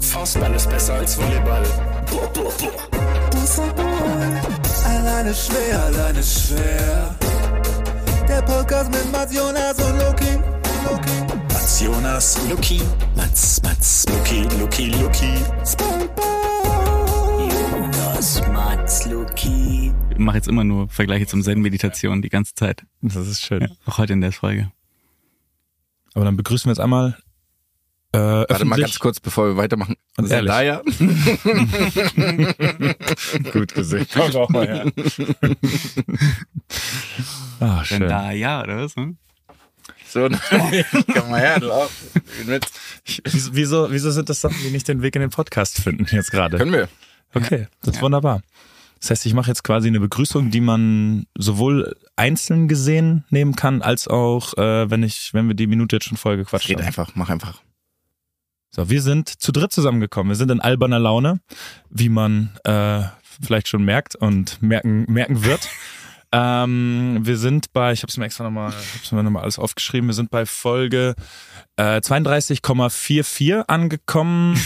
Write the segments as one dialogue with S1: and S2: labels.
S1: Faustball ist besser als Volleyball.
S2: Alleine schwer, alleine schwer. Der Podcast mit Mats Jonas und Loki. Loki.
S1: Mats Jonas, Luki, Mats, Mats, Luki, Luki, Luki.
S2: Spongebob.
S3: Jonas, Mats, Luki.
S4: Ich mache jetzt immer nur Vergleiche zum Zen-Meditation die ganze Zeit.
S5: Das ist schön.
S4: Ja, auch heute in der Folge.
S5: Aber dann begrüßen wir jetzt einmal. Äh,
S6: Warte mal
S5: öffentlich-
S6: ganz kurz, bevor wir weitermachen.
S5: Und ehrlich.
S6: Zendaya. Gut gesehen.
S5: Kommt auch mal her. Ah,
S4: Denn
S5: schön.
S4: da ja, oder was? Ne?
S6: So, komm mal her, lauf. Mit.
S5: Wieso, wieso, wieso sind das Sachen, die nicht den Weg in den Podcast finden jetzt gerade?
S6: Können wir.
S5: Okay, das ist wunderbar. Das heißt, ich mache jetzt quasi eine Begrüßung, die man sowohl einzeln gesehen nehmen kann, als auch, äh, wenn ich, wenn wir die Minute jetzt schon voll gequatscht
S6: Red
S5: haben.
S6: einfach, mach einfach.
S5: So, wir sind zu dritt zusammengekommen. Wir sind in alberner Laune, wie man äh, vielleicht schon merkt und merken, merken wird. ähm, wir sind bei, ich habe es mir extra nochmal noch mal alles aufgeschrieben, wir sind bei Folge äh, 32,44 angekommen.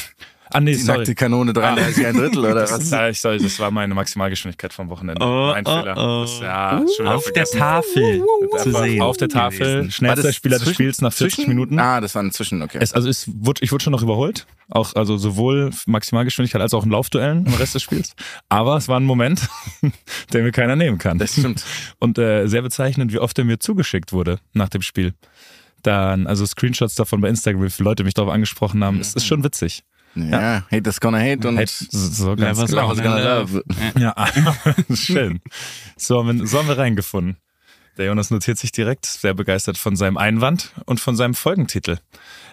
S5: Ah, nee,
S6: Die
S5: sorry. Ah.
S6: nackte Kanone 33, ein Drittel oder
S5: Das,
S6: was?
S5: ja, ich, sorry, das war meine Maximalgeschwindigkeit vom Wochenende.
S4: Oh,
S5: mein
S4: oh,
S5: Fehler.
S4: oh.
S5: Das, ja, schon wieder
S4: Auf der
S5: vergessen.
S4: Tafel zu
S5: Einfach
S4: sehen.
S5: Auf der Tafel,
S4: gewesen.
S6: War
S5: schnellster
S6: das
S5: Spieler des
S6: zwischen-
S5: Spiels nach 40
S6: zwischen?
S5: Minuten.
S6: Ah, das war ein Zwischen, okay.
S5: Es, also es wurde, ich wurde schon noch überholt, auch also sowohl Maximalgeschwindigkeit als auch in Laufduellen im Rest des Spiels. Aber es war ein Moment, den mir keiner nehmen kann.
S6: das stimmt.
S5: Und äh, sehr bezeichnend, wie oft er mir zugeschickt wurde nach dem Spiel. Dann, also Screenshots davon bei Instagram, wie viele Leute mich darauf angesprochen haben. Es ist schon witzig.
S6: Ja, hate is gonna hate Mhm. und
S5: Hey, so ganz genau.
S4: Never
S5: klar.
S6: love is gonna love.
S5: Ja, schön. So haben, wir, so haben wir reingefunden. Der Jonas notiert sich direkt, sehr begeistert von seinem Einwand und von seinem Folgentitel.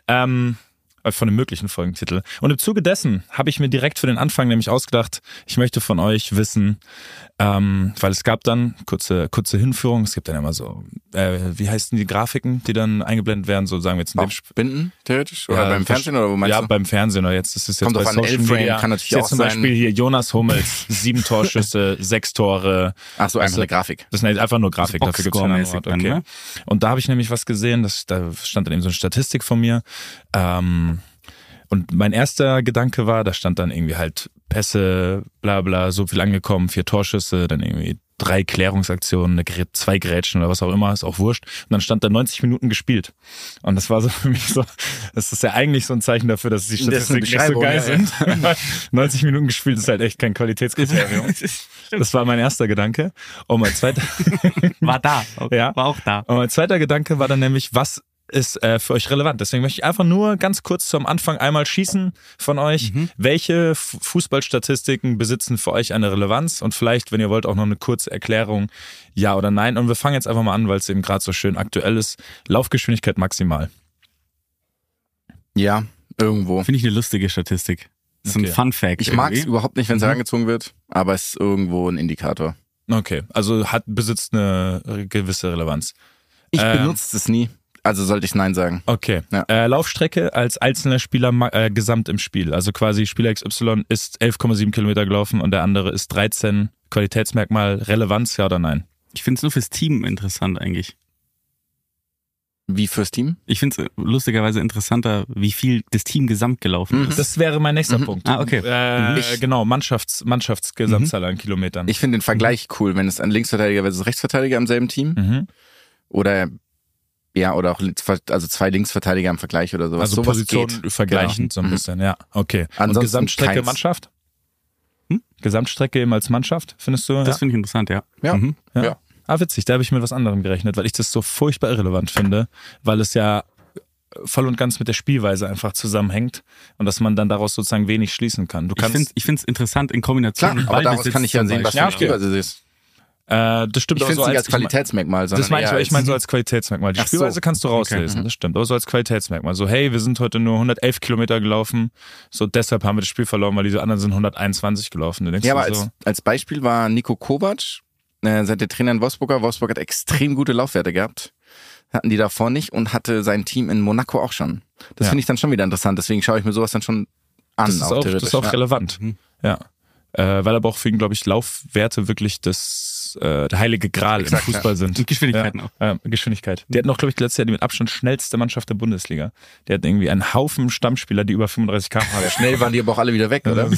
S5: Ähm, äh, von dem möglichen Folgentitel. Und im Zuge dessen habe ich mir direkt für den Anfang nämlich ausgedacht, ich möchte von euch wissen, ähm, weil es gab dann, kurze, kurze Hinführung, es gibt dann immer so, äh, wie heißen die Grafiken, die dann eingeblendet werden, so sagen wir jetzt in dem Sp-
S6: Binden, theoretisch? Oder
S5: ja,
S6: beim
S5: versch-
S6: Fernsehen oder wo meinst
S5: ja,
S6: du?
S5: beim Fernsehen oder jetzt das ist jetzt
S6: Kommt
S5: bei
S6: drauf an,
S5: Social
S6: L-Frame
S5: Media.
S6: kann natürlich
S5: ist jetzt
S6: auch
S5: zum
S6: sein.
S5: Beispiel hier Jonas Hummels, sieben Torschüsse, sechs Tore.
S6: Ach so, einfach
S5: Also,
S6: eine Grafik.
S5: Das sind einfach nur Grafik,
S4: Also
S5: dafür gibt's ja einen
S4: Boxscore-mäßig
S5: Wort.
S4: dann,
S5: Okay.
S4: ne?
S5: Und da habe ich nämlich was gesehen, das, da stand dann eben so eine Statistik von mir. Ähm, und mein erster Gedanke war, da stand dann irgendwie halt Pässe, bla bla, so viel angekommen, vier Torschüsse, dann irgendwie drei Klärungsaktionen, eine, Grä- zwei Grätschen oder was auch immer, ist auch wurscht. Und dann stand da 90 Minuten gespielt. Und das war so für mich so, das ist ja eigentlich so ein Zeichen dafür, dass die
S6: Das ist eine
S5: Statistiken nicht so
S6: Beschreibung,
S5: geil
S6: ja, ja.
S5: sind. 90 Minuten gespielt ist halt echt kein Qualitätskriterium. Das war mein erster Gedanke. Und mein zweiter,
S4: War da.
S5: Ja.
S4: War auch da.
S5: und mein zweiter Gedanke war dann nämlich, was ist äh, für euch relevant? Deswegen möchte ich einfach nur ganz kurz zum Anfang einmal schießen von euch. Welche F- Fußballstatistiken besitzen für euch eine Relevanz? Und vielleicht, wenn ihr wollt, auch noch eine kurze Erklärung, ja oder nein. Und wir fangen jetzt einfach mal an, weil es eben gerade so schön aktuell ist. Laufgeschwindigkeit maximal.
S6: Ja, irgendwo.
S4: Finde ich eine lustige Statistik. Das ist
S5: Okay.
S4: ein Fun Fact.
S6: Ich mag es
S4: irgendwie.
S6: überhaupt nicht, wenn es
S5: Mhm.
S6: herangezogen wird, aber es ist irgendwo ein
S5: Ähm.
S6: Indikator.
S5: Okay, also hat besitzt eine gewisse Relevanz.
S6: Ich
S5: Ähm.
S6: benutze es nie, also sollte ich Nein sagen.
S5: Okay.
S6: Ja.
S5: Äh, Laufstrecke als einzelner Spieler ma- äh, gesamt im Spiel. Also quasi Spieler XY ist 11,7 Kilometer gelaufen und der andere ist 13. Qualitätsmerkmal, Relevanz, ja oder nein?
S4: Ich finde es nur fürs Team interessant eigentlich.
S6: Wie fürs Team?
S4: Ich finde es lustigerweise interessanter, wie viel das Team gesamt gelaufen
S6: Mhm.
S4: ist.
S5: Das wäre mein nächster Punkt.
S4: Ah, okay.
S5: Äh,
S6: Ich-
S5: genau, Mannschafts, Mannschaftsgesamtzahl an Kilometern.
S6: Mhm. Ich finde den Vergleich cool, wenn es ein Linksverteidiger versus Rechtsverteidiger im selben Team
S5: Mhm. mhm.
S6: oder ja, oder auch links- also zwei Linksverteidiger im Vergleich oder sowas.
S5: Also
S6: sowas
S5: Positionen
S6: geht.
S5: vergleichend so ein
S6: Mhm.
S5: bisschen, ja. Okay. und
S6: Ansonsten
S5: Gesamtstrecke
S6: keins.
S5: Mannschaft?
S4: Hm?
S5: Gesamtstrecke eben als Mannschaft, findest du?
S4: Das finde ich interessant, ja.
S6: Genau. Ja.
S4: Mhm.
S5: Ja.
S6: Ja.
S5: Ah, witzig, da habe ich mit was anderem gerechnet, weil ich das so furchtbar irrelevant finde, weil es ja voll und ganz mit der Spielweise einfach zusammenhängt und dass man dann daraus sozusagen wenig schließen kann. Du
S4: Ich finde
S5: kannst,
S4: es ich find's interessant in Kombination
S6: Klar,
S4: mit
S6: aber daraus
S4: Ballbesitz
S6: kann ich ja
S4: zum
S6: sehen, was für
S4: Beispiel.
S6: ein
S5: Ja, okay.
S6: Spielweise es ist.
S5: äh, das stimmt
S6: Ich
S5: auch
S6: finde
S5: so
S6: es nicht als
S5: ich mein-
S6: Qualitätsmerkmal, sondern
S5: das meine ich,
S6: eher
S5: aber ich meine so
S6: als
S5: als Qualitätsmerkmal. Die
S6: Ach so. mhm.
S5: Spielweise kannst du rauslesen, das stimmt. Aber so als Qualitätsmerkmal. So, hey, wir sind heute nur 111 Kilometer gelaufen, so deshalb haben wir das Spiel verloren, weil diese anderen sind 121 gelaufen. Du denkst
S6: Ja,
S5: dir
S6: aber
S5: so,
S6: als, als Beispiel war Nico Kovac, äh, seit der Trainer in Wolfsburger. Wolfsburg hat extrem gute Laufwerte gehabt. Hatten die davor nicht und hatte sein Team in Monaco auch schon. Das
S5: Ja.
S6: finde ich dann schon wieder interessant. Deswegen schaue ich mir sowas dann schon an.
S5: das ist auch, das
S6: theoretisch,
S5: ist auch
S6: ja.
S5: relevant.
S4: Mhm.
S5: Ja. Äh, weil aber auch für ihn, glaube ich, Laufwerte wirklich das das äh, der heilige Gral im Fußball sind.
S4: Und Geschwindigkeiten
S5: ja.
S4: auch.
S5: Ja,
S6: Mhm.
S5: Geschwindigkeit. Die hatten auch, glaube ich, letztes Jahr die mit Abstand schnellste Mannschaft der Bundesliga. Die hatten irgendwie einen Haufen Stammspieler, die über 35 km/h schnell.
S6: Schnell waren die aber auch alle wieder weg, oder?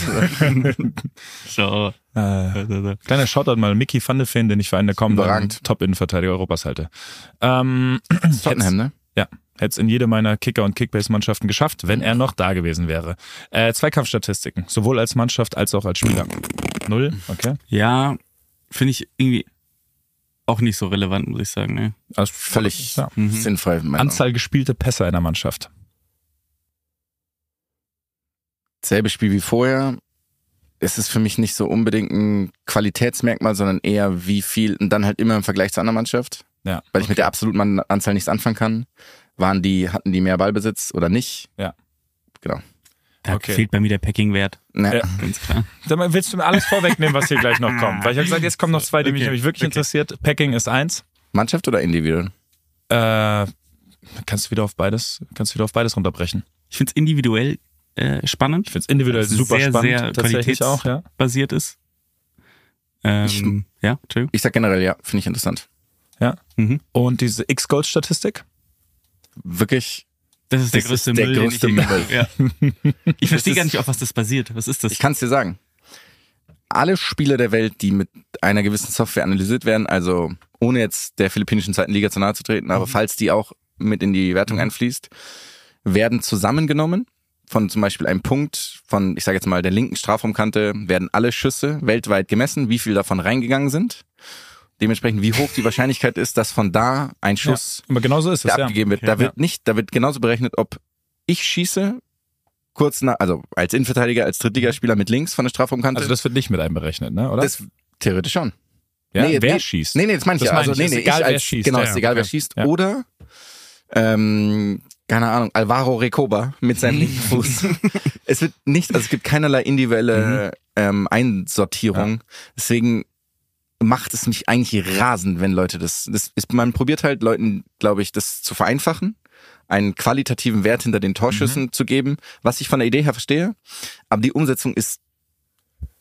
S4: So.
S5: Äh, kleiner Shoutout mal Mickey van de Ven, den ich für einen der kommenden
S6: Überragend.
S5: Top-Innenverteidiger Europas halte. Ähm,
S6: Tottenham, ne?
S5: Ja, hätte es in jede meiner Kicker- und Kickbase-Mannschaften geschafft, wenn er noch da gewesen wäre. Äh, Zweikampfstatistiken, sowohl als Mannschaft als auch als Spieler. Null, okay.
S4: Ja, finde ich irgendwie auch nicht so relevant, muss ich sagen. Ne?
S5: Also
S6: Völlig
S5: Ja.
S4: Mhm.
S6: sinnvoll. in meinen
S5: Anzahl gespielte Pässe einer Mannschaft.
S6: Augen. Selbes Spiel wie vorher. Es ist für mich nicht so unbedingt ein Qualitätsmerkmal, sondern eher wie viel und dann halt immer im Vergleich zur anderen Mannschaft,
S5: Ja.
S6: weil ich mit der absoluten Mann- Anzahl nichts anfangen kann. Waren die, hatten die mehr Ballbesitz oder nicht?
S4: Da
S5: Okay.
S4: fehlt bei mir der Packing-Wert,
S6: Ne.
S5: Ja.
S4: ganz klar.
S5: Sag mal, willst du mir alles vorwegnehmen, was hier gleich noch kommt? Weil ich habe gesagt, jetzt kommen noch zwei, die mich
S4: Okay,
S5: nämlich wirklich
S4: okay.
S5: interessiert. Packing ist eins.
S6: Mannschaft oder Individuum?
S5: Äh, kannst du wieder auf beides, kannst du wieder auf beides runterbrechen.
S4: Ich finde es individuell äh, spannend,
S5: Ich finde es individuell
S4: Das ist
S5: super
S4: sehr,
S5: spannend,
S4: sehr
S5: tatsächlich
S4: qualitäts-
S5: auch, ja.
S4: basiert ist. Ähm, ja, Entschuldigung.
S6: Ich sag generell ja, finde ich interessant.
S4: Mhm.
S5: Und diese X-Gold-Statistik,
S6: Wirklich
S4: Das ist der
S6: Das
S4: größte
S6: ist der
S4: Müll,
S6: größte
S4: den ich
S6: Müll.
S4: je ja. Ich verstehe
S6: ist-
S4: gar nicht, auf was das basiert. Was ist das?
S6: Ich kann es dir sagen. Alle Spiele der Welt, die mit einer gewissen Software analysiert werden, also ohne jetzt der philippinischen zweiten Liga zu nahe zu treten,
S4: Mhm.
S6: aber falls die auch mit in die Wertung einfließt, werden zusammengenommen von zum Beispiel einem Punkt von, ich sage jetzt mal, der linken Strafraumkante, werden alle Schüsse weltweit gemessen, wie viel davon reingegangen sind. Dementsprechend, wie hoch die Wahrscheinlichkeit ist, dass von da ein Schuss
S5: aber genau so ist es,
S6: der
S5: ja.
S6: abgegeben wird.
S5: Ja.
S6: Da wird nicht, da wird genauso berechnet, ob ich schieße, kurz nach, also als Innenverteidiger, als Drittligaspieler mit links von der Strafraumkante.
S5: Also das wird nicht mit einberechnet, ne? Oder?
S6: das theoretisch schon.
S5: ja?
S6: nee,
S5: Wer
S6: nee,
S5: schießt?
S6: Nee, nee, das meine ich
S5: Das
S6: ja.
S5: meine
S6: Also,
S5: ich,
S6: nee,
S5: ist
S6: nee,
S5: egal,
S6: ich
S5: wer
S6: als,
S5: schießt.
S6: Genau,
S5: Ja,
S6: ist egal, wer
S5: ja,
S6: schießt.
S5: ja.
S6: Oder, ähm, keine Ahnung, Alvaro Recoba mit seinem linken Fuß. es wird nicht, also es gibt keinerlei
S5: Mhm.
S6: individuelle ähm, Einsortierung. Deswegen macht es mich eigentlich rasend, wenn Leute das, das ist, man probiert halt Leuten, glaube ich, das zu vereinfachen einen qualitativen Wert hinter den Torschüssen
S5: Mhm.
S6: zu geben, was ich von der Idee her verstehe, aber die Umsetzung ist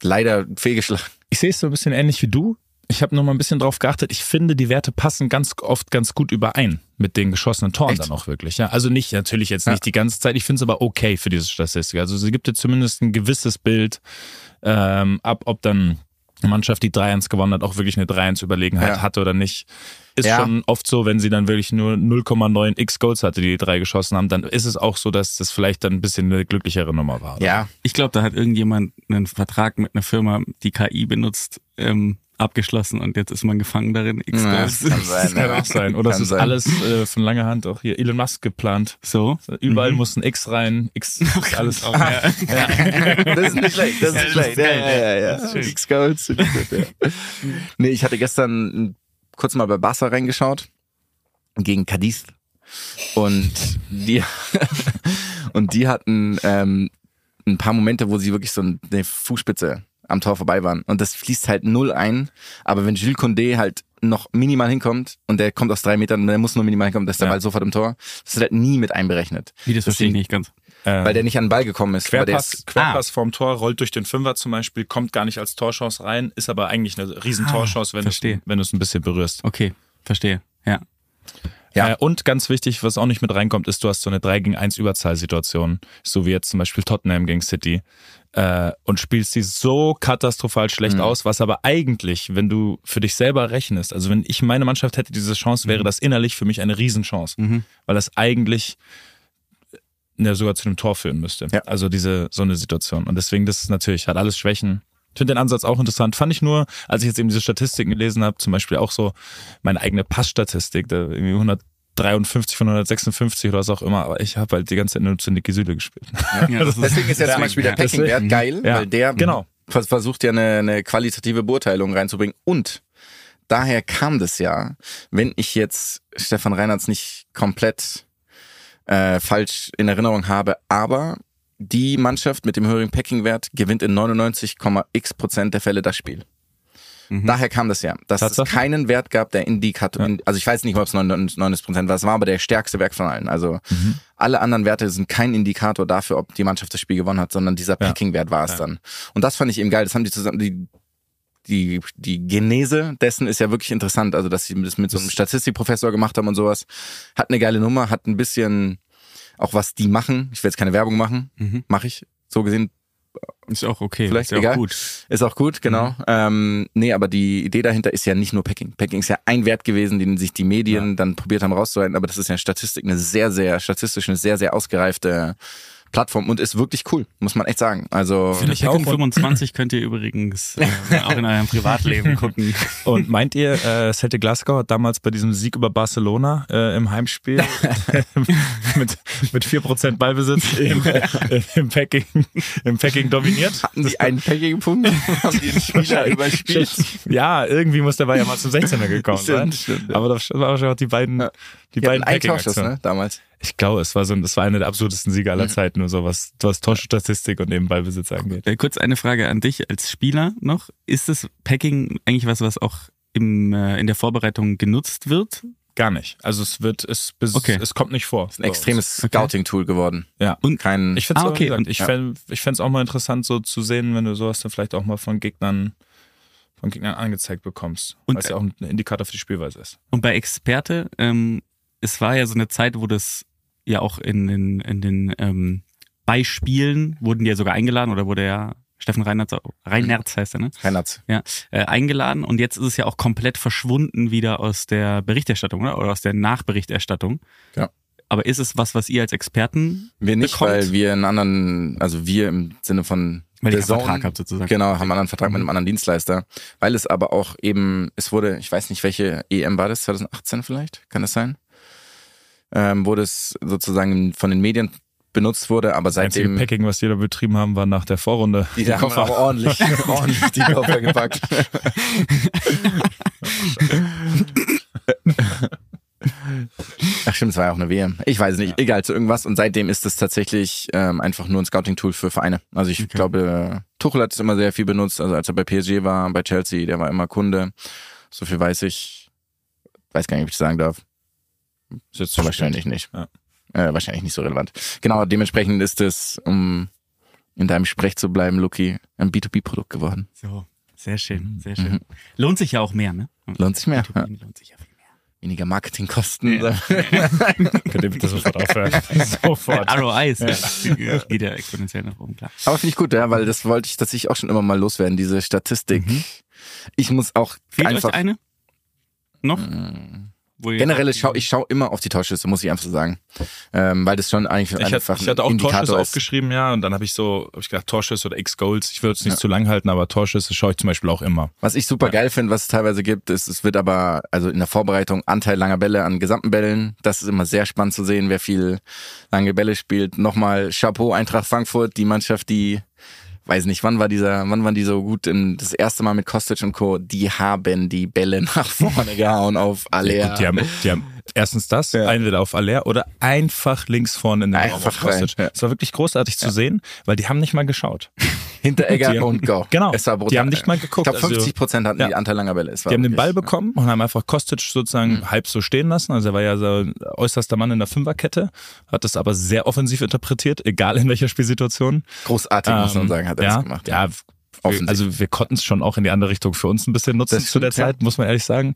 S6: leider fehlgeschlagen.
S5: ich sehe es so ein bisschen ähnlich wie du. Ich habe noch mal ein bisschen drauf geachtet. Ich finde, die Werte passen ganz oft ganz gut überein mit den geschossenen Toren
S6: Echt?
S5: dann auch wirklich. Ja, also nicht natürlich jetzt nicht die ganze Zeit. Ich finde es aber okay für diese Statistik. Also sie gibt dir zumindest ein gewisses Bild ähm, ab, ob dann eine Mannschaft, die 3-1 gewonnen hat, auch wirklich eine 3-1-Überlegenheit
S6: Ja.
S5: hatte oder nicht. Ist
S6: Ja.
S5: schon oft so, wenn sie dann wirklich nur 0,9 X-Goals hatte, die die drei geschossen haben, dann ist es auch so, dass das vielleicht dann ein bisschen eine glücklichere Nummer war. oder?
S6: Ja,
S4: Ich glaube, da hat irgendjemand einen Vertrag mit einer Firma, die KI benutzt, ähm, abgeschlossen und jetzt ist man gefangen darin.
S6: Ja,
S4: X-Goals.
S6: kann sein,
S5: Kann
S6: ja.
S5: auch sein. Oder es
S6: Kann
S5: ist
S6: sein.
S5: alles äh, von langer Hand auch hier Elon Musk geplant.
S4: so.
S5: Überall
S6: Mhm.
S5: muss ein X rein, X ist alles auf. Ja.
S6: Das ist nicht schlecht, das ist nicht schlecht. Ja, ja, ja. ja. X-Goals. sind gut, ja. Nee, ich hatte gestern kurz mal bei Barca reingeschaut. Gegen Cadiz. Und die, und die hatten ähm, ein paar Momente, wo sie wirklich so eine Fußspitze am Tor vorbei waren. Und das fließt halt null ein. Aber wenn Jules Condé halt noch minimal hinkommt und der kommt aus drei Metern und der muss nur minimal hinkommen, dass der
S5: Ja.
S6: Ball sofort im Tor. Das ist halt nie mit einberechnet.
S4: Wie das verstehe ich
S6: Deswegen-
S4: nicht ganz.
S6: Weil der nicht an den Ball gekommen ist. aber
S5: Ähm,
S6: der
S5: Querpass,
S6: ist Ah.
S5: Querpass vorm Tor, rollt durch den Fünfer zum Beispiel, kommt gar nicht als Torchance rein, ist aber eigentlich eine riesen Torchance, wenn du es-
S4: verstehe.
S5: wenn du es ein bisschen berührst.
S4: Okay, verstehe. Ja.
S6: Ja.
S5: Äh, und ganz wichtig, was auch nicht mit reinkommt, ist, du hast so eine 3 gegen 1 Überzahlsituation, so wie jetzt zum Beispiel Tottenham gegen City. Äh, und spielst die so katastrophal
S6: Mhm.
S5: schlecht aus, was aber eigentlich, wenn du für dich selber rechnest, also wenn ich meine Mannschaft hätte diese Chance,
S6: Mhm.
S5: wäre das innerlich für mich eine Riesenchance, weil das eigentlich äh, ja, sogar zu einem Tor führen müsste.
S6: Ja.
S5: Also diese so eine Situation. Und deswegen, das ist natürlich, hat alles Schwächen. Ich finde den Ansatz auch interessant. Fand ich nur, als ich jetzt eben diese Statistiken gelesen habe, zum Beispiel auch so meine eigene Passstatistik, da irgendwie 153 von 156 oder was auch immer, aber ich habe halt die ganze Zeit nur zu Niki Süle gespielt.
S6: Mhm.
S4: ja das
S6: Deswegen ist ja zum Beispiel der Packing-Wert geil,
S5: Ja,
S6: weil der
S5: genau.
S6: vers- versucht ja eine, eine qualitative Beurteilung reinzubringen. Und daher kam das ja, wenn ich jetzt Stefan Reinhardt nicht komplett äh, falsch in Erinnerung habe, aber die Mannschaft mit dem höheren Packing-Wert gewinnt in 99,x Prozent der Fälle das Spiel. Daher kam das ja, dass
S5: Tatsache?
S6: es keinen Wert gab, der Indikator, in, also ich weiß nicht, mal, ob es 99 Prozent war, es war aber der stärkste Wert von allen. Also alle anderen Werte sind kein Indikator dafür, ob die Mannschaft das Spiel gewonnen hat, sondern dieser Packing-Wert war es dann. Und das fand ich eben geil, das haben die zusammen, die die, die Genese dessen ist ja wirklich interessant. Also, dass sie das mit so einem Statistikprofessor gemacht haben und sowas. Hat eine geile Nummer, hat ein bisschen auch was die machen. Ich will jetzt keine Werbung machen,
S4: Mhm.
S6: mache ich. So gesehen
S4: Ist auch okay.
S6: Vielleicht,
S4: ist ja
S6: egal.
S4: auch gut.
S6: ist auch gut, genau.
S4: Mhm.
S6: Ähm, nee, aber die Idee dahinter ist ja nicht nur Packing. Packing ist ja ein Wert gewesen, den sich die Medien dann probiert haben rauszuhalten, aber das ist ja Statistik, eine sehr, sehr, statistisch eine sehr, sehr ausgereifte Plattform und ist wirklich cool, muss man echt sagen. Also,
S4: Finde ich
S5: auch.
S4: Hacking 25 könnt ihr übrigens äh, auch in eurem Privatleben gucken.
S5: Und meint ihr, äh, Celtic Glasgow hat damals bei diesem Sieg über Barcelona äh, im Heimspiel mit, mit 4% Ballbesitz im, äh, im Packing, im Packing dominiert?
S6: hatten sie einen Packing-Punkt, haben die den Spieler überspielt.
S5: Ja, irgendwie muss der Ball ja mal zum 16er gekommen sein.
S6: Stimmt, stimmt, ja.
S5: Aber das waren wahrscheinlich auch die beiden, die
S6: Die hatten
S5: beiden
S6: einen Torschuss,
S5: Packing-Aktionen.
S6: ne, Mhm. damals.
S5: Ich glaube, es war so, das war eine der absurdesten Siege aller Zeiten, nur so was, was Torstatistik und eben Ballbesitz angeht.
S4: Äh, kurz eine Frage an dich als Spieler noch. Ist das Packing eigentlich was, was auch im, äh, in der Vorbereitung genutzt wird?
S5: Gar nicht. Also es wird, es, bis,
S4: Okay.
S5: es kommt nicht vor.
S6: Ein
S4: Oh,
S6: extremes Scouting-Tool geworden.
S5: Ja.
S6: Und kein,
S5: Ich finde
S4: Ah,
S5: es
S4: okay. Und-
S5: ich
S6: ja.
S5: fänd, ich fänd's auch mal interessant, so zu sehen, wenn du sowas dann vielleicht auch mal von Gegnern, von Gegnern angezeigt bekommst.
S4: Und-
S5: Weil es ja auch ein Indikator für die Spielweise ist.
S4: Und bei Experte, ähm, es war ja so eine Zeit, wo das ja auch in den, in den ähm, Beispielen wurden die ja sogar eingeladen oder wurde ja Steffen Reinertz, Reinertz heißt er, ne?
S6: Reinhardt.
S4: Ja, äh, eingeladen und jetzt ist es ja auch komplett verschwunden wieder aus der Berichterstattung oder, oder aus der Nachberichterstattung.
S6: Ja.
S4: Aber ist es was, was ihr als Experten,
S6: Wir nicht,
S4: bekommt.
S6: weil wir einen anderen, also wir im Sinne von
S4: weil ihr
S6: The
S4: einen
S6: Zone-
S4: Vertrag habt sozusagen?
S6: Genau, haben einen anderen Vertrag
S5: Mhm.
S6: mit einem anderen Dienstleister. Weil es aber auch eben, es wurde, ich weiß nicht, welche EM war das, 2018 vielleicht, kann das sein? Ähm, wo das sozusagen von den Medien benutzt wurde, aber
S5: Das einzige
S6: seitdem...
S5: Packing, was die da betrieben haben, war nach der Vorrunde.
S6: Die, haben aber ordentlich, ordentlich die Koffer gepackt. Ach stimmt, es war ja auch eine WM. Ich weiß nicht, egal zu irgendwas. Und seitdem ist es tatsächlich ähm, einfach nur ein Scouting-Tool für Vereine. Also ich glaube, Tuchel hat es immer sehr viel benutzt. Also als er bei PSG war, bei Chelsea, der war immer Kunde. So viel weiß ich. Weiß gar nicht, ob ich sagen darf.
S5: Ist jetzt zu
S6: Aber
S5: spät.
S6: wahrscheinlich nicht.
S5: Ja.
S6: Äh, wahrscheinlich nicht so relevant. Genau, dementsprechend ist es, um in deinem Sprech zu bleiben, Lucky, ein B2B-Produkt geworden.
S4: So, sehr schön, sehr schön. Lohnt sich ja auch mehr, ne?
S6: Mhm. Lohnt sich mehr.
S4: B2B
S6: Ja.
S4: Lohnt sich ja viel mehr.
S6: Weniger Marketingkosten.
S5: Könnt ihr bitte sofort aufhören. sofort.
S4: ROIs, ja. geht ja exponentiell nach oben, klar.
S6: Aber finde ich gut, ja, weil das wollte ich tatsächlich auch schon immer mal loswerden, diese Statistik.
S5: Mhm.
S6: Ich muss auch
S4: Fehlt
S6: einfach. Mm.
S4: euch eine? Noch? Wo ihr-
S6: Generell schau ich schaue immer auf die Torschüsse, muss ich einfach so sagen, ähm, weil das schon eigentlich
S5: Ich
S6: einfach
S5: hatte, ich hatte auch
S6: ein Indikator
S5: Torschüsse
S6: ist.
S5: aufgeschrieben, ja, und dann habe ich so, habe ich gedacht, Torschüsse oder X-Goals. Ich würde es nicht zu lang halten, aber Torschüsse schaue ich zum Beispiel auch immer.
S6: Was ich super geil finde, was es teilweise gibt, ist, es wird aber, also in der Vorbereitung, Anteil langer Bälle an gesamten Bällen. Das ist immer sehr spannend zu sehen, wer viel lange Bälle spielt. Nochmal Chapeau, Eintracht Frankfurt, die Mannschaft, die, weiß nicht, wann war dieser, wann waren die so gut im, das erste Mal mit Kostic und Co., die haben die Bälle nach vorne gehauen auf Alea.
S5: Die haben, die haben erstens das, entweder auf Aller oder einfach links vorne in den Raum auf
S6: Einfach rein,
S5: Kostic.
S6: ja.
S5: Es war wirklich großartig zu sehen, weil die haben nicht mal geschaut. Die
S6: Hinteregger
S5: haben-
S6: und Go.
S5: Genau.
S6: Es war brutal.
S5: Die haben nicht mal geguckt,
S6: Ich glaube,
S5: also-
S6: 50 Prozent hatten
S5: Ja.
S6: die Anteil langer Bälle. Es war
S5: Die haben den Ball
S6: wirklich-
S5: bekommen und haben einfach Kostic sozusagen
S6: Mhm.
S5: halb so stehen lassen. Also er war ja so ein äußerster Mann in der Fünferkette, hat das aber sehr offensiv interpretiert, egal in welcher Spielsituation.
S6: Großartig, muss man sagen, hat er
S5: Ähm, ja,
S6: das gemacht.
S5: Ja,
S6: Offensiv.
S5: also wir konnten es schon auch in die andere Richtung für uns ein bisschen nutzen
S6: Das
S5: zu der
S6: stimmt, ja.
S5: Zeit, muss man ehrlich sagen.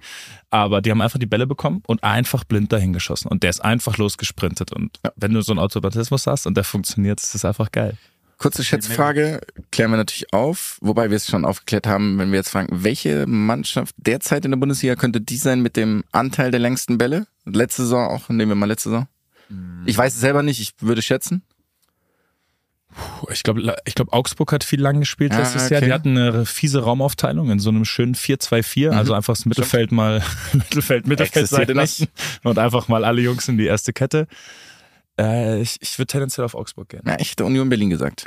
S5: Aber die haben einfach die Bälle bekommen und einfach blind dahingeschossen. Und der ist einfach losgesprintet. Und wenn du so einen Automatismus hast und der funktioniert, ist das einfach geil.
S6: Kurze Schätzfrage klären wir natürlich auf, wobei wir es schon aufgeklärt haben, wenn wir jetzt fragen, welche Mannschaft derzeit in der Bundesliga könnte die sein mit dem Anteil der längsten Bälle? Letzte Saison auch, nehmen wir mal letzte Saison.
S5: Hm.
S6: Ich weiß es selber nicht, ich würde schätzen.
S5: Puh, Ich glaube, ich glaube, Augsburg hat viel lang gespielt
S6: Ah,
S5: letztes
S6: okay.
S5: Jahr. Die hatten eine fiese Raumaufteilung in so einem schönen
S6: Mhm.
S5: 4-2-4. Also einfach das Mittelfeld mal, Mittelfeld, Mittelfeld
S6: Existierte
S5: nicht. Und einfach mal alle Jungs in die erste Kette. Äh, ich ich würde tendenziell auf Augsburg gehen.
S6: Na, ich hätte Union Berlin gesagt.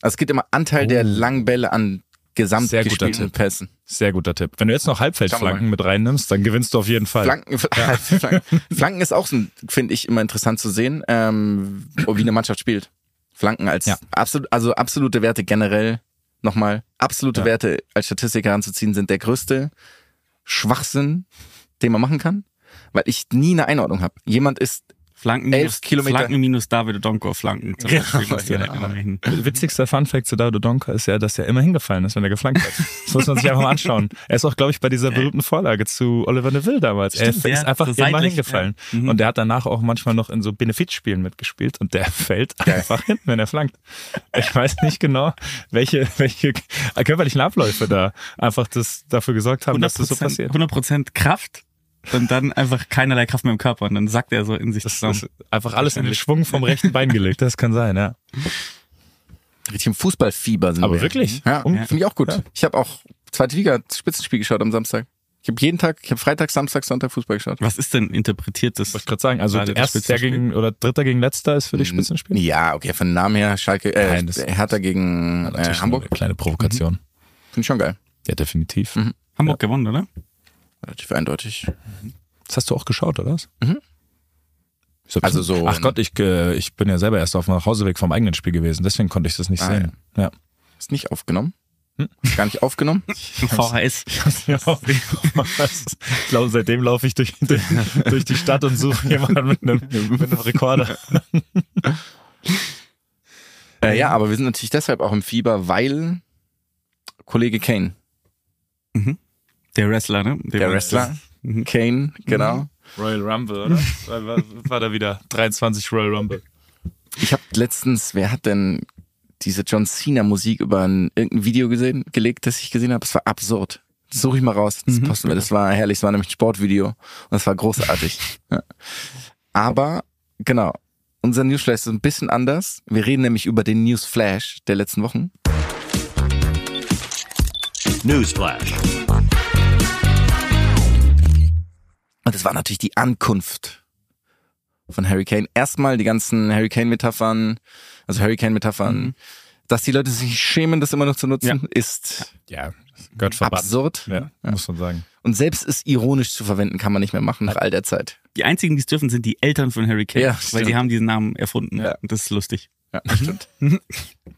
S6: Also es geht immer Anteil der langen Bälle an gesamt
S5: Oh. Sehr guter
S6: gespielten
S5: Tipp.
S6: Pässen.
S5: Sehr guter Tipp. Wenn du jetzt noch
S6: Schauen wir
S5: Halbfeldflanken
S6: mal.
S5: mit reinnimmst, dann gewinnst du auf jeden Fall.
S6: Flanken, Flanken. Flanken ist auch, so ein- finde ich, immer interessant zu sehen, ähm, wie eine Mannschaft spielt. Flanken als
S5: Ja.
S6: absolut, also absolute Werte generell nochmal. Absolute
S5: Ja.
S6: Werte als Statistiker anzuziehen sind der größte Schwachsinn, den man machen kann, weil ich nie eine Einordnung habe. Jemand ist
S4: Flanken
S6: Elf
S4: minus,
S6: Kilometer.
S4: Flanken minus David Donko Flanken. Zum Beispiel, genau. was die da
S6: ja.
S4: immer hin-
S5: Äh, Witzigster Funfact zu David Donka ist ja, dass er immer hingefallen ist, wenn er geflankt hat. Das muss man sich einfach mal anschauen. Er ist auch, glaube ich, bei dieser berühmten Vorlage zu Oliver Neville damals.
S4: Stimmt,
S5: er
S4: ja,
S5: ist einfach
S4: so
S5: immer
S4: seitlich,
S5: hingefallen.
S4: ja. Mhm.
S5: Und er hat danach auch manchmal noch in so Benefizspielen mitgespielt und der fällt einfach hin, wenn er flankt. Ich weiß nicht genau, welche, welche körperlichen Abläufe da einfach das dafür gesorgt haben, dass das so
S4: 100%,
S5: passiert.
S4: 100% Kraft und dann einfach keinerlei Kraft mehr im Körper und dann sackt er so in sich
S5: Das
S4: zusammen.
S5: ist einfach alles in den Schwung vom rechten Bein gelegt. Das kann sein, ja.
S6: Richtig im Fußballfieber sind
S5: Aber
S6: wir.
S5: wirklich?
S6: Ja,
S5: Um-
S6: finde ich auch gut.
S5: Ja.
S6: Ich habe auch zweite Liga Spitzenspiel geschaut am Samstag. Ich habe jeden Tag, ich habe Freitag, Samstag, Sonntag Fußball geschaut.
S4: Was ist denn interpretiertes?
S5: Wollte ich gerade sagen, also
S4: Gerade
S5: erst
S4: das
S5: der Mhm.
S4: Spitzenspiel.
S5: gegen oder dritter gegen letzter ist für dich Spitzenspiel?
S6: Ja, okay, von Namen her Schalke, äh,
S5: Nein, das-
S6: Hertha gegen äh,
S5: Natürlich nur
S6: Hamburg.
S5: Eine kleine Provokation.
S6: Finde ich schon geil.
S5: Ja, definitiv.
S4: Hamburg gewonnen, oder?
S6: Relativ eindeutig.
S5: Das hast du auch geschaut, oder? was? Ich hab
S6: Also
S5: das-
S6: so-
S5: Ach Gott, ich, äh, ich bin ja selber erst auf dem Nachhauseweg vom eigenen Spiel gewesen, deswegen konnte ich das nicht
S6: Ah,
S5: sehen. Ja.
S6: Ist nicht aufgenommen.
S5: Hm?
S6: Gar nicht aufgenommen.
S4: Im VHS.
S5: ich glaube, seitdem laufe ich durch, durch, durch die Stadt und suche jemanden mit einem, mit einem Rekorder.
S6: Äh, ja, aber wir sind natürlich deshalb auch im Fieber, weil Kollege Kane,
S4: Der Wrestler, ne?
S6: der Wrestler, Kane, genau.
S5: Mhm. Royal Rumble, oder? War, war, war da wieder 23 Royal Rumble.
S6: Ich habe letztens, wer hat denn diese John Cena Musik über ein, irgendein Video gesehen, gelegt, das ich gesehen habe? Es war absurd. Das suche ich mal raus. Das posten wir. Das war herrlich. Das war nämlich ein Sportvideo und das war großartig. ja. Aber genau, unser Newsflash ist ein bisschen anders. Wir reden nämlich über den Newsflash der letzten Wochen.
S1: Newsflash.
S6: Und das war natürlich die Ankunft von Harry Kane. Erstmal die ganzen Harry Kane Metaphern, also Harry Kane Metaphern.
S5: Mhm.
S6: Dass die Leute sich schämen, das immer noch zu nutzen, ist
S5: Ja, gehört verbannt.
S6: absurd.
S5: Ja, muss man sagen.
S6: Und selbst es ironisch zu verwenden, kann man nicht mehr machen nach all der Zeit.
S4: Die einzigen, die es dürfen, sind die Eltern von Harry Kane,
S6: Ja,
S4: weil
S6: stimmt.
S4: die haben diesen Namen erfunden.
S6: Ja.
S4: Und das ist lustig.
S6: Ja,
S5: Mhm.
S6: stimmt.
S5: Aber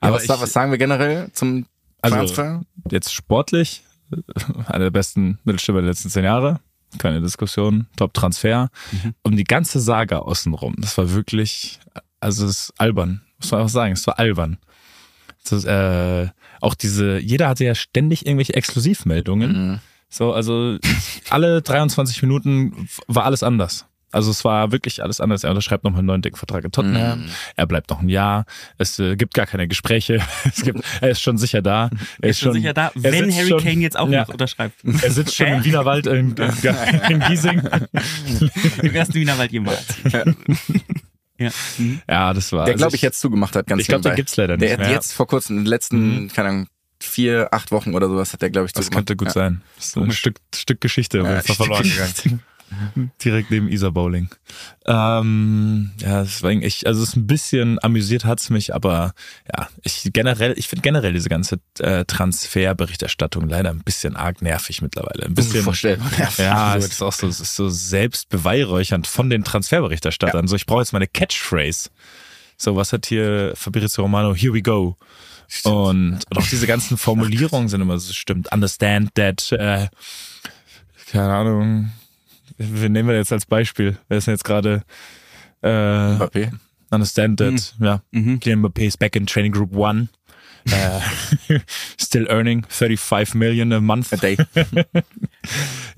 S6: Aber was,
S5: ich-
S6: was sagen wir generell zum
S5: Also-
S6: Transfer?
S5: jetzt sportlich, äh, einer der besten Mittelstürmer der letzten zehn Jahre. Keine Diskussion, Top-Transfer. Und die ganze Saga außenrum, das war wirklich, also es ist albern, muss man auch sagen, es war albern. Das, ist, äh, auch diese, jeder hatte ja ständig irgendwelche Exklusivmeldungen. So, also alle 23 Minuten war alles anders. Also es war wirklich alles anders. Er unterschreibt nochmal einen neuen dicken Vertrag in Tottenham. Er bleibt noch ein Jahr. Es äh, gibt gar keine Gespräche. Es gibt, er ist schon sicher da. Er ist
S4: Schon sicher da,
S5: er
S4: wenn
S5: sitzt
S4: Harry
S5: schon-
S4: Kane jetzt auch
S5: Ja.
S4: noch unterschreibt.
S5: Er sitzt schon im Wienerwald in, in, in Giesing.
S4: Im ersten Wienerwald jemals. ja. Mhm.
S5: Ja, das war.
S6: Der,
S5: also
S6: glaube ich, jetzt zugemacht hat, ganz
S5: Ich glaube, den
S6: nebenbei.
S5: gibt's leider
S6: Der
S5: nicht
S6: hat
S5: mehr. Mhm.
S6: jetzt vor kurzem, in den letzten, keine Ahnung, vier, acht Wochen oder sowas hat der, glaube ich,
S5: Das
S6: zugemacht.
S5: könnte gut sein. Das ist ein Stück, Stück Geschichte auf
S6: Ja,
S5: jeden Fall
S6: Stück
S5: verloren gegangen. Direkt neben Isa Bowling. Ähm, ja, deswegen, ich, also es ist ein bisschen amüsiert hat's mich, aber ja, ich generell, ich finde generell diese ganze äh, Transferberichterstattung leider ein bisschen arg nervig mittlerweile. Ein bisschen
S6: Unvorstellbar.
S5: Ja,
S6: absurd.
S5: es ist auch so, es ist so selbstbeweihräuchernd von den Transferberichterstattern. So, ich brauche jetzt meine Catchphrase. So, was hat hier Fabrizio Romano? Here we go. Und, und auch diese ganzen Formulierungen sind immer so, stimmt, understand that, äh, keine Ahnung, wen nehmen wir jetzt als Beispiel? Wer ist denn jetzt gerade, äh,
S6: Mbappé.
S5: Understand that. Ja. Kylian Mbappé is back in training group one. Äh, still earning 35 million a month.
S6: A day.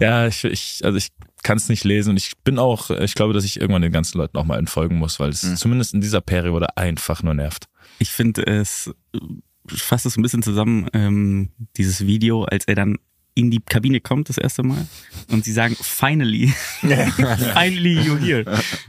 S5: Ja, ich, ich also ich kann es nicht lesen und ich bin auch, ich glaube, dass ich irgendwann den ganzen Leuten auch mal entfolgen muss, weil es zumindest in dieser Periode einfach nur nervt.
S4: Ich finde, es äh, fasst es ein bisschen zusammen, ähm, dieses Video, als er dann in die Kabine kommt das erste Mal und sie sagen, finally, finally you're here,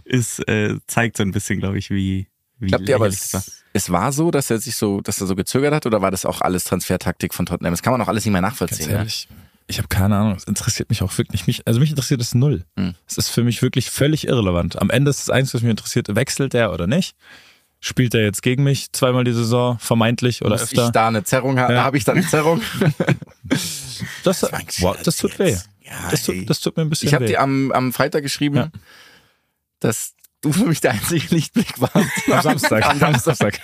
S4: ist, äh, zeigt so ein bisschen, glaube ich, wie, wie
S6: Glaubt ihr aber,
S4: lächerlich das war.
S6: es, es war so, dass er sich so, dass er so gezögert hat oder war das auch alles Transfertaktik von Tottenham? Das kann man auch alles nicht mehr
S5: Ganz
S6: nachvollziehen.
S5: ehrlich, ich habe keine Ahnung. Es interessiert mich auch wirklich nicht. Mich, also mich interessiert es null.
S6: Hm.
S5: Es ist für mich wirklich völlig irrelevant. Am Ende ist das Einzige, was mich interessiert, wechselt er oder nicht? Spielt er jetzt gegen mich zweimal die Saison, vermeintlich oder
S6: Muss
S5: öfter?
S6: ich da eine Zerrung haben?
S5: Ja.
S6: Habe ich da eine Zerrung?
S5: das,
S6: war ein
S5: wow, das tut weh.
S6: Scherz. Ja,
S5: Das
S6: ey.
S5: tut, das tut mir ein bisschen
S6: Ich habe
S5: weh.
S6: dir am, am Freitag geschrieben,
S5: Ja.
S6: dass du für mich der einzige Lichtblick warst.
S5: am Samstag.
S6: Am Samstag.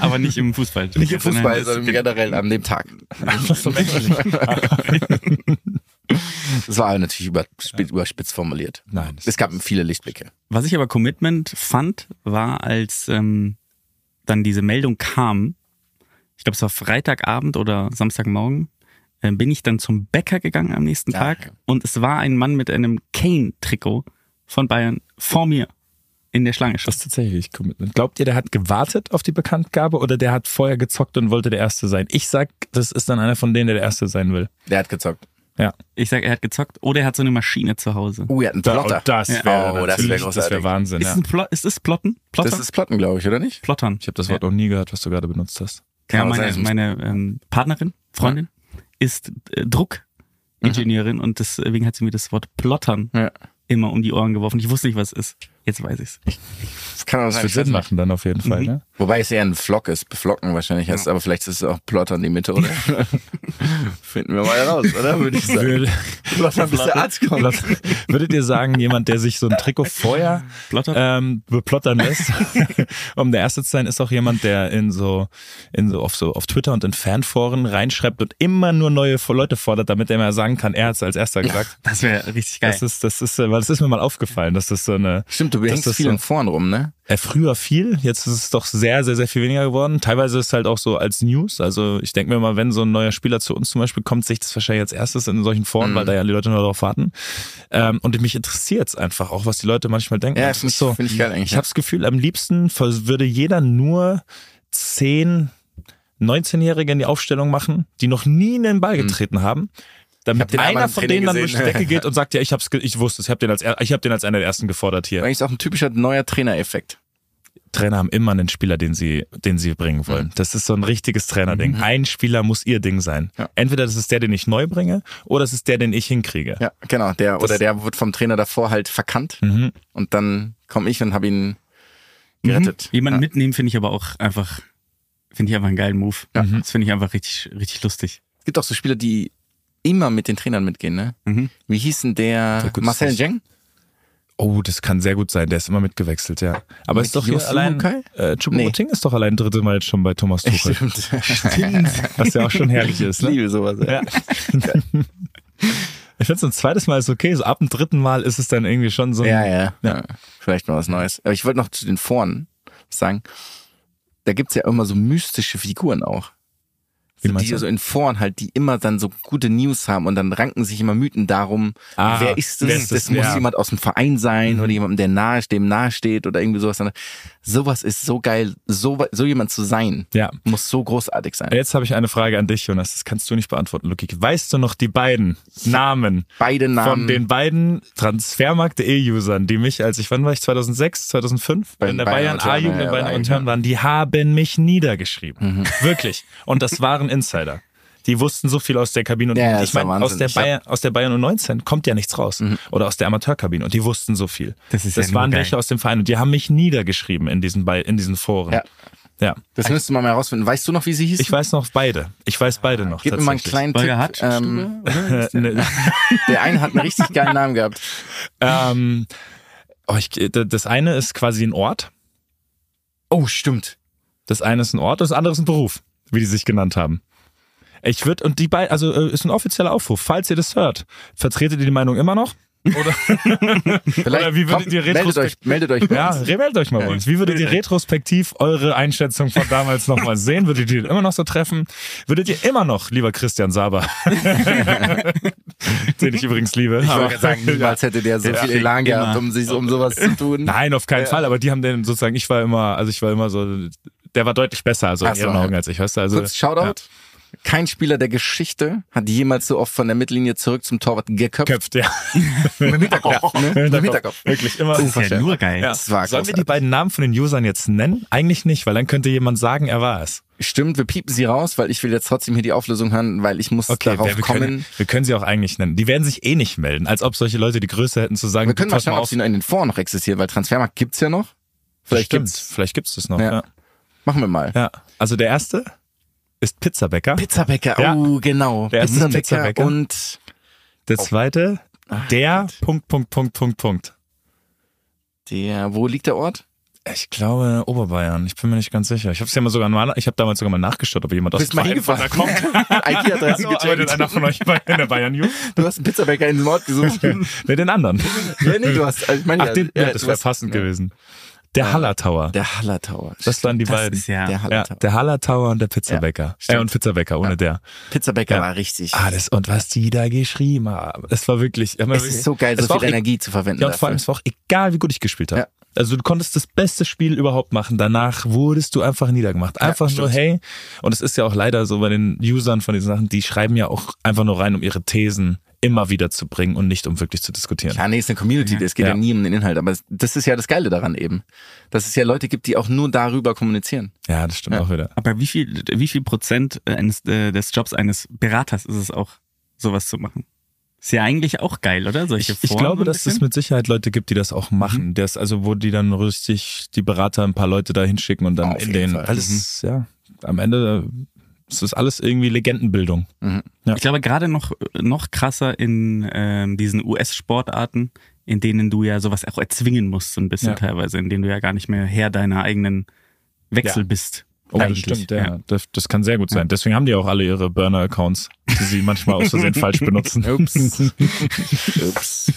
S4: Aber nicht im Fußball.
S6: Nicht im Fußball,
S4: Sondern
S6: sondern generell an dem Tag.
S5: Menschlich.
S6: Das war natürlich überspitz, überspitz formuliert.
S5: Nein, das
S6: Es gab viele Lichtblicke.
S4: Was ich aber Commitment fand, war, als ähm, dann diese Meldung kam, ich glaube, es war Freitagabend oder Samstagmorgen, äh, bin ich dann zum Bäcker gegangen am nächsten
S6: Ah,
S4: Tag
S6: ja.
S4: und es war ein Mann mit einem Kane-Trikot von Bayern vor mir in der Schlange.
S5: Das ist tatsächlich Commitment. Glaubt ihr, der hat gewartet auf die Bekanntgabe oder der hat vorher gezockt und wollte der Erste sein? Ich sag, das ist dann einer von denen, der der Erste sein will.
S6: Der hat gezockt.
S5: Ja.
S4: Ich sag, er hat gezockt oder er hat so eine Maschine zu Hause.
S6: Oh, er hat einen
S5: Da-
S6: Plotter.
S5: Das
S4: Ja.
S5: wäre
S6: Oh, das
S5: natürlich-
S6: wär
S5: das
S6: großartig.
S5: wär Wahnsinn.
S4: Ist,
S5: Ja.
S4: es ein Plo ist es Plotten? Plotter?
S6: Das ist Platten, glaube ich, oder nicht?
S4: Plottern.
S5: Ich habe das Wort noch nie gehört, was du gerade benutzt hast.
S4: Ja,
S6: Kann man
S4: meine,
S6: sagen,
S4: meine ähm, Partnerin, Freundin, ist äh, Druckingenieurin und deswegen hat sie mir das Wort Plottern
S6: Ja.
S4: immer um die Ohren geworfen. Ich wusste nicht, was es ist. Jetzt weiß ich's.
S6: Das kann auch
S5: Das
S6: sein.
S5: wird
S6: ich weiß
S5: Sinn
S6: nicht.
S5: machen dann auf jeden Fall. Ne?
S6: Wobei es eher ein Flock ist, beflocken wahrscheinlich heißt, aber vielleicht ist es auch Plottern die Mitte, oder? Finden wir mal raus, oder? Würde ich sagen.
S5: Würde-
S6: Plottern, bis der Arzt kommt.
S5: Würdet ihr sagen, jemand, der sich so ein Trikot vorher
S4: Plottern?
S5: ähm, beplottern lässt, um der Erste zu sein, ist auch jemand, der in so, in so, auf, so auf Twitter und in Fanforen reinschreibt und immer nur neue Leute fordert, damit er mal sagen kann, er hat es als Erster gesagt.
S4: Das wäre richtig geil.
S5: Das ist, das ist, äh, weil das ist mir mal aufgefallen, dass das so eine.
S6: Stimmt, du
S5: dass
S6: hängst
S5: das
S6: viel
S5: so-
S6: in vorn rum, ne?
S5: äh, früher viel, jetzt ist es doch sehr, sehr, sehr viel weniger geworden. Teilweise ist es halt auch so als News. Also ich denke mir mal, wenn so ein neuer Spieler zu uns zum Beispiel kommt, sehe ich das wahrscheinlich als erstes in solchen Foren,
S6: Mhm.
S5: weil da ja die Leute nur darauf warten. Ähm, und mich interessiert es einfach auch, was die Leute manchmal denken.
S6: Ja,
S5: Und es
S6: finde
S5: ist so,
S6: ich, find ich geil eigentlich.
S5: ich habe das Gefühl, am liebsten vers- würde jeder nur 10, 19-Jährige in die Aufstellung machen, die noch nie einen Ball getreten haben. Damit
S6: Mhm. den einmal
S5: einer
S6: im
S5: von
S6: Training
S5: denen dann durch
S6: gesehen.
S5: die Decke geht und sagt, ja, ich hab's, ge- ich wusste es, ich habe den als, er- ich habe den als einer der ersten gefordert hier.
S6: Eigentlich ist auch ein typischer neuer Trainereffekt.
S5: Trainer haben immer einen Spieler, den sie, den sie bringen
S6: Mhm.
S5: wollen. Das ist so ein richtiges Trainerding. Ein Spieler muss ihr Ding sein.
S6: Ja.
S5: Entweder das ist der, den ich neu bringe, oder es ist der, den ich hinkriege.
S6: Ja, genau. Der, oder der wird vom Trainer davor halt verkannt
S5: Mhm.
S6: und dann komme ich und habe ihn
S4: Mhm.
S6: gerettet.
S4: Jemanden
S6: ja.
S4: mitnehmen finde ich aber auch einfach, finde ich einfach einen geilen Move. Das finde ich einfach richtig, richtig lustig.
S6: Es gibt auch so Spieler, die immer mit den Trainern mitgehen, ne? Wie hieß denn der?
S5: gut,
S6: Marcel
S5: das-
S6: Jeng?
S5: Oh, das kann sehr gut sein. Der ist immer mitgewechselt, ja. Aber
S6: Mit
S5: ist doch hier
S6: Yosu
S5: allein,
S6: Kai?
S5: äh, Choupo-Moting ist doch allein dritte Mal jetzt schon bei Thomas Tuchel.
S6: Stimmt.
S5: Was ja auch schon herrlich ist,
S6: Ich
S5: ne?
S6: liebe sowas. ey.
S5: Ja. Ich finde, so ein zweites Mal ist okay. So ab dem dritten Mal ist es dann irgendwie schon so ein,
S6: Ja, ja, ja. Vielleicht mal was Neues. Aber ich wollte noch zu den Foren was sagen. Da gibt's ja immer so mystische Figuren auch.
S5: Wie
S6: So,
S5: meinst
S6: die
S5: du?
S6: so in Foren halt, die immer dann so gute News haben und dann ranken sich immer Mythen darum,
S5: Ah,
S6: wer ist das?
S5: wer ist
S6: das
S5: das?
S6: muss
S5: Ja. Mhm.
S6: jemand aus dem Verein sein oder jemand, der nahe, dem nahe steht oder irgendwie sowas. Sowas ist so geil, so, so jemand zu sein,
S5: ja.
S6: muss so großartig sein.
S5: Jetzt habe ich eine Frage an dich, Jonas. Das kannst du nicht beantworten, Luki. Weißt du noch die beiden Namen
S6: Beide Namen.
S5: von den beiden Transfermarkt.de-Usern, die mich, als ich, wann war ich, 2006, 2005,
S6: Bei
S5: in der
S6: Bayern
S5: Bayern
S6: Amateuren,
S5: A-Jugend
S6: ja, Mhm.
S5: in Bayern
S6: ja,
S5: Amateuren waren, die haben mich niedergeschrieben. Wirklich. Und das waren Insider. Die wussten so viel aus der Kabine. Und
S6: Ja, ja,
S5: ich
S6: ist ja
S5: meine, aus,
S6: Wahnsinn.
S5: der
S6: Ich hab- Mhm.
S5: Bayern- aus der Bayern U19 kommt ja nichts raus. Oder aus der Amateurkabine. Und die wussten so viel.
S4: Das ist ja nur
S5: waren
S4: geil.
S5: welche aus dem Verein. Und die haben mich niedergeschrieben in diesen, Bay- in diesen Foren.
S6: Ja.
S5: ja.
S6: das müsste man mal herausfinden. Weißt du noch, wie sie hieß?
S5: Ich weiß noch beide. Ich weiß beide noch.
S6: Gib mir mal einen
S5: tatsächlich.
S6: kleinen
S4: Holger
S6: Tipp.
S4: Hart,
S6: Ähm,
S5: Äh, ne,
S6: der eine hat einen richtig geilen Namen gehabt.
S5: ähm, oh, ich, d- das eine ist quasi ein Ort,
S6: Oh, stimmt.
S5: das eine ist ein Ort und das andere ist ein Beruf, wie die sich genannt haben. Ich würde, und die beiden, also äh, ist ein offizieller Aufruf, falls ihr das hört, vertretet ihr die Meinung immer noch?
S6: Vielleicht
S5: Oder wie würdet
S6: kommt-
S5: ihr
S6: meldet euch,
S5: Retrospekt-
S6: meldet euch bei
S5: Ja,
S6: uns.
S5: meldet euch mal bei uns. Wie würdet ihr retrospektiv eure Einschätzung von damals nochmal sehen? Würdet ihr die immer noch so treffen? Würdet ihr immer noch, lieber Christian Saber, den ich übrigens liebe.
S6: Ich
S5: aber-
S6: wollte gerade sagen, niemals hätte der so
S5: Ja,
S6: viel Elan
S5: immer.
S6: gehabt, um sich um sowas zu tun.
S5: Nein, auf keinen Fall, aber die haben den sozusagen, ich war immer, also ich war immer so, der war deutlich besser, also in
S6: Ach so,
S5: ihren
S6: ja.
S5: Augen als ich, weißt du? Also,
S6: Kurz Shoutout. Kein Spieler der Geschichte hat jemals so oft von der Mittellinie zurück zum Torwart geköpft.
S5: Köpft, ja.
S6: Mit dem Hinterkopf. ne? Mit dem Mhm. Hinterkopf.
S5: Wirklich immer.
S4: Das ist ja nur geil.
S5: Ja.
S6: Das war
S5: Sollen wir
S6: großartig.
S5: die beiden Namen von den Usern jetzt nennen? Eigentlich nicht, weil dann könnte jemand sagen, er war es.
S6: Stimmt, wir piepen sie raus, weil ich will jetzt trotzdem hier die Auflösung hören, weil ich muss
S5: Okay,
S6: darauf
S5: wer- wir,
S6: kommen.
S5: können, wir können sie auch eigentlich nennen. Die werden sich eh nicht melden, als ob solche Leute die Größe hätten zu sagen,
S6: Wir können mal
S5: pass mal
S6: schauen, ob
S5: auf.
S6: sie noch in den Foren noch existieren, weil Transfermarkt gibt's ja noch. Vielleicht
S5: Stimmt,
S6: gibt's.
S5: Vielleicht gibt's das noch.
S6: Ja.
S5: Ja. Ja.
S6: Machen wir mal.
S5: Also der erste ist Pizzabäcker.
S6: Pizzabäcker,
S5: Ja.
S6: oh, genau.
S5: Der erste ist Pizzabäcker.
S6: und
S5: der
S6: oh.
S5: zweite,
S6: Ah,
S5: der Punkt, Punkt, Punkt, Punkt, Punkt.
S6: der, wo liegt der Ort?
S5: Ich glaube Oberbayern. Ich bin mir nicht ganz sicher. Ich habe ja mal sogar mal, ich habe damals sogar mal nachgeschaut, ob jemand aus
S6: Bist mal
S5: Pfeiffer
S6: hingefahren.
S5: da kommt.
S6: IP-Adressen
S5: Arbeitet einer
S6: gecheckt.
S5: von euch bei in der Bayern News?
S6: Du hast einen Pizzabäcker in den Mord gesucht.
S5: Ne, den anderen.
S6: ja, nee, du hast, also ich meine,
S5: Ach, den, ja,
S6: du
S5: das wäre
S6: hast-
S5: passend gewesen. Der Haller Tower.
S6: Der Haller Tower.
S5: Das waren die
S4: Das
S5: beiden.
S4: ist ja,
S6: der Haller
S5: Ja,
S6: Tower.
S5: der Haller Tower und der Pizzabäcker. äh, und Pizzabäcker, ohne der.
S6: Pizzabäcker
S5: Ja.
S6: war richtig.
S5: Ah, das, und was die da geschrieben haben. Es war wirklich. Es
S6: es ist so geil, so
S5: es war
S6: viel
S5: auch e-
S6: Energie zu verwenden.
S5: Ja, und vor allem,
S6: dafür.
S5: es war auch egal, wie gut ich gespielt habe.
S6: Ja.
S5: Also du konntest das beste Spiel überhaupt machen. Danach wurdest du einfach niedergemacht. Einfach nur, hey, und es ist ja auch leider so bei den Usern von diesen Sachen, die schreiben ja auch einfach nur rein, um ihre Thesen immer wieder zu bringen und nicht um wirklich zu diskutieren.
S6: Klar, nee, ist eine Community, es geht ja.
S5: Ja.
S6: nie um den Inhalt, aber es- das ist ja das Geile daran eben, dass es ja Leute gibt, die auch nur darüber kommunizieren.
S5: Ja, das stimmt
S6: Ja.
S5: auch wieder.
S4: Aber wie viel, wie viel Prozent äh, eines, äh, des Jobs eines Beraters ist es auch, sowas zu machen? Ist ja eigentlich auch geil, oder? Solche
S5: Ich
S4: Formen
S5: glaube,
S4: ein
S5: dass es
S4: bisschen?
S5: mit Sicherheit Leute gibt, die das auch machen.
S6: Mhm.
S5: Das, also wo die dann richtig die Berater ein paar Leute da hinschicken und dann
S6: Auf
S5: in
S6: jeden
S5: den
S6: Fall. Mhm.
S5: alles, ja, am Ende äh, es ist alles irgendwie Legendenbildung.
S4: Ich glaube, gerade noch, noch krasser in ähm, diesen US-Sportarten, in denen du ja sowas auch erzwingen musst, so ein bisschen
S5: Ja.
S4: teilweise, in denen du ja gar nicht mehr Herr deiner eigenen Wechsel
S5: Ja.
S4: bist.
S5: Oh, das
S4: Eigentlich,
S5: stimmt, ja. Das, das kann sehr gut sein. Deswegen haben die auch alle ihre Burner-Accounts, die sie manchmal aus Versehen falsch benutzen.
S6: Ups. Ups.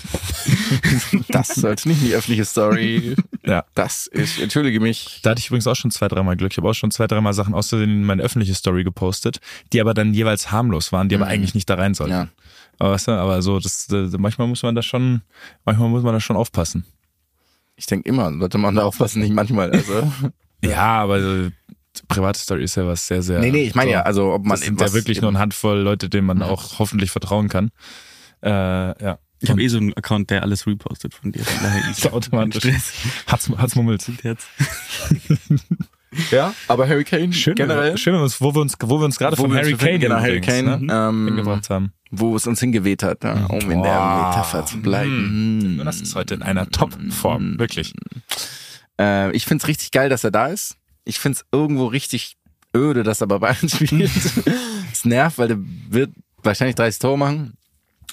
S6: Das sollte nicht in die öffentliche Story.
S5: Ja.
S6: Das ist, entschuldige mich.
S5: Da hatte ich übrigens auch schon zwei, dreimal Glück. Ich habe auch schon zwei, dreimal Sachen aus Versehen in meine öffentliche Story gepostet, die aber dann jeweils harmlos waren, die aber eigentlich nicht da rein sollten.
S6: Mhm. Ja.
S5: Aber, weißt du, aber so, das, äh, manchmal muss man da schon, manchmal muss man da schon aufpassen.
S6: Ich denke immer, sollte man da aufpassen, nicht manchmal. Also.
S5: Ja, aber äh, private Story ist ja was sehr, sehr.
S6: nee, nee, ich meine
S5: so.
S6: ja, also ob man
S5: das sind ja wirklich nur eine Handvoll Leute, denen man auch hoffentlich vertrauen kann. Äh, ja.
S4: Ich habe eh so einen Account, der alles repostet von dir. Von daher ist
S5: So automatisch. Hat's, hat's mummelt.
S4: Herz.
S6: Ja, aber Hurricane
S5: Schön,
S6: generell.
S5: schön wenn wir uns, wo wir uns, wo wir uns gerade
S6: Wo
S5: von
S6: wir
S5: Harry
S6: uns befinden,
S5: Kane
S6: genau, Harry
S5: übrigens,
S6: Kane,
S5: ne,
S6: ähm,
S5: hingebracht haben.
S6: wo es uns hingewittert, ja, um in der
S5: Boah.
S6: Metapher zu bleiben. Hm.
S5: Jonas ist heute in einer
S6: Mm,
S5: Top-Form, wirklich.
S6: Äh, ich find's richtig geil, dass er da ist. Ich find's irgendwo richtig öde, dass er bei Bayern spielt. Es nervt, weil der wird wahrscheinlich 30 Tore machen.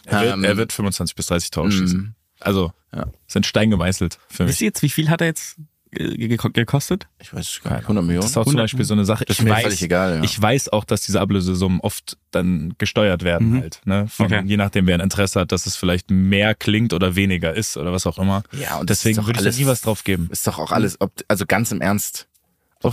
S5: Er wird,
S6: Ähm,
S5: er wird 25 bis 30 Tore
S6: mm.
S5: schießen. Also,
S6: Ja.
S5: sind Stein gemeißelt für
S4: Wisst
S5: mich.
S4: ihr jetzt, wie viel hat er jetzt äh, ge- ge- gekostet?
S6: Ich weiß gar nicht. 100 Millionen.
S5: Das ist auch zum
S4: 100.
S5: Beispiel so eine Sache.
S6: Das ist
S5: ich
S6: mir
S5: weiß,
S6: völlig egal, ja.
S5: ich weiß auch, dass diese Ablösesummen oft dann gesteuert werden
S6: Mhm.
S5: halt. Ne? Von,
S4: Okay.
S5: Je nachdem, wer ein Interesse hat, dass es vielleicht mehr klingt oder weniger ist oder was auch immer.
S6: Ja, und das ist
S5: deswegen
S6: doch
S5: würde ich da
S6: alles-
S5: nie was drauf geben.
S6: ist doch auch alles, ob, also ganz im Ernst. Ob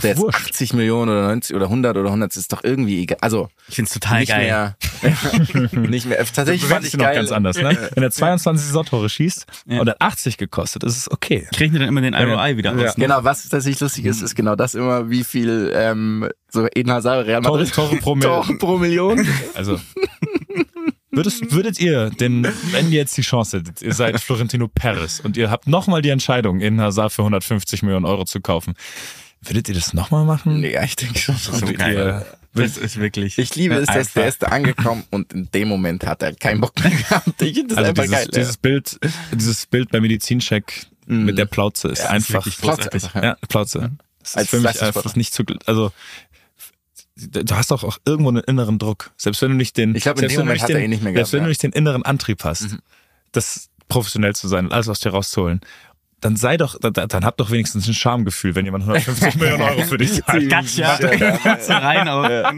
S5: Doch
S6: der jetzt
S5: wurscht.
S6: 80 Millionen oder 90 oder 100 oder 100 ist doch irgendwie egal. Also
S4: Ich find's total
S6: nicht
S4: geil.
S6: mehr, nicht mehr. Tatsächlich fand
S5: Bewertet
S6: ich
S5: ihn noch
S6: geil.
S5: ganz anders. Ne? Wenn er 22 Saisontore schießt
S4: Ja.
S5: und hat 80 gekostet, ist es okay.
S4: Ich rechne dann immer den ROI wieder
S5: Ja.
S4: aus. Ne?
S6: Genau, was tatsächlich lustig
S5: Mhm.
S6: ist, ist genau das immer, wie viel ähm, so Eden Hazard, Real Madrid
S5: Tore- Tore pro Mil-
S6: Tore pro Million.
S5: Also. Würdest, würdet ihr denn, wenn ihr jetzt die Chance hättet, ihr seid Florentino Perez und ihr habt nochmal die Entscheidung, in Hazard für 150 Millionen Euro zu kaufen, würdet ihr das nochmal machen?
S6: Nee, ja, ich denke schon. Das
S4: So geil. Das ist wirklich.
S6: Ich liebe es, dass der
S4: einfach.
S6: ist da angekommen und in dem Moment hat er keinen Bock mehr gehabt. Ich finde das
S5: Also
S6: einfach
S5: dieses,
S6: geil.
S5: dieses Bild, dieses Bild beim Medizincheck mit der Plauze ist einfach
S4: wirklich
S6: Trotz
S4: großartig.
S6: einfach, ja.
S5: Ja, Plauze. Das ist
S6: Als
S5: für mich
S6: Leistungssportler.
S5: einfach nicht zu. Also, du hast doch auch irgendwo einen inneren Druck. Selbst wenn du nicht den.
S6: Ich glaub, in
S5: selbst
S6: dem
S5: wenn du
S6: Moment hat
S5: den,
S6: er ihn nicht mehr
S5: Selbst
S6: gehabt,
S5: wenn du
S6: ja. Mhm.
S5: nicht den inneren Antrieb hast, das professionell zu sein und alles aus dir rauszuholen, dann sei doch, dann, dann hab doch wenigstens ein Schamgefühl, wenn jemand 150 Millionen Euro für dich zahlt.
S4: Gatscha. Gatscha rein, aber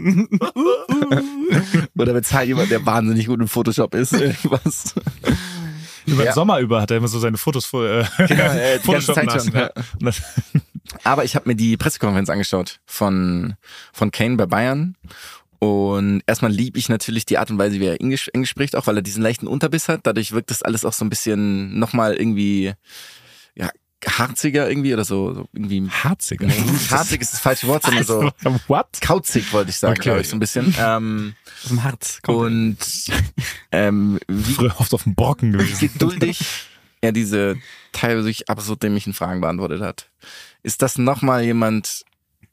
S6: Oder bezahlt jemand, der wahnsinnig gut im Photoshop ist, irgendwas.
S5: Über
S6: Ja.
S5: den Sommer über hat er immer so seine Fotos vor, äh,
S6: äh, die ganze
S5: Photoshoppen
S6: Zeit
S5: lassen.
S6: schon, ja.
S5: Ja. Und das,
S6: Aber ich habe mir die Pressekonferenz angeschaut von, von Kane bei Bayern. Und erstmal lieb ich natürlich die Art und Weise, wie er ihn ges- ihn spricht, auch weil er diesen leichten Unterbiss hat. Dadurch wirkt das alles auch so ein bisschen nochmal irgendwie, ja, harziger irgendwie oder so, so irgendwie.
S5: Harziger.
S6: Nee, nicht harzig ist das falsche Wort, sondern so
S5: What?
S6: kauzig, wollte ich sagen,
S5: Okay.
S6: glaube ich, so ein bisschen. Ähm,
S4: aus dem Harz. Kommt.
S6: und ähm, wie
S5: Früher oft auf dem Brocken gewesen.
S6: geduldig er diese teilweise absolut dämlichen Fragen beantwortet hat. Ist das nochmal jemand,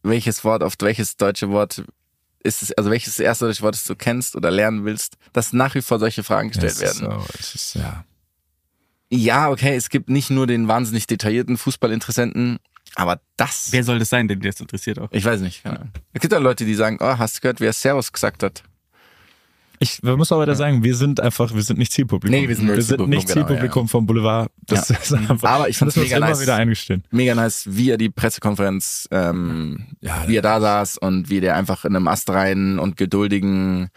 S6: welches Wort auf welches deutsche Wort ist es, also welches erste deutsche Wort das du kennst oder lernen willst, dass nach wie vor solche Fragen gestellt
S5: Es ist
S6: werden?
S5: so, es ist, ja.
S6: Ja, okay, es gibt nicht nur den wahnsinnig detaillierten Fußballinteressenten, aber das.
S4: Wer soll das sein, den das interessiert auch?
S6: Ich weiß nicht. Keine Ahnung. Es gibt auch Leute, die sagen, oh, hast du gehört, wie er Servus gesagt hat?
S5: Ich wir müssen aber da sagen, wir sind einfach, wir sind nicht Zielpublikum.
S6: Nee, wir sind nicht Zielpublikum,
S5: nicht
S6: genau,
S5: Zielpublikum vom Boulevard. Das
S6: Ja.
S5: ist einfach,
S6: Aber ich fand's
S5: das müssen wir
S6: mega
S5: uns
S6: nice.
S5: immer wieder eingestehen.
S6: Mega nice, wie er die Pressekonferenz, ähm,
S5: Ja,
S6: wie er da saß und wie der einfach in einem astreinen und geduldigen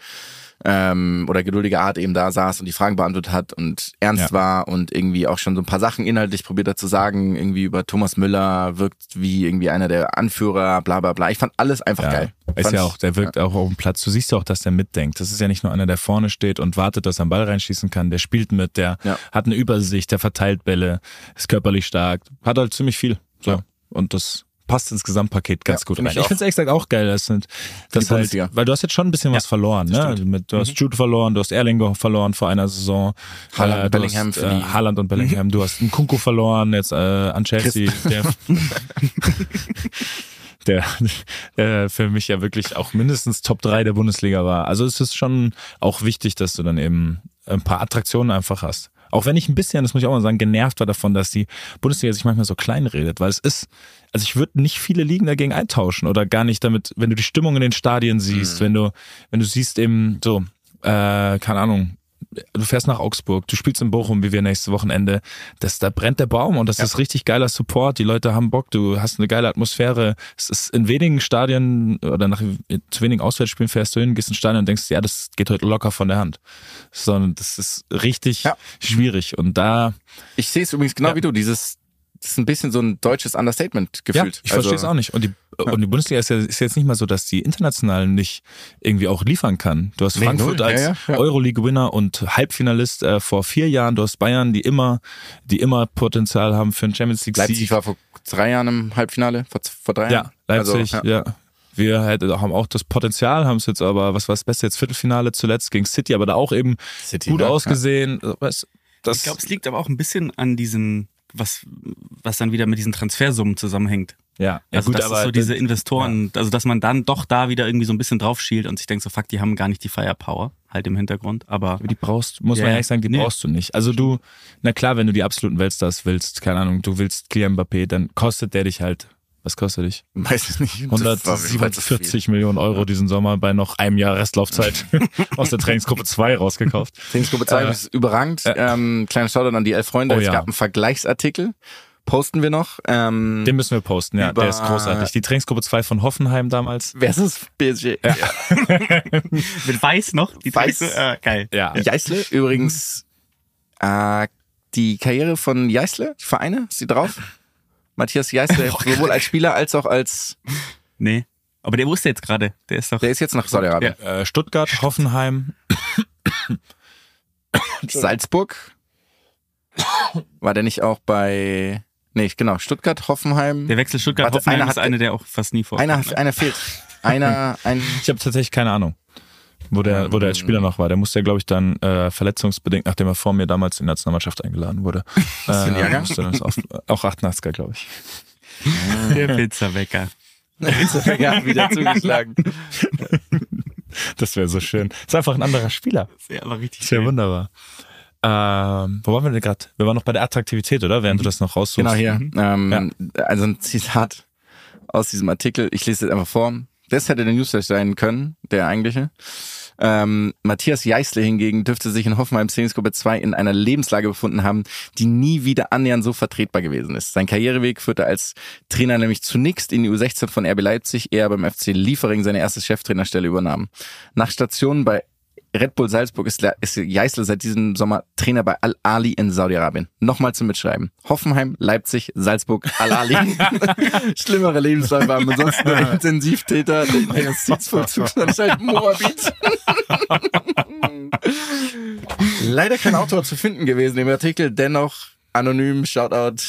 S6: ähm, oder geduldige Art eben da saß und die Fragen beantwortet hat und ernst
S5: Ja.
S6: war und irgendwie auch schon so ein paar Sachen inhaltlich probiert hat zu sagen, irgendwie über Thomas Müller wirkt wie irgendwie einer der Anführer, bla bla bla. Ich fand alles einfach
S5: Ja.
S6: geil.
S5: Ist
S6: Fand
S5: ja
S6: ich-
S5: auch, der wirkt auch auf dem Platz. Du siehst ja auch, dass der mitdenkt. Das ist ja nicht nur einer, der vorne steht und wartet, dass er einen Ball reinschießen kann. Der spielt mit, der
S6: Ja.
S5: hat eine Übersicht, der verteilt Bälle, ist körperlich stark, hat halt ziemlich viel. So. Und das passt ins Gesamtpaket ganz
S6: Ja,
S5: gut
S6: find
S5: rein.
S6: ich
S5: Ich
S6: auch.
S5: finde es exakt auch geil, dass, sind, dass halt,
S6: Bundesliga.
S5: weil du hast jetzt schon ein bisschen was verloren. Ne? Also Mit, du
S6: Mhm.
S5: hast Jude verloren, du hast Erlinger verloren vor einer Saison.
S6: Haaland und
S5: du
S6: Bellingham
S5: hast,
S6: für
S5: äh,
S6: die-
S5: Haaland und Bellingham. Du hast einen Kunku verloren, jetzt äh, an Chelsea. Der, der, der für mich ja wirklich auch mindestens Top 3 der Bundesliga war. Also es ist schon auch wichtig, dass du dann eben ein paar Attraktionen einfach hast. Auch wenn ich ein bisschen, das muss ich auch mal sagen, genervt war davon, dass die Bundesliga sich manchmal so klein redet, weil es ist, also ich würde nicht viele Ligen dagegen eintauschen oder gar nicht damit, wenn du die Stimmung in den Stadien siehst, wenn du, wenn du siehst eben so, äh, keine Ahnung, du fährst nach Augsburg, du spielst in Bochum, wie wir nächstes Wochenende, das, da brennt der Baum und das ist richtig geiler Support, die Leute haben Bock, du hast eine geile Atmosphäre, es ist in wenigen Stadien oder nach zu wenigen Auswärtsspielen fährst du hin, gehst ins Stadion und denkst, ja, das geht heute locker von der Hand, sondern das ist richtig
S6: Ja.
S5: schwierig und da,
S6: Ich sehe es übrigens genau
S5: Ja.
S6: wie du, dieses, das ist ein bisschen so ein deutsches Understatement
S5: ja,
S6: gefühlt. Also,
S5: ich verstehe es auch nicht und die, und die Bundesliga ist, ja, ist jetzt nicht mal so, dass die international nicht irgendwie auch liefern kann. Du hast
S6: Nee,
S5: Frankfurt
S6: null. Ja,
S5: als
S6: ja, ja.
S5: Euroleague-Winner und Halbfinalist äh, vor vier Jahren, du hast Bayern, die immer, die immer Potenzial haben für einen Champions League-Sieg.
S6: Leipzig war vor drei Jahren im Halbfinale, vor, vor drei Jahren.
S5: Ja, Leipzig,
S6: Also, ja.
S5: ja. Wir halt auch- haben auch das Potenzial, haben es jetzt aber, was war das Beste jetzt, Viertelfinale zuletzt gegen City, aber da auch eben
S6: City,
S5: gut
S6: ne?
S5: ausgesehen. Was, das,
S4: Ich glaube, es liegt aber auch ein bisschen an diesen, was, was dann wieder mit diesen Transfersummen zusammenhängt.
S5: ja, ja
S4: Also
S5: gut,
S4: das
S5: aber
S4: ist so diese Investoren, also dass man dann doch da wieder irgendwie so ein bisschen drauf schielt und sich denkt so, fuck, die haben gar nicht die Firepower halt im Hintergrund, aber
S5: die brauchst, muss man
S4: Ja,
S5: ehrlich sagen, die
S4: nee.
S5: brauchst du nicht. Also du, na klar, wenn du die absoluten Weltstars willst, keine Ahnung, du willst Kylian Mbappé, dann kostet der dich halt, was kostet dich?
S6: Weiß ich nicht. Das war auf jeden Fall zu viel.
S5: 147 Millionen Euro diesen Sommer bei noch einem Jahr Restlaufzeit aus der Trainingsgruppe 2 rausgekauft.
S6: Trainingsgruppe 2
S5: Äh,
S6: ist überragend. ähm, kleiner Shoutout an die elf Freunde.
S5: Oh
S6: es
S5: ja.
S6: gab einen Vergleichsartikel. Posten wir noch. Ähm,
S5: Den müssen wir posten, ja,
S6: Über-
S5: der ist großartig. Die Trainingsgruppe 2 von Hoffenheim damals.
S6: versus PSG. Ja.
S4: mit Weiß noch, die
S6: Weiß.
S4: Weiß. Äh, geil.
S5: Ja,
S6: Jeißle übrigens. Äh, die Karriere von Jeißle, die Vereine, ist die drauf? Matthias Jeißle,
S5: Oh,
S6: sowohl als Spieler als auch als.
S4: Nee. Aber der wusste jetzt gerade, der ist doch.
S6: Der ist jetzt nach Saudi-Arabien.
S5: Äh, Stuttgart, Hoffenheim.
S6: Salzburg. War der nicht auch bei. Nee, genau, Stuttgart, Hoffenheim.
S4: Der Wechsel Stuttgart
S6: Warte,
S4: Hoffenheim
S6: einer
S4: ist
S6: hat-
S4: eine, der auch fast nie vorkommt. ne?
S6: Einer, einer fehlt. Einer, ein.
S5: Ich habe tatsächlich keine Ahnung, wo der, wo der als Spieler noch war. Der musste ja, glaube ich, dann äh, verletzungsbedingt, nachdem er vor mir damals in die Nationalmannschaft eingeladen wurde. Was
S6: für ein Jahrgang?
S5: musste das auf, auch 88er, glaube ich.
S4: der Pizzawecker.
S6: ja, wieder zugeschlagen.
S5: Das wäre so schön. Ist einfach ein anderer Spieler.
S4: Ja, aber richtig.
S5: Ist ja
S4: geil.
S5: wunderbar. Ähm, wo waren wir denn gerade? Wir waren noch bei der Attraktivität, oder? Während du das noch raussuchst.
S6: Genau hier. Ähm, Also ein Zitat aus diesem Artikel. Ich lese es einfach vor. Das hätte der Newsflash sein können, der eigentliche. Ähm, Matthias Jeißle hingegen dürfte sich in Hoffenheim Trainingsgruppe 2 in einer Lebenslage befunden haben, die nie wieder annähernd so vertretbar gewesen ist. Sein Karriereweg führte als Trainer nämlich zunächst in die U16 von RB Leipzig, ehe er beim FC Liefering seine erste Cheftrainerstelle übernahm. Nach Stationen bei Red Bull Salzburg ist, Le- ist Jeißle seit diesem Sommer Trainer bei Al-Ali in Saudi-Arabien. Nochmal zum Mitschreiben. Hoffenheim, Leipzig, Salzburg, Al-Ali. Schlimmere Lebensläufe haben ansonsten der Intensivtäter der Justizvollzugsanstalt Moabit. Leider kein Autor zu finden gewesen im Artikel, dennoch anonym, Shoutout,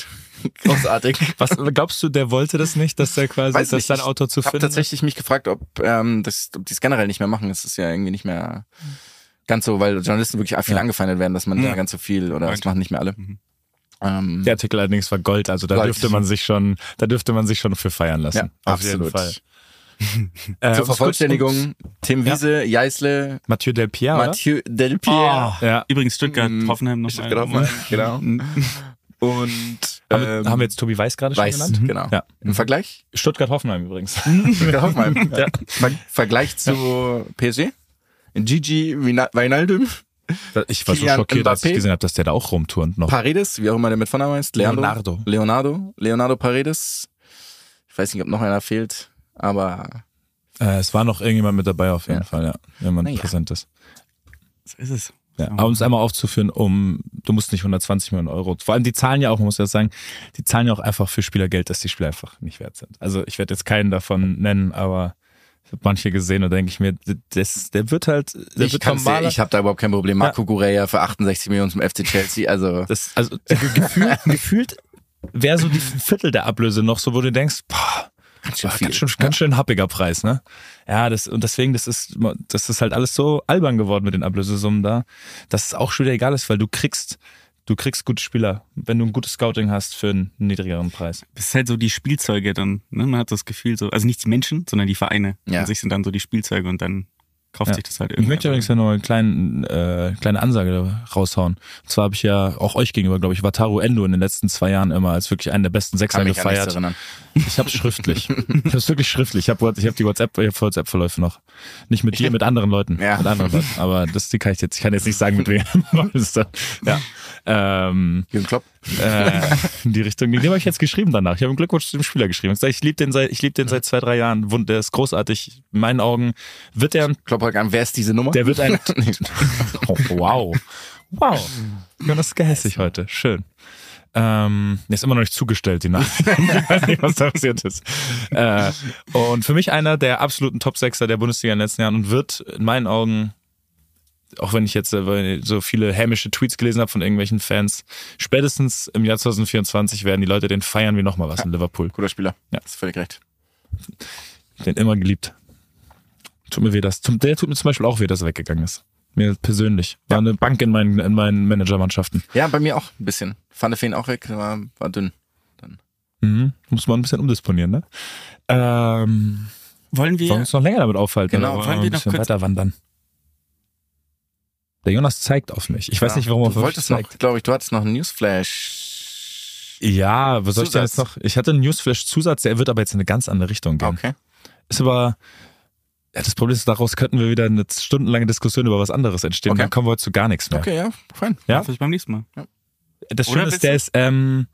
S6: großartig.
S5: Was glaubst du, der wollte das nicht, dass der quasi,
S6: Weiß
S5: dass
S6: nicht,
S5: sein
S6: ich
S5: Auto zu
S6: Ich habe
S5: finden ist?
S6: tatsächlich mich gefragt, ob, ähm, das, ob die es generell nicht mehr machen. Es ist ja irgendwie nicht mehr ganz so, weil Journalisten wirklich viel angefeindet werden, dass man da ganz so viel oder das machen nicht mehr alle.
S5: Mhm.
S6: Ähm,
S5: Der Artikel allerdings war Gold, also da
S6: Gold.
S5: dürfte man sich schon, da dürfte man sich schon für feiern lassen.
S6: Ja,
S5: Auf jeden
S6: absolut.
S5: Fall. Äh,
S6: Zur
S5: um's kurz- um's-
S6: Vervollständigung, Tim Wiese, Jeißle,
S5: Mathieu Delpierre, oder? Ah.
S6: Mathieu Delpierre.
S4: Oh,
S5: Ja.
S4: Übrigens Stuttgart
S6: Mm,
S4: Hoffenheim noch
S6: Stuttgart,
S4: mal.
S6: Hoffenheim, genau. Und
S5: Haben,
S6: ähm,
S5: wir- haben wir jetzt Tobi Weiß gerade schon
S6: Weiß,
S5: genannt?
S6: genau.
S5: Ja.
S6: Im Vergleich?
S5: Hm? Stuttgart-Hoffenheim übrigens.
S6: Stuttgart Hoffenheim. Ver Vergleich zu PSG? Gigi Wina- Wijnaldum,
S5: Ich war so
S6: Kylian
S5: schockiert, als ich
S6: Mbappé.
S5: gesehen habe, dass der da auch rumturnt noch.
S6: Paredes, wie auch immer der mit Vornamen heißt.
S5: Leonardo.
S6: Leonardo. Leonardo Paredes. Ich weiß nicht, ob noch einer fehlt, aber
S5: Äh, es war noch irgendjemand mit dabei auf jeden
S6: Ja.
S5: Fall, ja, wenn man
S6: Naja.
S5: präsent ist.
S4: So ist es.
S5: Ja. Aber um es einmal aufzuführen, um du musst nicht 120 Millionen Euro. Vor allem die zahlen ja auch, man muss ja sagen, die zahlen ja auch einfach für Spieler Geld, dass die Spieler einfach nicht wert sind. Also ich werde jetzt keinen davon nennen, aber ich habe manche gesehen und denke ich mir, das, der wird halt, der
S6: ich,
S5: wird
S6: kann's dir-
S5: normaler.
S6: ich habe da überhaupt kein Problem. Marco Gureya für 68 Millionen zum FC Chelsea, also
S5: das, also ge- gefühlt, gefühlt wäre so die Viertel der Ablöse noch, so wo du denkst, boah,
S6: ganz schön
S5: Ganz
S6: viel. ne?
S5: schön, ganz schön happiger Preis, ne? Ja, das, und deswegen, das ist, das ist halt alles so albern geworden mit den Ablösesummen da, dass es auch schon wieder egal ist, weil du kriegst, du kriegst gute Spieler, wenn du ein gutes Scouting hast für einen niedrigeren Preis.
S4: Das ist halt so die Spielzeuge dann. Ne? Man hat das Gefühl so, also nicht die Menschen, sondern die Vereine
S6: Ja.
S4: an sich sind dann so die Spielzeuge und dann kauft
S5: Ja.
S4: sich das halt
S5: Ich
S4: irgendwie.
S5: möchte übrigens ja noch eine kleine, äh, kleine Ansage raushauen. Und zwar habe ich ja auch euch gegenüber, glaube ich, Wataru Endo in den letzten zwei Jahren immer als wirklich einen der besten Sechser
S6: Kann mich an nichts
S5: gefeiert.
S6: erinnern.
S5: Ich habe schriftlich. ich habe wirklich schriftlich. Ich habe ich hab die WhatsApp, ich hab WhatsApp-Verläufe noch. Nicht mit dir, mit anderen Leuten.
S6: Ja.
S5: Mit anderen Leuten. Aber das die kann ich jetzt. Ich kann jetzt nicht sagen, mit wem. Aber das ist dann- ja. Ähm,
S6: Jürgen Klopp.
S5: äh, in die Richtung. Dem habe ich jetzt geschrieben danach. Ich habe einen Glückwunsch zu dem Spieler geschrieben. Ich, hab gesagt, ich liebe den seit, ich lieb den seit zwei, drei Jahren. Wund- Der ist großartig. In meinen Augen wird er ein
S6: Klopp holt an, wer ist diese Nummer?
S5: der wird ein. oh, wow. Wow. Jonas ist gehässig heute. Schön. Ähm, der ist immer noch nicht zugestellt, die Nachricht. ich weiß nicht, was da passiert ist. Äh, und für mich einer der absoluten Top-Sechser der Bundesliga in den letzten Jahren und wird in meinen Augen, auch wenn ich jetzt äh, weil so viele hämische Tweets gelesen habe von irgendwelchen Fans, spätestens im Jahr 2024 werden die Leute den feiern wie nochmal was in Liverpool.
S6: Guter Spieler.
S5: Ja.
S6: Ist völlig recht.
S5: Den immer geliebt. Tut mir weh, dass. zum- Der tut mir zum Beispiel auch weh, dass er weggegangen ist. Mir persönlich. War eine Bank in meinen, in meinen Managermannschaften.
S6: Ja, bei mir auch ein bisschen. Fand Feen auch weg, war, war dünn.
S5: Mhm. Muss man ein bisschen umdisponieren, ne? Ähm,
S4: Wollen
S5: Sollen wir
S4: wir,
S5: uns noch länger damit aufhalten?
S6: Genau,
S5: oder
S4: wollen
S5: wir
S4: wir
S5: ein
S4: noch
S5: bisschen
S4: kurz-
S5: weiter wandern? Der Jonas zeigt auf mich. Ich weiß
S6: ja.
S5: nicht, warum er auf
S6: Du
S5: mich
S6: wolltest noch,
S5: zeigt.
S6: glaube ich, du hattest noch einen Newsflash.
S5: Ja, was soll ich denn jetzt
S6: Zusatz.
S5: noch? Ich hatte einen Newsflash-Zusatz, der wird aber jetzt in eine ganz andere Richtung gehen.
S6: Ah, Okay.
S5: Ist aber. Ja, das Problem ist, daraus könnten wir wieder eine stundenlange Diskussion über was anderes entstehen.
S6: Okay.
S5: Dann kommen wir heute zu gar nichts mehr.
S6: Okay, ja, fein.
S5: Ja?
S4: vielleicht beim nächsten Mal.
S5: Das
S4: Oder
S5: Schöne ist,
S4: willst du-
S5: der ist, ähm,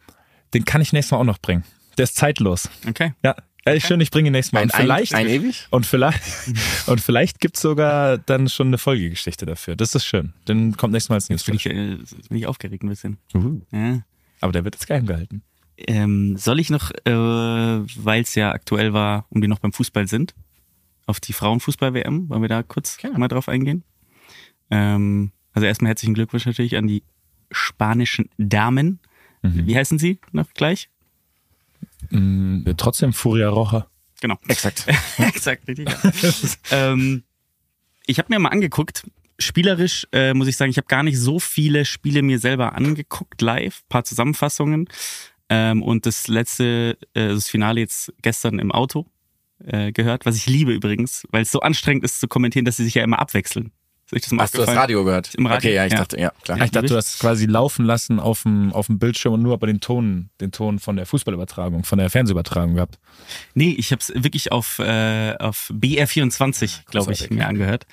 S5: den kann ich nächstes Mal auch noch bringen. Der ist zeitlos.
S4: Okay.
S5: Ja, ehrlich schön, ich bringe ihn nächstes Mal.
S6: Ein,
S5: Und vielleicht,
S6: ein, E. ein ewig?
S5: und vielleicht, und vielleicht gibt's sogar dann schon eine Folgegeschichte dafür. Das ist schön. Dann kommt nächstes Mal als
S4: Jetzt bin ich,
S5: Newsflash.
S4: äh, jetzt bin ich aufgeregt ein bisschen.
S5: Uh,
S4: Ja.
S5: aber der wird jetzt geheim gehalten.
S4: Ähm, soll ich noch, äh, weil es ja aktuell war und wir noch beim Fußball sind, auf die Frauenfußball-WM, wollen wir da kurz mal drauf eingehen? Ähm, also erstmal herzlichen Glückwunsch natürlich an die spanischen Damen.
S5: Mhm.
S4: Wie heißen sie noch gleich?
S5: Mm, trotzdem Furia Rocha.
S4: Genau.
S6: Exakt.
S4: Exakt, richtig. Ja. ähm, ich habe mir mal angeguckt, spielerisch äh, muss ich sagen, ich habe gar nicht so viele Spiele mir selber angeguckt, live, paar Zusammenfassungen. Ähm, und das letzte, äh, das Finale jetzt gestern im Auto äh, gehört, was ich liebe übrigens, weil es so anstrengend ist zu kommentieren, dass sie sich ja immer abwechseln. Ist euch das mal
S6: Hast du das
S4: aufgefallen?
S6: Radio gehört?
S4: Im Radio,
S6: okay, ja, ich
S4: ja.
S6: dachte, ja, klar.
S5: Ah, Ich dachte, du hast es quasi laufen lassen auf dem, auf dem Bildschirm und nur aber den Ton, den Ton von der Fußballübertragung, von der Fernsehübertragung gehabt.
S4: Nee, ich habe es wirklich auf, äh, auf BR24, glaube ich,
S6: Ah, Großartig.
S4: mir angehört.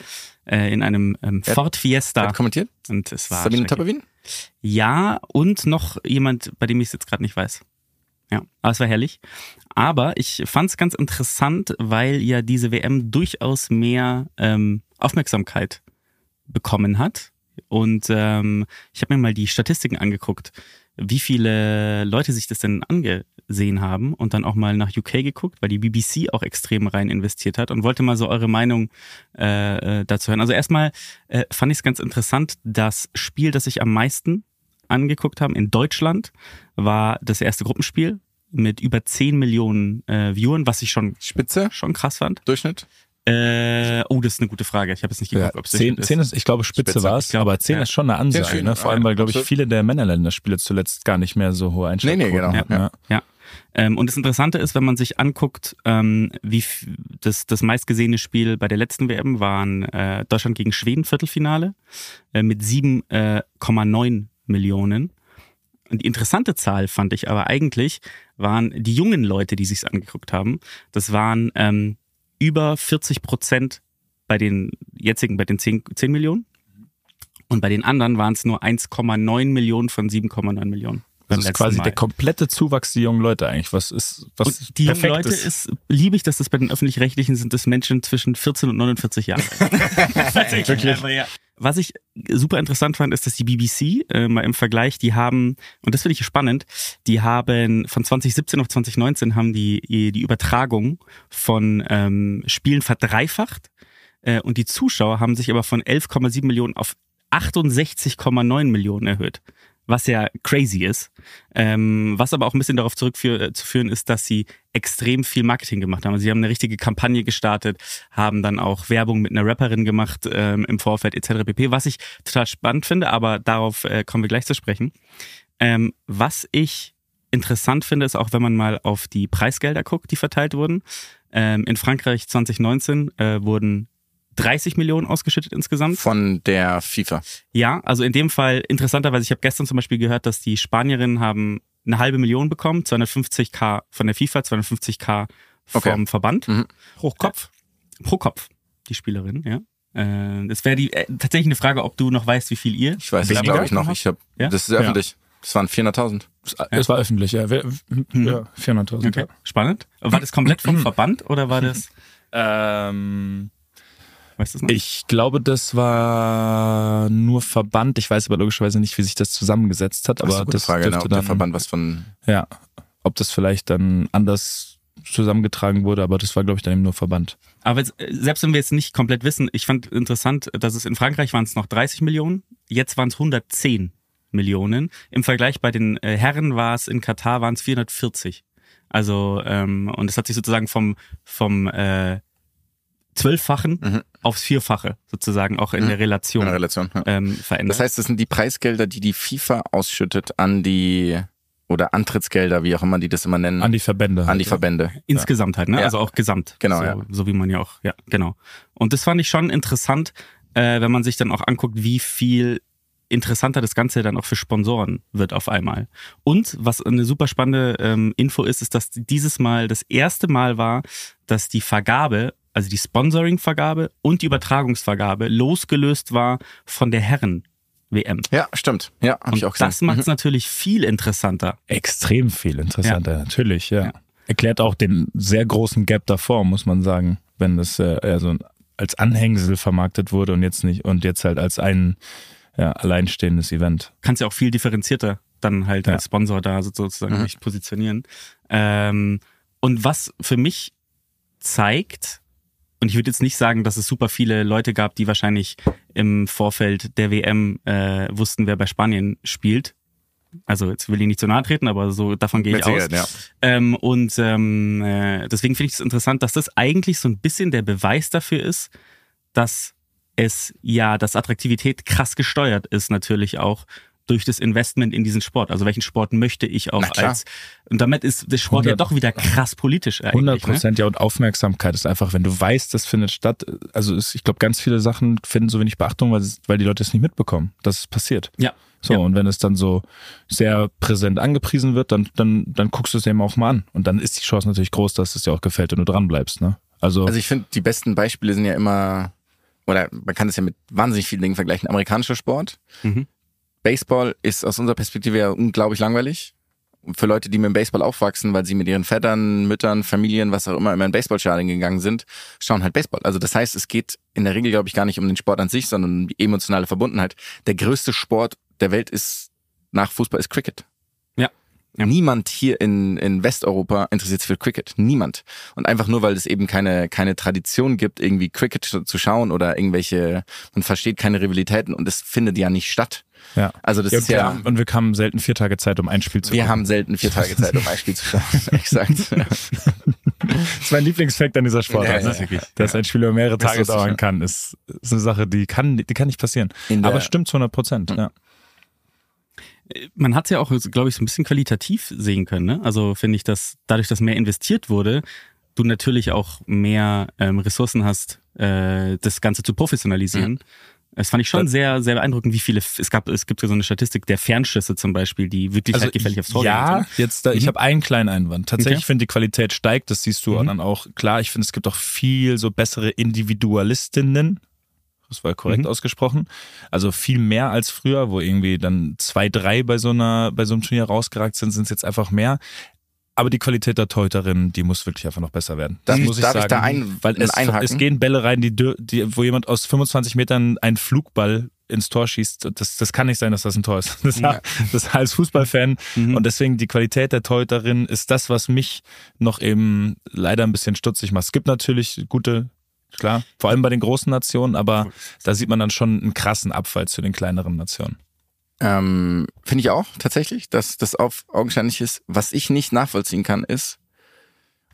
S4: Äh, in einem ähm, Ford Fiesta.
S6: Hat kommentiert?
S4: Und es war
S6: Sabine
S4: schrecklich.
S6: Töpperwien?
S4: Ja, und noch jemand, bei dem ich es jetzt gerade nicht weiß. Ja, aber es war herrlich. Aber ich fand es ganz interessant, weil ja diese WM durchaus mehr ähm, Aufmerksamkeit bekommen hat. Und ähm, ich habe mir mal die Statistiken angeguckt, wie viele Leute sich das denn angesehen haben und dann auch mal nach UK geguckt, weil die BBC auch extrem rein investiert hat und wollte mal so eure Meinung äh, äh, dazu hören. Also erstmal äh, fand ich es ganz interessant, das Spiel, das ich am meisten angeguckt haben in Deutschland, war das erste Gruppenspiel mit über 10 Millionen äh, Viewern, was ich schon,
S6: Spitze?
S4: schon krass fand.
S6: Durchschnitt?
S4: Äh, oh, das ist eine gute Frage. Ich habe jetzt nicht geguckt, ob es
S5: zehn,
S4: ist.
S5: zehn ist, ich glaube, Spitze,
S6: Spitze.
S5: war es, aber zehn
S4: ja.
S5: ist schon eine
S6: Sehr
S5: Ansage.
S6: schön.
S5: Ne? Vor allem, weil, glaube ich,
S6: Absolut.
S5: viele der Männerländerspiele zuletzt gar nicht mehr so hohe Einschätzungen
S6: Nee, nee, genau.
S5: hatten. ne?
S6: Ja.
S5: Ja.
S4: Ja. Ähm, und das Interessante ist, wenn man sich anguckt, ähm, wie f- das, das meistgesehene Spiel bei der letzten WM waren äh, Deutschland gegen Schweden Viertelfinale äh, mit 7,9 Millionen. Und die interessante Zahl fand ich aber eigentlich waren die jungen Leute, die sich's angeguckt haben. Das waren ähm, über 40 Prozent bei den jetzigen bei den 10, 10 Millionen. Und bei den anderen waren es nur 1,9 Millionen von 7,9 Millionen.
S5: Das
S4: beim
S5: ist
S4: letzten
S5: quasi
S4: Mal.
S5: der komplette Zuwachs der jungen Leute eigentlich. Was ist, was
S4: und die jungen
S5: perfekt
S4: Leute
S5: ist.
S4: ist, liebe ich, dass das bei den öffentlich-rechtlichen sind, das Menschen zwischen 14 und 49 Jahren. Was ich super interessant fand, ist, dass die BBC äh, mal im Vergleich, die haben, und das finde ich spannend, die haben von 2017 auf 2019 haben die die Übertragung von ähm, Spielen verdreifacht äh, und die Zuschauer haben sich aber von 11,7 Millionen auf 68,9 Millionen erhöht. Was ja crazy ist. Ähm, was aber auch ein bisschen darauf zurückzuführen ist, dass sie extrem viel Marketing gemacht haben. Also sie haben eine richtige Kampagne gestartet, haben dann auch Werbung mit einer Rapperin gemacht ähm, im Vorfeld etc. pp. Was ich total spannend finde, aber darauf äh, kommen wir gleich zu sprechen. Ähm, was ich interessant finde, ist auch, wenn man mal auf die Preisgelder guckt, die verteilt wurden. Ähm, in Frankreich 2019 äh, wurden 30 Millionen ausgeschüttet insgesamt.
S6: Von der FIFA.
S4: Ja, also in dem Fall interessanterweise, ich habe gestern zum Beispiel gehört, dass die Spanierinnen haben eine halbe Million bekommen, 250k von der FIFA, 250k vom
S6: Okay.
S4: Verband.
S6: Mhm.
S4: Pro Kopf? Pro Kopf, die Spielerin, ja. Äh, Das wäre die äh, tatsächlich eine Frage, ob du noch weißt, wie viel ihr.
S6: Ich weiß es,
S5: Weniger?
S6: glaube ich, noch. Ich hab,
S4: Ja?
S6: Das ist öffentlich. Das waren 400.000.
S5: Es war öffentlich, ja. Wir- ja 400.000.
S4: Hm. Okay. Spannend. War das komplett vom Verband oder war das?
S5: Ja. Ähm,
S4: Weißt du es noch?
S5: ich glaube, das war nur Verband. Ich weiß aber logischerweise nicht, wie sich das zusammengesetzt hat.
S6: Das ist
S5: Aber
S6: eine gute
S5: das
S6: Frage, ne,
S5: dürfte
S6: ob der
S5: dann,
S6: Verband was von.
S5: Ja, ob das vielleicht dann anders zusammengetragen wurde, aber das war, glaube ich, dann eben nur Verband.
S4: Aber jetzt, äh, selbst wenn wir jetzt nicht komplett wissen, ich fand interessant, dass es in Frankreich waren es noch 30 Millionen, jetzt waren es 110 Millionen. Im Vergleich bei den äh, Herren war es in Katar waren es 440. Also ähm, und es hat sich sozusagen vom vom äh, zwölffachen aufs vierfache sozusagen auch in der
S6: Mhm. In
S4: Relation
S6: der Relation. Ja.
S4: ähm, verändert.
S6: Das heißt, das sind die Preisgelder, die die FIFA ausschüttet an die. Oder Antrittsgelder, wie auch immer die das immer nennen.
S5: An die Verbände.
S6: Hm. an die Verbände.
S4: Insgesamt halt, ne?
S6: Ja.
S4: Also auch gesamt.
S6: Genau,
S4: So,
S6: ja.
S4: so wie man ja auch, ja, genau. Und das fand ich schon interessant, äh, wenn man sich dann auch anguckt, wie viel interessanter das Ganze dann auch für Sponsoren wird auf einmal. Und was eine super spannende ähm, Info ist, ist, dass dieses Mal das erste Mal war, dass die Vergabe, also die Sponsoring-Vergabe und die Übertragungsvergabe losgelöst war von der Herren-WM.
S6: Ja, stimmt. Ja, habe
S4: Und
S6: ich auch gesehen. Mhm.
S4: das macht es natürlich viel interessanter.
S5: Extrem viel interessanter, natürlich, ja.
S4: Ja.
S5: Erklärt auch den sehr großen Gap davor, muss man sagen, wenn das äh, also als Anhängsel vermarktet wurde und jetzt nicht und jetzt halt als ein ja, alleinstehendes Event.
S4: kannst ja auch viel differenzierter dann halt
S5: Ja.
S4: als Sponsor da so-
S6: Mhm.
S4: sozusagen nicht positionieren. Ähm, und was für mich zeigt, und ich würde jetzt nicht sagen, dass es super viele Leute gab, die wahrscheinlich im Vorfeld der WM äh, wussten, wer bei Spanien spielt. Also jetzt will ich nicht zu nahe treten, aber so davon gehe ich
S6: Mit
S4: aus.
S6: Sicherheit, ja.
S4: Ähm, und ähm, äh, deswegen finde ich es interessant, dass das eigentlich so ein bisschen der Beweis dafür ist, dass es ja, dass Attraktivität krass gesteuert ist, natürlich auch durch das Investment in diesen Sport. Also welchen Sport möchte ich auch
S6: Na klar.
S4: als und damit ist der Sport ja
S5: 100
S4: doch wieder krass politisch eigentlich.
S5: 100
S4: ne?
S5: Prozent, ja, und Aufmerksamkeit ist einfach, wenn du weißt, das findet statt, also ist, ich glaube, ganz viele Sachen finden so wenig Beachtung, weil, es- weil die Leute es nicht mitbekommen, dass es passiert.
S4: Ja.
S5: So,
S4: Ja.
S5: und wenn es dann so sehr präsent angepriesen wird, dann, dann, dann guckst du es eben auch mal an. Und dann ist die Chance natürlich groß, dass es dir auch gefällt und du dran bleibst. Ne? Also,
S6: Also ich finde, die besten Beispiele sind ja immer, oder man kann es ja mit wahnsinnig vielen Dingen vergleichen, amerikanischer Sport.
S4: Mhm.
S6: Baseball ist aus unserer Perspektive ja unglaublich langweilig. Und Für Leute, die mit dem Baseball aufwachsen, weil sie mit ihren Vätern, Müttern, Familien, was auch immer, immer in Baseballstadien gegangen sind, schauen halt Baseball. Also das heißt, es geht in der Regel, glaube ich, gar nicht um den Sport an sich, sondern um die emotionale Verbundenheit. Der größte Sport der Welt ist nach Fußball ist Cricket.
S4: Ja. Ja.
S6: Niemand hier in, in Westeuropa interessiert sich für Cricket. Niemand. Und einfach nur, weil es eben keine, keine Tradition gibt, irgendwie Cricket zu zu schauen oder irgendwelche, man versteht keine Rivalitäten und es findet ja nicht statt.
S5: ja.
S6: Also das
S5: ja,
S6: ist
S5: wir
S6: ja,
S5: haben, und wir kamen selten vier Tage Zeit, um ein Spiel zu
S6: wir
S5: gucken.
S6: haben selten vier Tage Zeit, um ein Spiel zu schauen. Exakt.
S5: Das ist mein Lieblingsfakt an dieser Sportart.
S6: Ja, ja,
S5: ne?
S6: ja, ja.
S5: Dass ein Spiel über mehrere
S6: Das
S5: Tage
S6: ist so
S5: dauern
S6: schön.
S5: kann, ist, ist eine Sache, die kann, die kann nicht passieren.
S6: In der- Hm.
S5: Aber stimmt zu 100 Prozent. Ja.
S4: man hat es ja auch, glaube ich, so ein bisschen qualitativ sehen können. Ne? Also finde ich, dass dadurch, dass mehr investiert wurde, du natürlich auch mehr ähm, Ressourcen hast, äh, das Ganze zu professionalisieren. Das fand ich schon sehr, sehr beeindruckend, wie viele, es gab, es gibt ja so eine Statistik der Fernschüsse zum Beispiel, die wirklich halt gefährlich aufs Tor gehen.
S5: Also Ja,
S4: sind.
S5: jetzt da,
S6: Mhm.
S5: ich habe einen kleinen Einwand. Tatsächlich
S4: Okay.
S5: finde die Qualität steigt, das siehst du dann auch. Klar, ich finde, es gibt auch viel so bessere Individualistinnen. das war korrekt
S6: Mhm.
S5: ausgesprochen. Also viel mehr als früher, wo irgendwie dann zwei, drei bei so einer, bei so einem Turnier rausgeragt sind, sind es jetzt einfach mehr. Aber die Qualität der Torhüterin, die muss wirklich einfach noch besser werden. Das
S6: Darf ich-
S5: muss ich
S6: darf ich
S5: sagen.
S6: da ein-
S5: weil es,
S6: einhaken?
S5: es gehen Bälle rein, die, dür- die, wo jemand aus 25 Metern einen Flugball ins Tor schießt. Das, das kann nicht sein, dass das ein Tor ist. Das, das als Fußballfan.
S6: Mhm.
S5: Und deswegen die Qualität der Torhüterin ist das, was mich noch eben leider ein bisschen stutzig macht. Es gibt natürlich gute, klar, vor allem bei den großen Nationen, aber da sieht man dann schon einen krassen Abfall zu den kleineren Nationen.
S6: Ähm, Finde ich auch tatsächlich, dass das auf augenscheinlich ist. Was ich nicht nachvollziehen kann, ist,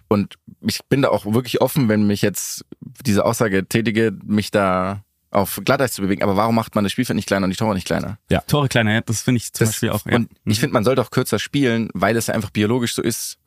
S6: und ich bin da auch wirklich offen, wenn mich jetzt diese Aussage tätige, mich da auf Glatteis zu bewegen. Aber warum macht man das Spielfeld nicht kleiner und die Tore nicht kleiner?
S4: Tore kleiner, ja, das finde ich zum
S6: Das-
S4: Beispiel auch. Ja. Mhm.
S6: Und
S5: Mhm.
S6: ich finde, man sollte auch kürzer spielen, weil es ja einfach biologisch so ist,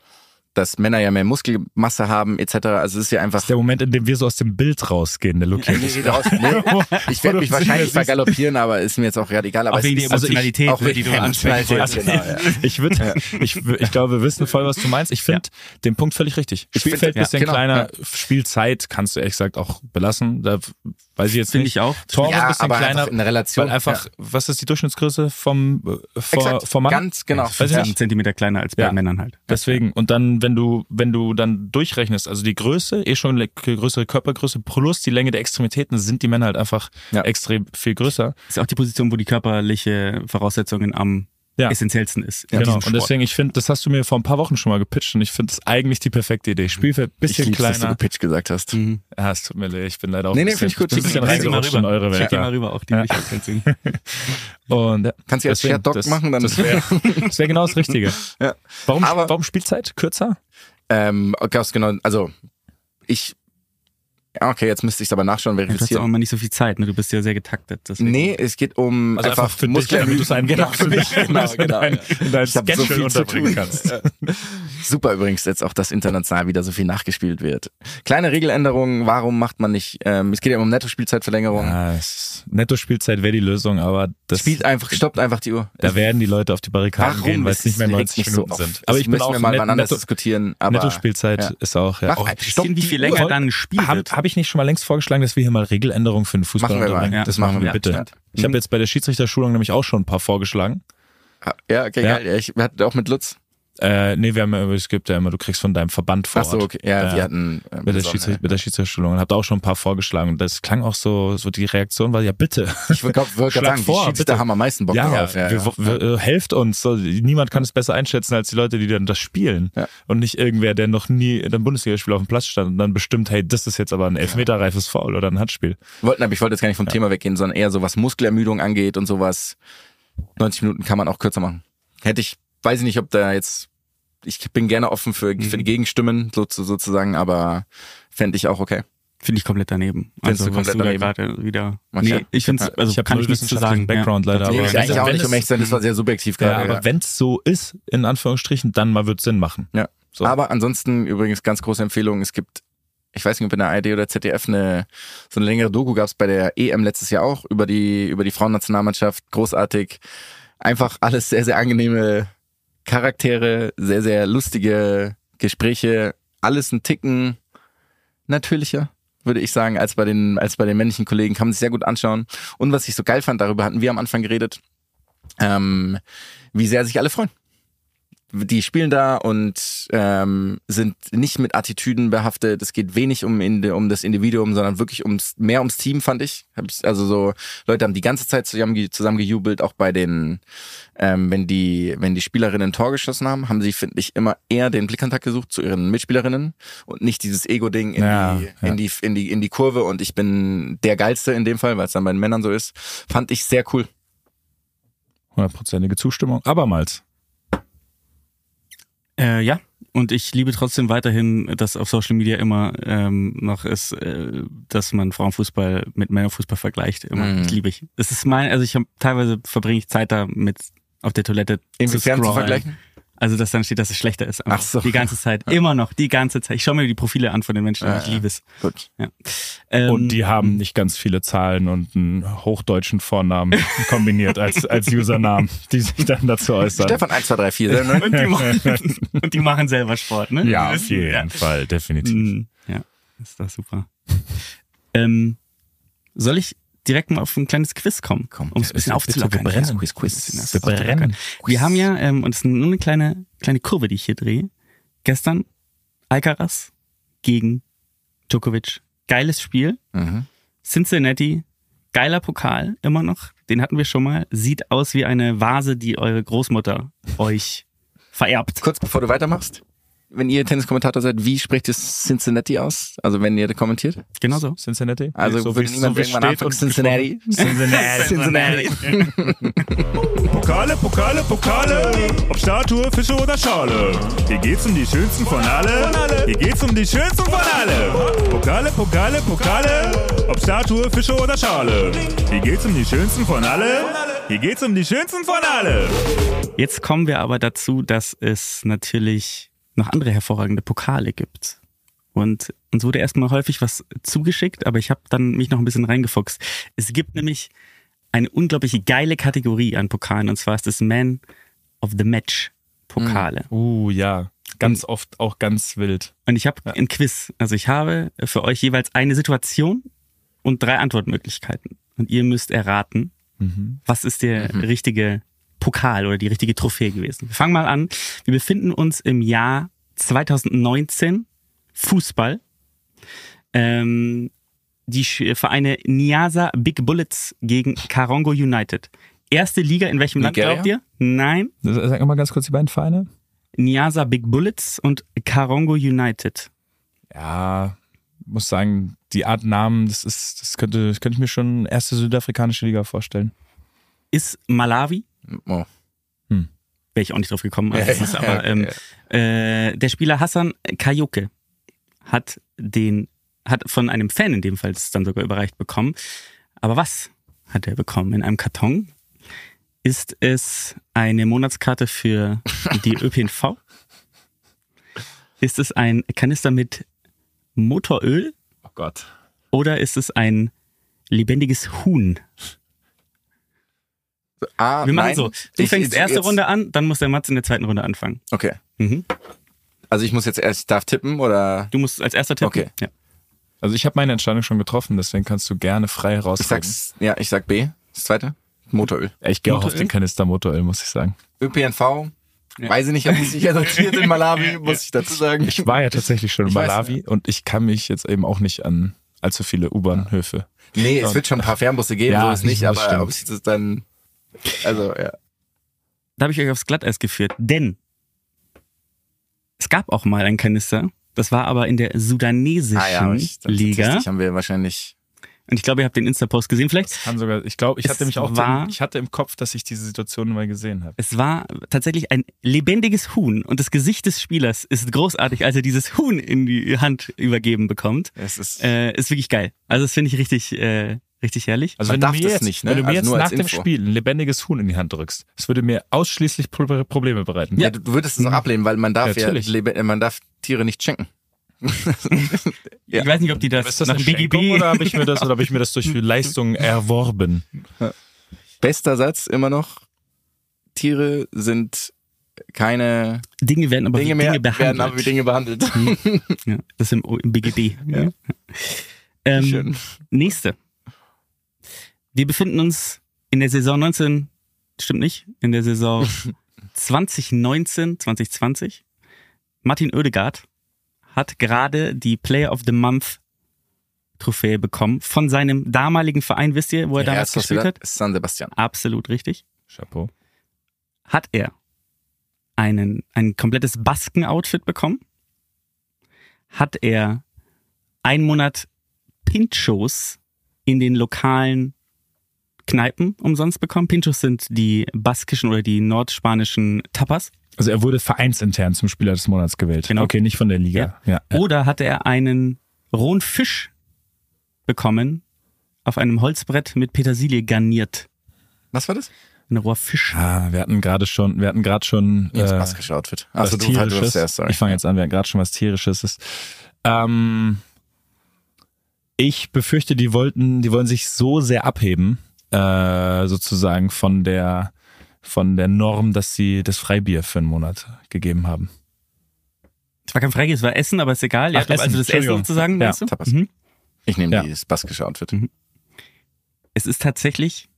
S6: dass Männer ja mehr Muskelmasse haben etc. Also es ist ja einfach
S5: Der Moment, in dem wir so aus dem Bild rausgehen, der Luki.
S6: Nee, nee, raus- nee. Ich werde mich wahrscheinlich vergaloppieren, aber ist mir jetzt auch radikal. Aber
S4: Auch
S6: es
S4: wegen
S6: ist,
S4: der Emotionalität,
S6: also ich, auch
S4: die
S6: wegen
S4: du
S6: Hemd-
S4: ansprechen
S6: Genau,
S5: Also,
S4: wolltest.
S6: ja.
S5: Ich würde, ich, wür- ich glaube, wir wissen voll, was du meinst. Ich finde den Punkt völlig richtig.
S6: Ich find-
S5: Spielfeld
S6: ja,
S5: bisschen
S6: genau,
S5: kleiner, Spielzeit kannst du ehrlich gesagt auch belassen. Da f- weiß ich jetzt
S4: Finde
S5: nicht.
S4: ich auch.
S5: Tor
S6: Ja,
S5: ein bisschen
S6: aber
S5: kleiner,
S6: einfach in der Relation,
S5: weil einfach,
S6: ja.
S5: was ist die Durchschnittsgröße vom äh, vor,
S6: Exakt,
S5: vom Mann?
S6: ganz genau.
S5: Weiß ich
S4: Ja,
S5: nicht.
S4: einen Zentimeter kleiner als bei
S5: Ja.
S4: Männern halt.
S5: Deswegen. Und dann, wenn du, wenn du dann durchrechnest, also die Größe, eh schon le- größere Körpergröße, plus die Länge der Extremitäten, sind die Männer halt einfach
S6: Ja.
S5: extrem viel größer.
S4: Ist auch die Position, wo die körperliche Voraussetzungen am
S5: Ja.
S4: essentiellsten ist. in
S5: Genau.
S4: diesem
S5: Und
S4: Sport.
S5: deswegen, ich finde, das hast du mir vor ein paar Wochen schon mal gepitcht und ich finde das eigentlich die perfekte Idee. Spielfeld
S6: Ich
S5: bisschen
S6: lieb's, dass du
S5: kleiner. Hm.
S6: gepitcht gesagt hast.
S4: Mhm.
S5: Ja, es tut mir leid, ich bin leider auch
S6: Nee,
S5: ein
S6: nee,
S5: bisschen,
S6: finde ich gut.
S5: bin ein bisschen
S6: Schick die
S5: reingerutscht in eure
S4: Schick
S5: Welt.
S4: die mal
S5: Ja.
S4: rüber, auch die will ich auch ganz sehen.
S5: Und, ja,
S6: Kannst du ja als
S5: deswegen,
S6: Shared Doc
S5: das-
S6: machen, dann-
S5: Das wäre das wär genau das Richtige.
S6: Ja.
S5: Warum,
S6: Aber-
S5: warum Spielzeit? Kürzer?
S6: Ähm, okay, aus genau, also ich, ja, okay, jetzt müsste ich es aber nachschauen,
S4: Ja, du hast auch
S6: verifizieren.
S4: immer nicht so viel Zeit, ne? Du bist ja sehr getaktet. deswegen.
S6: Nee, es geht um
S5: Also einfach für dich, damit du's einen-
S6: Genau, für mich. Genau,
S5: in
S6: genau.
S5: dein, in dein
S6: Ich hab so
S5: Schedule
S6: viel zu
S5: unterbringen
S6: tun.
S5: kannst.
S6: Super übrigens jetzt auch, dass international wieder so viel nachgespielt wird. Kleine Regeländerungen, warum macht man nicht, ähm, es geht ja um Netto-Spielzeitverlängerung.
S5: Ja, Ah, es- Netto-Spielzeit wäre die Lösung, aber das,
S6: Spielt also einfach, stoppt einfach die Uhr.
S5: da werden die Leute auf die Barrikaden gehen, weil es nicht mehr
S6: regt
S5: 90
S6: mich
S5: Minuten
S6: auf?
S5: sind. Also
S6: Das müssen wir Also mal
S5: Net-
S6: wann anders
S5: Netto-
S6: diskutieren. Aber
S5: Netto-Spielzeit
S6: ja.
S5: ist auch, ja.
S6: Mach
S5: auch
S6: ein
S4: Bisschen,
S6: Stopp
S4: wie
S6: die
S4: viel
S6: Uhr.
S4: länger dann ein Spiel
S5: Habe
S4: wird.
S5: hab ich nicht schon mal längst vorgeschlagen, dass wir hier mal Regeländerungen für den Fußball
S6: Machen wir mal,
S5: unterbringen?
S6: ja.
S5: Das
S6: Machen
S5: machen wir
S6: wir, Mhm.
S5: bitte.
S6: ja.
S5: Ich habe jetzt bei der Schiedsrichterschulung nämlich auch schon ein paar vorgeschlagen.
S6: Ah, Ja, okay,
S5: Ja.
S6: geil. Ja, ich wir hatten auch mit Lutz.
S5: Äh, nee, wir haben ja, es gibt ja immer, du kriegst von deinem Verband vor
S6: Ach so,
S5: Ort.
S6: okay. Ja,
S5: Ja.
S6: wir hatten äh,
S5: Mit der,
S6: Sonne.
S5: Schiedsrichter, mit der Schiedsrichterschulung und hab da auch schon ein paar vorgeschlagen. Und das klang auch so, so die Reaktion war ja bitte.
S6: Ich glaube,
S5: Schlag
S6: würde gerade sagen,
S5: vor,
S6: die Schiedsrichter
S5: bitte.
S6: haben am meisten Bock
S5: ja,
S6: drauf.
S5: ja, wir, Wir, äh, helft uns. So, niemand kann es besser einschätzen als die Leute, die dann das spielen.
S6: Ja.
S5: Und nicht irgendwer, der noch nie in einem Bundesligaspiel auf dem Platz stand und dann bestimmt, hey, das ist jetzt aber ein elfmeterreifes Foul oder ein Handspiel.
S6: Wollten, aber ich wollte jetzt gar nicht vom Thema weggehen, sondern eher so was Muskelermüdung angeht und sowas. 90 Minuten kann man auch kürzer machen. Hätte ich, weiß ich nicht, ob da jetzt, ich bin gerne offen für,
S5: Mhm.
S6: für die Gegenstimmen so- so- sozusagen, aber fände ich auch okay.
S4: Finde ich komplett daneben. Also,
S6: Findest du
S4: was
S6: komplett
S4: da
S6: daneben?
S4: gerade wieder.
S6: Man
S4: Nee,
S6: kann-
S4: ich finde es, also
S5: ich habe
S4: kann
S5: null
S4: ich nichts zu
S5: wissenschaftlichen
S4: sagen.
S5: Background leider.
S6: Nee, ich
S5: aber
S6: eigentlich auch
S5: wenn
S6: nicht,
S5: es-
S6: um ehrlich zu sein, das war sehr subjektiv
S5: ja,
S6: gerade.
S5: aber wenn es so ist, in Anführungsstrichen, dann mal wird es Sinn machen.
S6: Ja.
S5: So.
S6: Aber ansonsten übrigens ganz große Empfehlung, es gibt, ich weiß nicht, ob in der ARD oder ZDF eine so eine längere Doku gab es bei der EM letztes Jahr auch über die, über die Frauennationalmannschaft, großartig. Einfach alles sehr, sehr angenehme Charaktere, sehr, sehr lustige Gespräche, alles ein Ticken natürlicher, würde ich sagen, als bei den, als bei den männlichen Kollegen. Kann man sich sehr gut anschauen. Und was ich so geil fand, darüber hatten wir am Anfang geredet, ähm, wie sehr sich alle freuen die spielen da und ähm, sind nicht mit Attitüden behaftet. Es geht wenig um, Indi- um das Individuum, sondern wirklich ums mehr ums Team, fand ich. Hab ich- Also so Leute haben die ganze Zeit zusammen, zusammen gejubelt, auch bei den, ähm, wenn die, wenn die Spielerinnen ein Tor geschossen haben, haben sie, finde ich, immer eher den Blickkontakt gesucht zu ihren Mitspielerinnen und nicht dieses Ego-Ding in,
S5: Ja,
S6: die,
S5: ja.
S6: in die in die in die Kurve und ich bin der geilste in dem Fall, weil es dann bei den Männern so ist. Fand ich sehr cool.
S5: Hundertprozentige Zustimmung. Abermals.
S4: Äh, ja, und ich liebe trotzdem weiterhin, dass auf Social Media immer ähm, noch ist, äh, dass man Frauenfußball mit Männerfußball vergleicht. Immer.
S6: Mhm.
S4: Das liebe ich. Es ist mein, also ich habe teilweise verbringe ich Zeit da mit auf der Toilette
S6: Inwiefern zu
S4: scrollen.
S6: vergleichen?
S4: Also dass dann steht, dass es schlechter ist. Einfach
S6: Ach so.
S4: Die ganze Zeit, immer noch, die ganze Zeit. Ich schaue mir die Profile an von den Menschen, und ich liebe es.
S6: Gut.
S4: Ja. Ähm,
S5: Und die haben nicht ganz viele Zahlen und einen hochdeutschen Vornamen kombiniert als, als Usernamen, die sich dann Mhm. dazu äußern.
S6: Stefan 1, 2, 3, 4, ne?
S4: und die, machen, und die machen selber Sport, ne? Mhm.
S5: Ja,
S4: Das
S5: auf
S4: ist-
S5: jeden
S4: ja.
S5: Fall, definitiv.
S4: Mm, Ja, ist das super. ähm, soll ich direkt mal auf ein kleines Quiz kommen,
S6: Komm,
S4: um es
S6: ja,
S4: ein bisschen
S6: bitte, bitte,
S4: aufzulockern.
S6: wir brennen.
S4: Ja,
S6: Quiz, Quiz.
S4: ein bisschen das
S5: Wir
S4: aufzulockern.
S5: brennen.
S4: Wir haben ja, ähm, und es ist nur eine kleine, kleine Kurve, die ich hier drehe. Gestern Alcaraz gegen Djokovic. Geiles Spiel.
S6: Mhm.
S4: Cincinnati, geiler Pokal, immer noch. Den hatten wir schon mal. Sieht aus wie eine Vase, die eure Großmutter euch vererbt.
S6: Kurz bevor du weitermachst, wenn ihr Tenniskommentator seid, wie spricht es Cincinnati aus? Also wenn ihr kommentiert?
S4: Genau so.
S5: Cincinnati?
S6: Also
S5: so
S6: würde
S5: wie-
S6: niemand
S5: so wie
S6: irgendwann
S5: steht
S6: anfangen,
S5: und
S6: Cincinnati?
S5: Äh, Cincinnati.
S6: Cincinnati.
S7: Pokale, Pokale, Pokale, ob Statue, Fische oder Schale. Hier geht's um die schönsten von alle. Hier geht's um die schönsten von alle. Pokale, Pokale, Pokale, ob Statue, Fische oder Schale. Hier geht's um die schönsten von alle. Hier geht's um die schönsten von alle.
S4: Jetzt kommen wir aber dazu, dass es natürlich noch andere hervorragende Pokale gibt. Und uns wurde erstmal häufig was zugeschickt, aber ich habe dann mich noch ein bisschen reingefuchst. Es gibt nämlich eine unglaublich geile Kategorie an Pokalen und zwar ist es Man of the Match Pokale.
S5: Uh, ja. Ganz oft auch ganz wild.
S4: Und ich habe ein Quiz. Also ich habe für euch jeweils eine Situation und drei Antwortmöglichkeiten. Und ihr müsst erraten,
S5: Mhm.
S4: was ist der richtige Pokal oder die richtige Trophäe gewesen. Wir fangen mal an. Wir befinden uns im Jahr 2019 Fußball. Ähm, die Sch- Vereine Niasa Big Bullets gegen Karongo United. Erste Liga in welchem
S6: Nigeria?
S4: Land glaubt ihr? Nein.
S5: Sag mal ganz kurz die beiden Vereine.
S4: Niasa Big Bullets und Karongo United.
S5: Ja, muss sagen, die Art Namen, das ist, das könnte, das könnte ich mir schon erste südafrikanische Liga vorstellen.
S4: Ist Malawi?
S6: Oh.
S4: wäre ich auch nicht drauf gekommen. Also das ist aber,
S6: ja,
S4: ähm, äh, der Spieler Hassan Kayoke hat den, hat von einem Fan in dem Fall es dann sogar überreicht bekommen. Aber was hat er bekommen? In einem Karton ist es eine Monatskarte für die ÖPNV? Ist es ein Kanister mit Motoröl
S5: Oh Gott.
S4: oder ist es ein lebendiges Huhn?
S6: Ah,
S4: Wir machen
S6: nein.
S4: so. Du
S6: Ich-
S4: fängst
S6: ich-
S4: erste
S6: jetzt-
S4: Runde an, dann muss der Mats in der zweiten Runde anfangen.
S6: Okay.
S4: Mhm.
S6: Also ich muss jetzt erst, ich darf tippen oder
S4: Du musst als erster tippen.
S6: Okay.
S4: Ja.
S5: Also ich habe meine Entscheidung schon getroffen, deswegen kannst du gerne frei
S6: ich
S5: rausfragen.
S6: sag's, ja, ich sag B. Das zweite. Motoröl.
S5: Ich gehe auch auf den Kanister Motoröl, muss ich sagen.
S6: ÖPNV. Weiß ich nicht, ob ich sicher sortiert in Malawi, muss ich dazu sagen.
S5: Ich war ja tatsächlich schon in
S6: Ich weiß,
S5: Malawi und ich kann mich jetzt eben auch nicht an allzu viele U-Bahn-Höfe.
S6: Nee, es wird schon ein paar Fernbusse geben,
S5: Ja,
S6: so ist nicht,
S5: das
S6: aber
S5: stimmt.
S6: ob ich das dann. Also, ja.
S4: da habe ich euch aufs Glatteis geführt, denn es gab auch mal einen Kanister. Das war aber in der sudanesischen
S6: Ah, ja, aber ich,
S4: Liga.
S6: Statistisch haben wir wahrscheinlich.
S4: Und ich glaube, ihr habt den Insta-Post gesehen. Vielleicht,
S5: Kann sogar, ich glaube, ich
S4: Es
S5: hatte mich auch,
S4: war-
S5: den, ich hatte im Kopf, dass ich diese Situation mal gesehen habe.
S4: es war tatsächlich ein lebendiges Huhn und das Gesicht des Spielers ist großartig, als er dieses Huhn in die Hand übergeben bekommt.
S6: Es ist.
S4: Äh, ist wirklich geil. Also das finde ich richtig, äh, richtig herrlich.
S5: Also wenn
S6: Man
S5: du,
S6: darf
S5: mir
S6: das
S5: jetzt,
S6: nicht, ne?
S5: wenn du mir
S6: Also
S5: jetzt
S6: nur als
S5: nach dem
S6: Info.
S5: Spiel ein lebendiges Huhn in die Hand drückst, es würde mir ausschließlich Pro- Probleme bereiten.
S6: ja, du- du würdest
S4: Mhm.
S6: es auch ablehnen, weil man darf ja,
S5: Natürlich.
S6: lebe- äh, man darf Tiere nicht schenken. ja.
S4: Ich weiß nicht, ob die das,
S5: Ist das
S4: nach
S5: eine Schenkung
S4: BGB...
S5: oder habe ich mir das oder habe ich mir das durch Leistungen erworben?
S6: Bester Satz immer noch. Tiere sind keine
S4: Dinge werden aber
S6: Dinge
S4: wie
S6: mehr,
S4: Dinge behandelt.
S6: werden aber wie Dinge behandelt.
S4: ja, das ist im, im BGB.
S6: Ja.
S4: Ähm,
S6: Schön.
S4: Nächste. Wir befinden uns in der Saison 19, stimmt nicht, in der Saison 2019, 2020. Martin Oedegaard hat gerade die Player of the Month Trophäe bekommen von seinem damaligen Verein, wisst ihr, wo er damals
S6: Erst, was
S4: gespielt
S6: wir-
S4: hat?
S6: ist ne? San Sebastian.
S4: Absolut richtig.
S5: Chapeau.
S4: Hat er einen, ein komplettes Basken-Outfit bekommen? Hat er einen Monat Pinchos in den lokalen Kneipen umsonst bekommen? Pinchos sind die baskischen oder die nordspanischen Tapas.
S5: Also er wurde vereinsintern zum Spieler des Monats gewählt.
S4: Genau.
S5: Okay, nicht von der Liga. Ja.
S4: Oder hat er einen rohen Fisch bekommen auf einem Holzbrett mit Petersilie garniert?
S6: Was war das?
S4: Ein roher Fisch.
S5: Ah, wir hatten gerade schon, wir hatten gerade schon
S6: Nee, das
S5: äh,
S6: baskische Outfit.
S5: was
S6: Achso, du du
S5: tierisches.
S6: hast erst, sorry.
S5: ich fange jetzt an, wir hatten gerade schon was tierisches. Ist. Ähm, ich befürchte, die wollten, die wollen sich so sehr abheben, äh, sozusagen von der von der Norm, dass sie das Freibier für einen Monat gegeben haben.
S4: Es war kein Freigier, es war Essen, aber ist egal. Ihr
S5: Ach,
S4: habt also
S5: Essen,
S4: das Essen
S5: Entschuldigung.
S4: sozusagen,
S5: Ja,
S4: meinst du?
S6: Tapas. Ich nehme
S5: Ja.
S6: dieses baskische Outfit.
S4: Es ist tatsächlich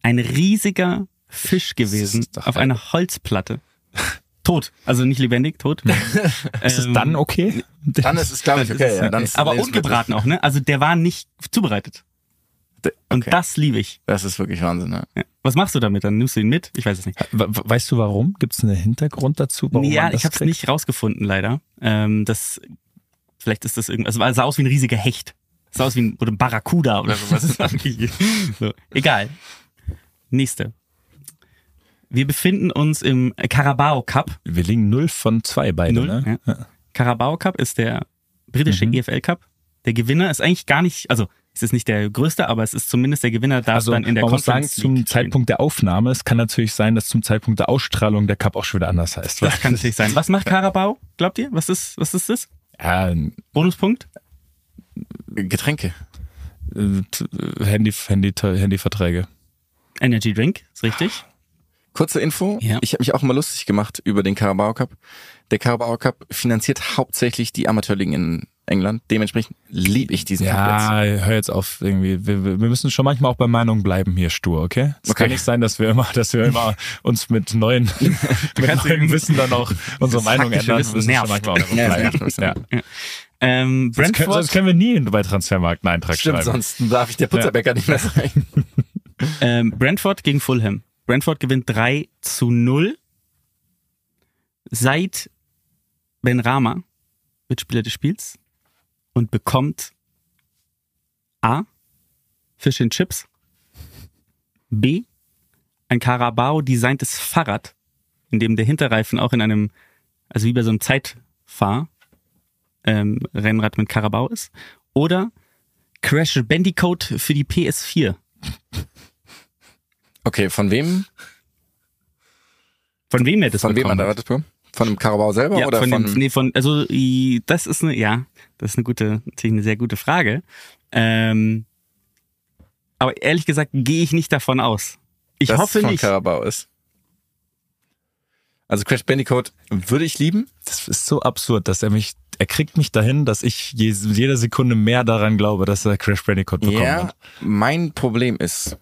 S4: ein riesiger Fisch gewesen
S5: doch
S4: auf einer Holzplatte. Tot, also nicht lebendig, tot. Ähm,
S5: Ist es dann okay?
S6: Ähm, Dann ist es, glaube ich, okay. Ja, dann ist es
S4: aber
S6: Lebensmittel.
S4: ungebraten auch, ne? Also der war nicht zubereitet. Und
S6: Okay.
S4: das liebe ich.
S6: Das ist wirklich Wahnsinn, ne?
S4: Ja. Was machst du damit? Dann nimmst du ihn mit? Ich weiß es nicht.
S5: We- we- Weißt du warum? Gibt es einen Hintergrund dazu? Warum
S4: ja,
S5: man das
S4: ich habe es
S5: kriegt?
S4: nicht rausgefunden, leider. Ähm, das, vielleicht ist das irgendwas. Es war- sah aus wie ein riesiger Hecht. Es sah aus wie ein, oder ein Barracuda oder sowas. Es war wirklich- so. Egal. Nächste. Wir befinden uns im Carabao Cup.
S5: Wir liegen 0 von 2 beide,
S4: Null,
S5: ne? Ja. Mhm.
S4: Carabao Cup ist der britische EFL Cup. Der Gewinner ist eigentlich gar nicht, also es ist nicht der größte, aber es ist zumindest der Gewinner, darf
S5: Also
S4: dann in der
S5: man muss sagen,
S4: Conference
S5: zum
S4: League spielen.
S5: Zeitpunkt der Aufnahme, es kann natürlich sein, dass zum Zeitpunkt der Ausstrahlung der Cup auch schon wieder anders heißt.
S4: Das kann natürlich sein. Was macht Carabao? Glaubt ihr? Was ist, was ist das?
S5: Ja, äh,
S4: Bonuspunkt?
S6: Getränke.
S5: t- äh, Handy, Handy, Handyverträge.
S4: Energy Drink, ist richtig.
S6: Kurze Info,
S4: Ja.
S6: ich habe mich auch mal lustig gemacht über den Carabao Cup. Der Carabao Cup finanziert hauptsächlich die Amateurligen in England. Dementsprechend liebe ich diesen Cup
S5: Ja, hör jetzt auf irgendwie. Wir, wir wir müssen schon manchmal auch bei Meinungen bleiben hier stur, okay? Es kann
S6: Okay.
S5: nicht sein, dass wir immer, dass wir immer uns mit neuen, mit
S4: kannst
S5: neuem
S4: irgendwie-
S5: Wissen dann auch unsere Meinung
S4: faktische
S5: ändern.
S4: Wissen
S5: Wir müssen schon
S4: nervt.
S5: manchmal auch
S6: Ja,
S5: ja,
S6: es
S5: bleiben.
S6: nervt uns.
S5: Ja.
S4: Ähm,
S5: Sonst, können,
S4: Brentford,
S5: sonst können wir nie bei Transfermarkt einen Eintrag
S6: jetzt. Stimmt,
S5: schreiben.
S6: sonst darf ich der Putzerbecker nicht mehr sein.
S4: ähm, Brentford gegen Fulham. Brentford gewinnt 3 zu 0. Seit Ben Rama wird Spieler des Spiels und bekommt A. Fish and Chips. B. Ein Carabao designtes Fahrrad, in dem der Hinterreifen auch in einem, also wie bei so einem Zeitfahr, ähm, Rennrad mit Carabao ist. Oder Crash Bandicoot für die PS4.
S6: Okay, von wem?
S4: Von wem er das
S6: Von wem
S4: bekommen
S6: hat er
S4: hat?
S6: das bekommen? Von dem Carabao selber
S4: Ja,
S6: oder
S4: von,
S6: von,
S4: dem, nee, von, also i- das ist eine, ja, das ist eine gute, natürlich eine sehr gute Frage. Ähm, aber ehrlich gesagt gehe ich nicht davon aus. Ich
S6: das
S4: hoffe
S6: von
S4: nicht.
S6: Carabao ist? Also Crash Bandicoot würde ich lieben.
S5: Das ist so absurd, dass er mich, er kriegt mich dahin, dass ich je, jede Sekunde mehr daran glaube, dass er Crash Bandicoot bekommen
S6: Ja,
S5: hat.
S6: mein Problem ist,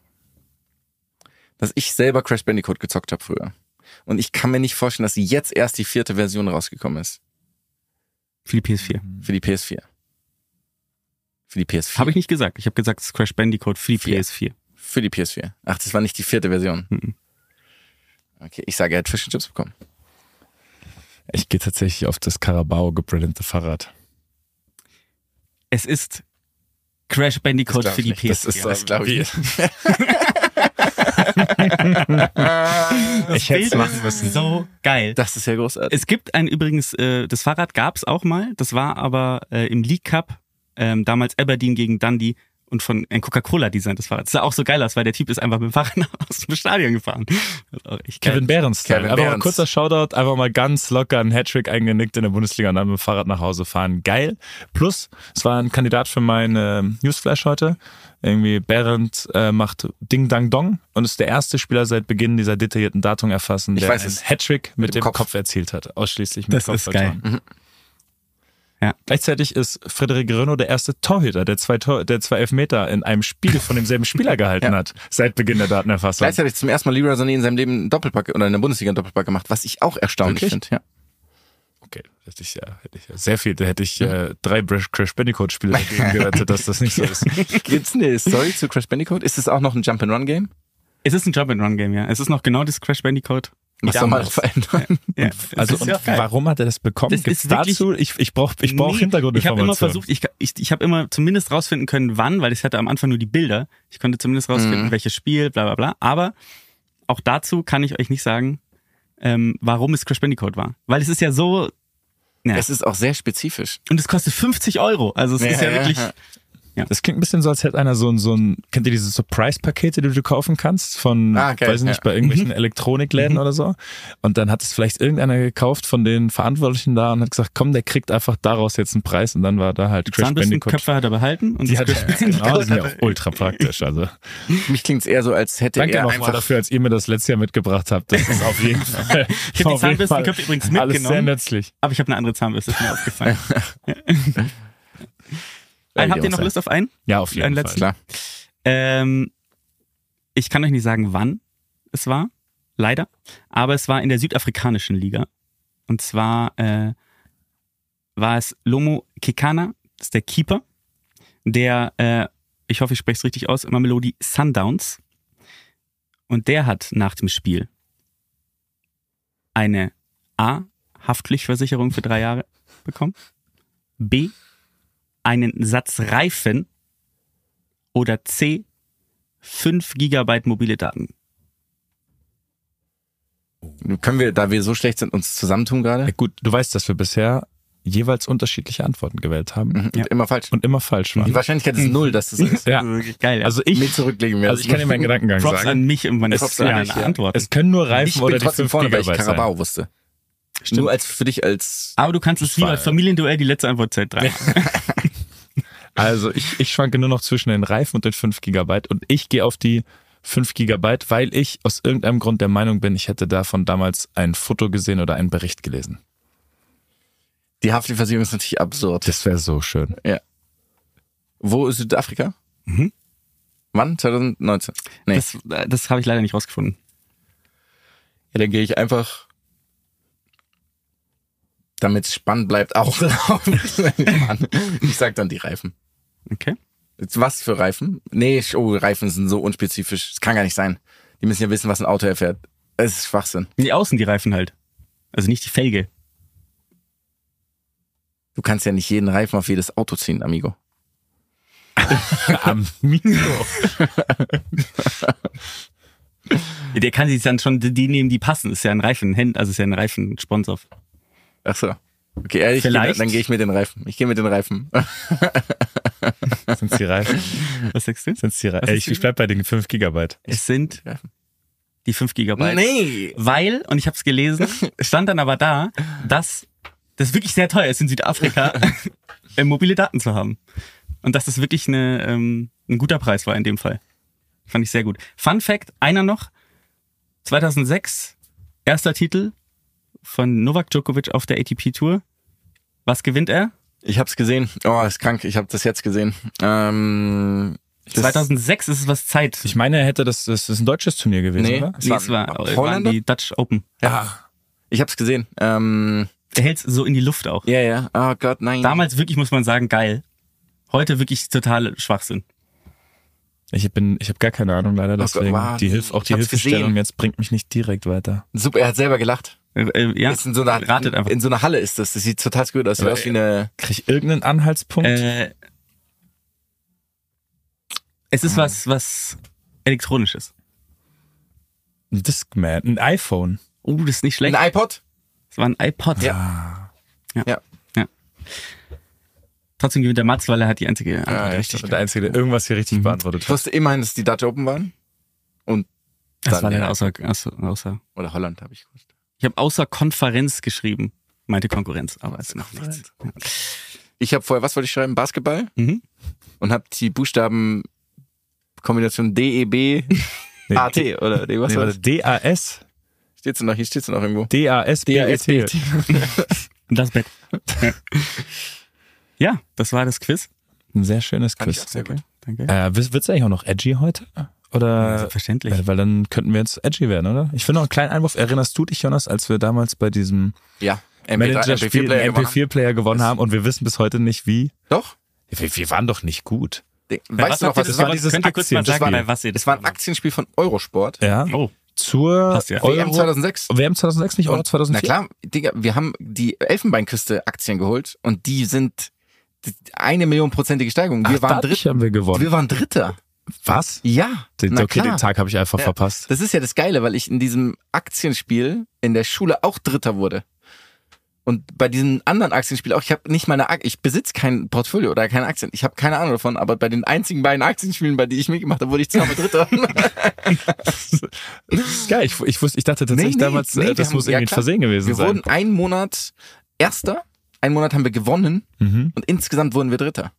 S6: dass ich selber Crash Bandicoot gezockt habe früher. Und ich kann mir nicht vorstellen, dass jetzt erst die vierte Version rausgekommen ist.
S4: Für die PS4.
S6: Für die PS4. Für die PS4.
S4: Habe ich nicht gesagt. Ich habe gesagt, es ist Crash Bandicoot für die
S6: Vier.
S4: PS4.
S6: Für die PS4. Ach, das war nicht die vierte Version.
S4: Mhm.
S6: Okay, ich sage, er hat Fish and Chips bekommen.
S5: Ich gehe tatsächlich auf das Carabao gebrillante Fahrrad.
S4: Es ist Crash Bandicoot
S6: Das glaub
S4: für
S6: ich
S4: die
S6: nicht.
S4: PS4.
S6: Das ist das, glaub ich
S5: ich hätte es
S4: Bild
S5: machen
S4: ist
S5: müssen.
S4: So geil.
S6: Das ist ja großartig.
S4: Es gibt ein übrigens, äh, das Fahrrad gab es auch mal, das war aber äh, im League Cup, ähm, damals Aberdeen gegen Dundee und von ein Coca-Cola-Design das Fahrrad. Das sah auch so geil aus, weil der Typ ist einfach mit dem Fahrrad nach- aus dem Stadion gefahren. Das ist auch echt geil.
S5: Kevin Behrens.
S6: Kevin
S5: Einfach mal
S6: Behrens.
S5: kurzer Shoutout, einfach mal ganz locker einen Hattrick eingenickt in der Bundesliga und dann mit dem Fahrrad nach Hause fahren. Geil. Plus, es war ein Kandidat für meine Newsflash heute. Irgendwie Behrens äh, macht Ding Dang Dong und ist der erste Spieler seit Beginn dieser detaillierten Datung erfassen,
S6: Ich
S5: der
S6: weiß
S5: einen
S6: es.
S5: Hattrick mit,
S6: Mit dem
S5: dem Kopf.
S6: Kopf. Mhm.
S5: erzielt hat. Ausschließlich mit
S4: Das ist
S5: Kopfballtoren.
S4: Ja.
S5: Gleichzeitig ist Frederik Renault der erste Torhüter, der zwei, Tor, der zwei Elfmeter in einem Spiel von demselben Spieler gehalten hat, seit Beginn der Datenerfassung.
S6: Gleichzeitig zum ersten Mal Leroy Sané in seinem Leben einen Doppelpack oder in der Bundesliga einen Doppelpack gemacht, was ich auch erstaunlich
S5: Wirklich?
S6: finde. Ja.
S5: Okay, hätte ich ja, hätte ich ja sehr viel. Da hätte ich äh, drei Brash- Crash Bandicoot Spiele dagegen gerettet, dass das nicht so ist.
S6: Gibt's eine Story zu Crash Bandicoot? Ist es auch noch ein Jump-and-Run-Game?
S4: Es ist ein Jump-and-Run-Game, ja. Es ist noch genau das Crash Bandicoot. wie
S6: Was soll man
S4: damals.
S6: verändern?
S4: Ja.
S5: Also
S4: Das ist
S5: und
S4: ja auch geil.
S5: warum hat er das bekommen?
S4: Das
S5: Gibt's
S4: ist wirklich-
S5: dazu? Ich, ich brauche ich brauch
S4: Nee, Ich habe
S5: Hintergrundinformationen.
S4: immer versucht, ich, ich, ich habe immer zumindest rausfinden können, wann, weil ich hatte am Anfang nur die Bilder. Ich konnte zumindest rausfinden, welches Spiel, bla bla bla. Aber auch dazu kann ich euch nicht sagen, ähm, warum es Crash Bandicoot war. Weil es ist ja so, Ja.
S6: Es ist auch sehr spezifisch.
S4: und es kostet 50 Euro. Also es ist ja,
S6: ja,
S4: wirklich,
S6: ja.
S5: Das klingt ein bisschen so, als hätte einer so ein, so ein kennt ihr diese Surprise-Pakete, die du kaufen kannst von,
S6: Ah, okay,
S5: weiß ich nicht,
S6: ja.
S5: bei irgendwelchen
S4: Mhm.
S5: Elektronikläden oder so. Und dann hat es vielleicht irgendeiner gekauft von den Verantwortlichen da und hat gesagt, komm, der kriegt einfach daraus jetzt einen Preis. Und dann war da halt Crash Bandicoot.
S4: Zahnbürstenköpfe hat er behalten und
S5: Die
S4: das
S5: hat,
S4: Crash
S5: genau, die sind ja auch ultra praktisch. Also
S6: Mich klingt's eher so, als hätte
S5: Danke
S6: er
S5: nochmal
S6: einfach
S5: dafür, als ihr mir das letztes Jahr mitgebracht habt. Das ist auf jeden Fall.
S4: Ich habe die
S5: auf jeden Fall
S4: Zahnbürstenköpfe übrigens
S5: Alles sehr
S4: mitgenommen,
S5: nützlich.
S4: aber ich habe eine andere Zahnbürste, ist mir aufgefallen. Äh,
S6: Ja,
S4: Habt ihr
S6: die
S4: noch
S6: muss
S4: Lust auf einen?
S5: Ja, auf jeden
S4: Ein
S5: Fall.
S4: letzten-
S6: Klar.
S4: Ähm, ich kann euch nicht sagen, wann es war, leider, aber es war in der südafrikanischen Liga. Und zwar äh, war es Lomo Kekana, das ist der Keeper, der, äh, ich hoffe, ich spreche es richtig aus, Mamelodi Sundowns. Und der hat nach dem Spiel eine A, Haftpflichtversicherung für drei Jahre bekommen, B, einen Satz Reifen oder C, 5 Gigabyte mobile Daten.
S6: Können wir, da wir so schlecht sind, uns zusammentun gerade?
S5: Gut, du weißt, dass wir bisher jeweils unterschiedliche Antworten gewählt haben
S6: Und Mhm, Immer falsch.
S5: und immer falsch
S6: Die
S5: waren.
S6: Wahrscheinlichkeit ist null, dass das so ist.
S5: Mhm. Ja.
S4: Also wirklich geil. ja.
S5: Also ich,
S6: Mir zurücklegen wir.
S5: also ich kann dir meinen Gedankengang
S4: Props
S5: sagen.
S4: an mich und meine
S6: Props
S4: ja,
S6: an mich, ja.
S4: Antworten.
S5: Es können nur Reifen
S6: ich bin
S5: oder die
S6: trotzdem
S5: 5
S6: vorne, weil ich
S5: Gigabyte
S6: Carabao
S5: sein.
S6: wusste. Nur als für dich als
S4: Aber du kannst es wie bei
S5: Fall.
S4: Familienduell die letzte Antwortzeit drei.
S5: Also ich, ich schwanke nur noch zwischen den Reifen und den 5 Gigabyte und ich gehe auf die 5 Gigabyte, weil ich aus irgendeinem Grund der Meinung bin, ich hätte davon damals ein Foto gesehen oder einen Bericht gelesen.
S6: die Haftversicherung ist natürlich absurd.
S5: Das wäre so schön.
S6: Wo ist Südafrika?
S5: Mhm.
S6: Wann? 2019. Nee.
S4: Das, äh, das habe ich leider nicht rausgefunden.
S6: ja, dann gehe ich einfach, damit es spannend bleibt, auch drauf. ich sag dann die Reifen.
S4: Okay.
S6: Jetzt was für Reifen? Nee, sch- oh, Reifen sind so unspezifisch. Das kann gar nicht sein. Die müssen ja wissen, was ein Auto erfährt. Es ist Schwachsinn.
S4: Die außen die Reifen halt. Also nicht die Felge.
S6: Du kannst ja nicht jeden Reifen auf jedes Auto ziehen, Amigo.
S5: Am Mikro.
S4: Der kann sich dann schon die- die nehmen, die passen. Ist ja ein Reifenhändler, also ist ja ein Reifensponsor.
S6: Ach so. Okay, ehrlich,
S4: Vielleicht.
S6: dann gehe ich mit den Reifen. Ich gehe mit den Reifen.
S5: Sind's die Reifen?
S4: Was sagst du?
S5: Sind's die Reifen?
S4: Was
S5: Ey,
S4: ist
S5: ich, ich bleib bei den 5 Gigabyte.
S4: Es sind
S6: Reifen.
S4: die 5 Gigabyte.
S6: nee.
S4: Weil, und ich habe es gelesen, stand dann aber da, dass das wirklich sehr teuer ist in Südafrika, äh, mobile Daten zu haben. Und dass das wirklich eine, ähm, ein guter Preis war in dem Fall. Fand ich sehr gut. Fun Fact, einer noch. 2006, erster Titel von Novak Djokovic auf der ATP-Tour. Was gewinnt er?
S6: Ich hab's gesehen. Oh, ist krank. Ich hab das jetzt gesehen. Ähm, das-
S4: 2006 ist es was Zeit.
S5: Ich meine, er hätte das, das ist ein deutsches Turnier gewesen,
S6: Nee.
S5: oder?
S4: nee, es war,
S6: Holländer?
S4: waren die Dutch Open.
S6: Ja. Ich hab's gesehen. Ähm,
S4: Er hält so in die Luft auch.
S6: ja, ja. Oh Gott, nein.
S4: Damals wirklich, muss man sagen, geil. Heute wirklich total Schwachsinn.
S5: Ich bin, ich habe gar keine Ahnung leider,
S6: Gott,
S5: deswegen
S6: wow.
S5: die Hilf, auch
S6: Ich
S5: die
S6: hab's
S5: Hilfestellung
S6: gesehen.
S5: jetzt bringt mich nicht direkt weiter.
S6: Super, er hat selber gelacht.
S4: Äh, äh, ja,
S6: Ist in so einer,
S4: ratet einfach.
S6: in so einer Halle ist das. Das sieht total gut aus. Sieht
S5: Aber
S6: aus wie eine.
S5: Krieg ich irgendeinen Anhaltspunkt?
S4: Äh, es ist was, was elektronisches.
S5: Ein Discman, ein iPhone.
S4: Oh, das ist nicht schlecht.
S6: Ein iPod?
S4: Es war ein iPod.
S6: Ja. Ja.
S4: Trotzdem gewinnt der Mats, weil er hat die einzige Antwort
S6: ja,
S4: richtig.
S5: Der Einzige, der irgendwas hier richtig beantwortet
S6: Ich
S5: hat.
S6: wusste immerhin, dass die Dutch Open waren. Und
S4: Das war
S6: dann-
S4: leider außer, außer, außer.
S6: Oder Holland habe ich gewusst.
S4: Ich habe außer Konferenz geschrieben. Meinte Konkurrenz, aber es ist noch nichts.
S6: Ich habe vorher, was wollte ich schreiben? Basketball?
S4: Mhm.
S6: Und habe die E Buchstaben Kombination DEB
S5: Nee,
S6: AT oder nee, was
S5: Nee,
S6: war
S5: warte,
S6: das?
S5: DAS.
S6: Steht's denn noch? Hier steht's denn noch irgendwo.
S5: E DASBET.
S4: Und das Bett. ja, das war das Quiz.
S5: Ein sehr schönes
S6: Fand ich
S5: Quiz.
S6: auch sehr gut.
S4: Danke.
S5: Äh, wird es eigentlich auch noch edgy heute?
S4: Ja,
S5: Oder?
S4: Selbstverständlich.
S5: Äh, weil dann könnten wir jetzt edgy werden, oder? Ich finde noch einen kleinen Einwurf. Erinnerst du dich, Jonas, als wir damals bei diesem
S6: Ja.
S5: Manager-Spiel
S6: MP4-Player
S5: einen
S6: gewonnen.
S5: MP4-Player gewonnen haben und wir wissen bis heute nicht, wie?
S6: Doch?
S5: Wir, wir waren doch nicht gut.
S6: Ding. Weißt du noch,
S4: habt ihr
S6: was
S4: das
S6: es war?
S4: gemacht?
S5: dieses
S4: Könnt ihr kurz mal
S5: Aktien- das
S4: sagen,
S5: war-
S4: bei was ihr
S6: Das war ein Aktienspiel von Eurosport.
S5: Ja.
S4: Oh,
S5: Zur
S4: Passt ja.
S5: Euro-
S6: WM 2006.
S5: WM 2006 nicht, oder
S6: Na
S5: 2004?
S6: klar, Digga, wir haben die Elfenbeinküste Aktien geholt und die sind die- eine Millionprozentige Steigerung. Wir
S5: Ach,
S6: waren
S5: dadurch
S6: Dritter.
S5: haben wir gewonnen.
S6: Wir waren Dritter.
S5: Was?
S6: Ja.
S5: Den,
S6: na
S5: okay,
S6: klar.
S5: den Tag habe ich einfach
S6: Ja.
S5: verpasst.
S6: Das ist ja das Geile, weil ich in diesem Aktienspiel in der Schule auch Dritter wurde. Und bei diesem anderen Aktienspiel auch, ich habe nicht meine Ak ich besitze kein Portfolio oder keine Aktien. Ich habe keine Ahnung davon, aber bei den einzigen beiden Aktienspielen, bei denen ich mitgemacht habe, wurde ich zweimal Dritter.
S5: Das ist geil. Ich, ich, wusste, ich dachte tatsächlich
S6: Nee, nee,
S5: damals,
S6: nee,
S5: äh,
S6: wir
S5: das
S6: haben-
S5: muss
S6: ja,
S5: irgendwie ein
S6: klar.
S5: Versehen gewesen
S6: wir
S5: sein.
S6: wurden einen Monat Erster, einen Monat haben wir gewonnen
S5: Mhm.
S6: und insgesamt wurden wir Dritter.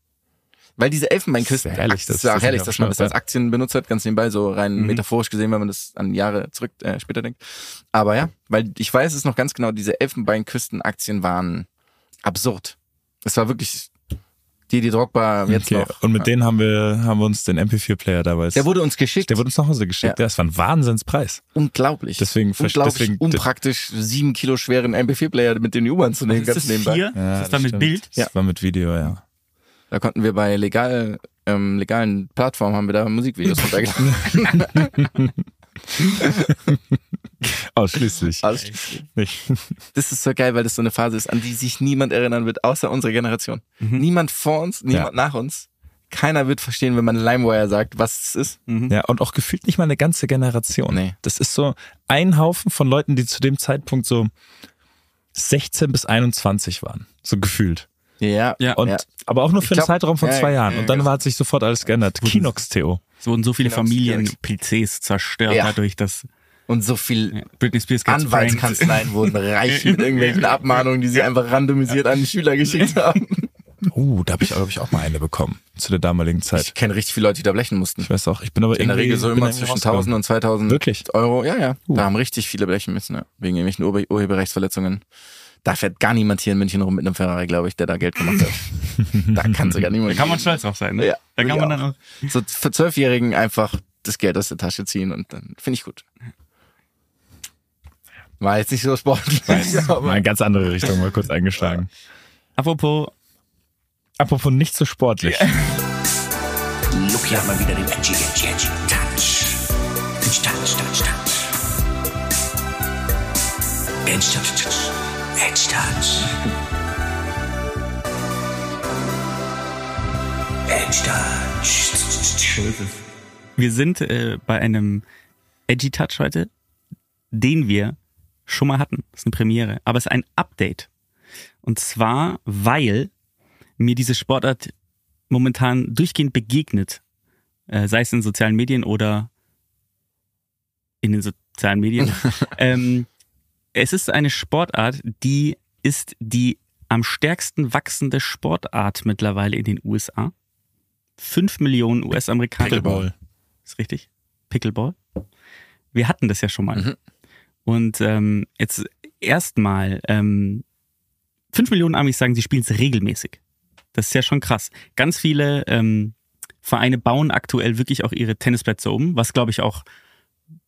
S6: Weil diese Elfenbeinküste,
S5: Das ist ja herrlich, das-
S6: das ist ja
S5: das
S6: auch
S5: hab
S6: herrlich,
S5: ich auch
S6: dass
S5: schon Mhm.
S6: man das als
S5: gehört.
S6: Aktien benutzt hat, ganz nebenbei, so rein metaphorisch gesehen, wenn man das an Jahre zurück äh, später denkt. Aber ja, weil ich weiß es noch ganz genau, diese Elfenbeinküstenaktien waren absurd. Es war wirklich, Didi Drogba jetzt
S5: Okay.
S6: noch.
S5: Und mit denen haben wir, haben wir uns den MP4-Player damals.
S6: Der wurde uns geschickt.
S5: der wurde uns nach Hause geschickt.
S6: Ja.
S5: Das war ein Wahnsinnspreis.
S6: unglaublich.
S5: Deswegen ver-
S6: unglaublich
S5: deswegen-
S6: unpraktisch, sieben Kilo schweren MP4-Player mit in die U-Bahn zu nehmen,
S4: Ist
S6: ganz
S4: das
S6: nebenbei.
S4: vier?
S5: Ja,
S4: ist das dann mit
S5: stimmt.
S4: Bild?
S5: Das war mit Video, ja.
S6: Da konnten wir bei legal, ähm, legalen Plattformen haben wir da Musikvideos runtergeladen.
S5: Ausschließlich.
S6: Alles-
S5: Nicht.
S6: Das ist so geil, weil das so eine Phase ist, an die sich niemand erinnern wird, außer unsere Generation. Niemand vor uns, niemand
S5: Mhm. Ja.
S6: nach uns. Keiner wird verstehen, wenn man LimeWire sagt, was es ist.
S5: Ja, und auch gefühlt nicht mal eine ganze Generation.
S6: Nee.
S5: Das ist so ein Haufen von Leuten, die zu dem Zeitpunkt so 16 bis 21 waren. So gefühlt.
S6: Ja.
S4: Ja.
S5: Und,
S6: Ja.
S5: Aber auch nur für
S6: glaub-
S5: einen Zeitraum von
S6: ja,
S5: zwei
S6: ja,
S5: Jahren.
S6: ja,
S5: und dann
S6: genau.
S5: war, hat sich sofort alles geändert. Kinox Theo.
S4: Es wurden so viele
S6: Genau,
S4: Familien-PCs zerstört
S6: Ja.
S4: dadurch, dass
S6: Und so viel
S4: Britney Spears gets pranked.
S6: Anwaltskanzleien wurden reich mit irgendwelchen Abmahnungen, die sie einfach randomisiert an die Schüler geschickt haben.
S5: Uh, da habe ich, glaube ich, auch mal eine bekommen. Zu der damaligen
S6: Ich
S5: Zeit.
S6: kenne richtig viele Leute, die da blechen mussten.
S5: Ich weiß auch, ich bin aber
S6: In der
S5: irgendwie-
S6: Regel so
S5: bin
S6: immer
S5: irgendwie
S6: zwischen
S5: rausgekommen.
S6: 1000 und 2000
S5: Wirklich? Uh.
S6: Euro. Ja, ja. Da haben richtig viele blechen müssen, ja. wegen irgendwelchen Urhe Urheberrechtsverletzungen. Da fährt gar niemand hier in München rum mit einem Ferrari, glaube ich, der da Geld gemacht hat. da kann sogar niemand.
S4: Da kann man stolz drauf sein, ne?
S6: Ja,
S4: da kann
S6: würde
S4: man
S6: ich
S4: dann auch.
S6: so für Zwölfjährigen einfach das Geld aus der Tasche ziehen und dann finde ich gut. War jetzt nicht so sportlich.
S5: Mal
S6: aber-
S5: in ganz andere Richtung mal kurz eingeschlagen.
S4: Apropos,
S5: Apropos nicht so sportlich.
S3: Lucky hat mal wieder den edgy, edgy, edgy Touch. Touch, touch, touch, touch. Edge, touch, touch. Edge, touch. Edge, touch.
S4: wir sind äh, bei einem Edgy Touch heute, den wir schon mal hatten. Das ist eine Premiere, aber es ist ein Update. Und zwar, weil mir diese Sportart momentan durchgehend begegnet, äh, sei es in sozialen Medien oder in den sozialen Medien. ähm, es ist eine Sportart, die ist die am stärksten wachsende Sportart mittlerweile in den USA. Fünf Millionen US-Amerikaner. Ist richtig. Pickleball. Wir hatten das ja schon mal.
S6: Mhm.
S4: Und ähm, jetzt erstmal, ähm, 5 Millionen Amis sagen, sie spielen es regelmäßig. Das ist ja schon krass. Ganz viele ähm, Vereine bauen aktuell wirklich auch ihre Tennisplätze um, was glaube ich auch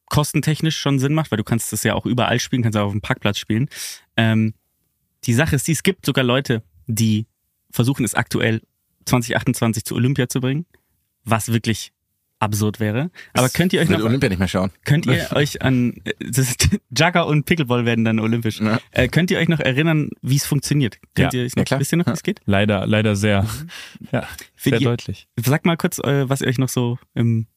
S4: kostentechnisch schon Sinn macht, weil du kannst das ja auch überall spielen, kannst auch auf dem Parkplatz spielen. Ähm, die Sache ist, die, es gibt sogar Leute, die versuchen es aktuell 2028 zu Olympia zu bringen, was wirklich absurd wäre. Aber könnt ihr euch
S6: Ich will
S4: noch
S6: Olympia nicht mehr schauen.
S4: Könnt ihr euch an äh, das ist, Jugger und Pickleball werden dann olympisch.
S6: Ja.
S4: Äh, könnt ihr euch noch erinnern, wie es funktioniert? Könnt
S5: Ja.
S4: ihr euch
S6: Ja,
S4: noch,
S6: klar.
S4: wisst ihr noch, wie es geht?
S5: Leider, leider sehr.
S6: Mhm.
S5: Ja, sehr
S4: die-
S5: deutlich.
S4: Sag mal kurz, äh, was euch noch so im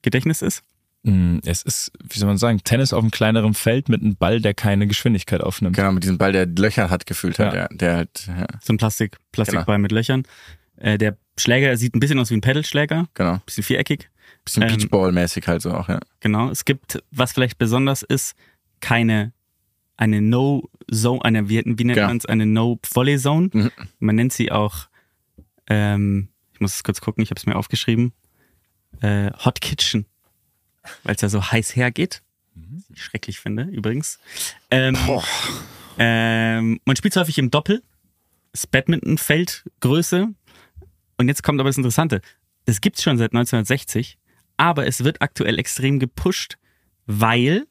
S4: Gedächtnis ist.
S5: Mm, Es ist, wie soll man sagen, Tennis auf einem kleineren Feld mit einem Ball, der keine Geschwindigkeit aufnimmt.
S6: Genau, mit diesem Ball, der Löcher hat gefühlt hat,
S5: Ja.
S6: der, der halt, ja,
S4: So ein Plastik,
S6: Genau.
S4: Plastikball mit Löchern. Äh, der Schläger sieht ein bisschen aus wie ein Pedalschläger,
S6: genau.
S4: bisschen viereckig.
S6: Bisschen
S4: Ähm,
S6: Beachball-mäßig halt so auch, ja.
S4: Genau. Es gibt, was vielleicht besonders ist, keine eine No Zone, eine wie, wie nennt
S6: Genau.
S4: man es, eine No Volley Zone.
S6: Mhm.
S4: Man nennt sie auch, ähm, ich muss es kurz gucken, ich habe es mir aufgeschrieben, äh, Hot Kitchen, weil es ja so heiß hergeht.
S6: Mhm.
S4: Was ich schrecklich finde übrigens. Ähm, ähm, man spielt es häufig im Doppel, ist Badmintonfeldgröße. Und jetzt kommt aber das Interessante. Das gibt's schon seit 1960, aber es wird aktuell extrem gepusht, weil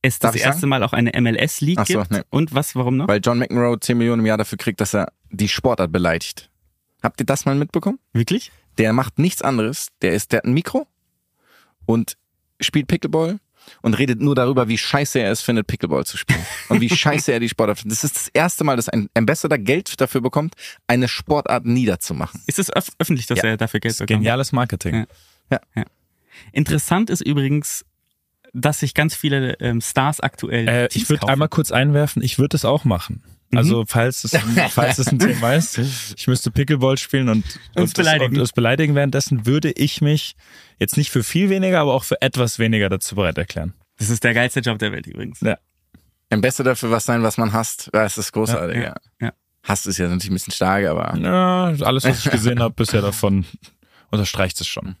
S4: es
S6: Darf
S4: das
S6: ich
S4: erste
S6: sagen?
S4: Mal auch eine MLS-League
S6: Ach so,
S4: gibt.
S6: nee.
S4: Und was, warum noch?
S6: Weil John McEnroe 10 Millionen im Jahr dafür kriegt, dass er die Sportart beleidigt. Habt ihr das mal mitbekommen?
S4: Wirklich?
S6: Der macht nichts anderes. Der ist, der hat ein Mikro und spielt Pickleball und redet nur darüber, wie scheiße er es findet, Pickleball zu spielen. Und wie scheiße er die Sportart findet. Das ist das erste Mal, dass ein Ambassador Geld dafür bekommt, eine Sportart niederzumachen.
S4: Ist es öff öffentlich, dass
S6: Ja.
S4: er dafür Geld
S5: Das ist
S4: bekommt?
S5: geniales Marketing.
S4: Ja. Interessant ist übrigens, dass sich ganz viele ähm, Stars aktuell.
S5: Äh,
S4: Teams
S5: ich würde
S4: kaufen.
S5: einmal kurz einwerfen, ich würde es auch machen. Also falls es, falls es ein Thema ist, ich müsste Pickleball spielen und
S4: Uns
S5: und,
S4: beleidigen.
S5: Das, und das beleidigen währenddessen, würde ich mich jetzt nicht für viel weniger, aber auch für etwas weniger dazu bereit erklären.
S4: Das ist der geilste Job der Welt übrigens.
S5: Ja.
S6: Ambassador für was sein, was man hasst. Das ist großartig, ja.
S4: Ja, ja, ja.
S6: Hass ist ja natürlich ein bisschen stark, aber
S5: Ja, alles, was ich gesehen habe bisher davon, unterstreicht es schon.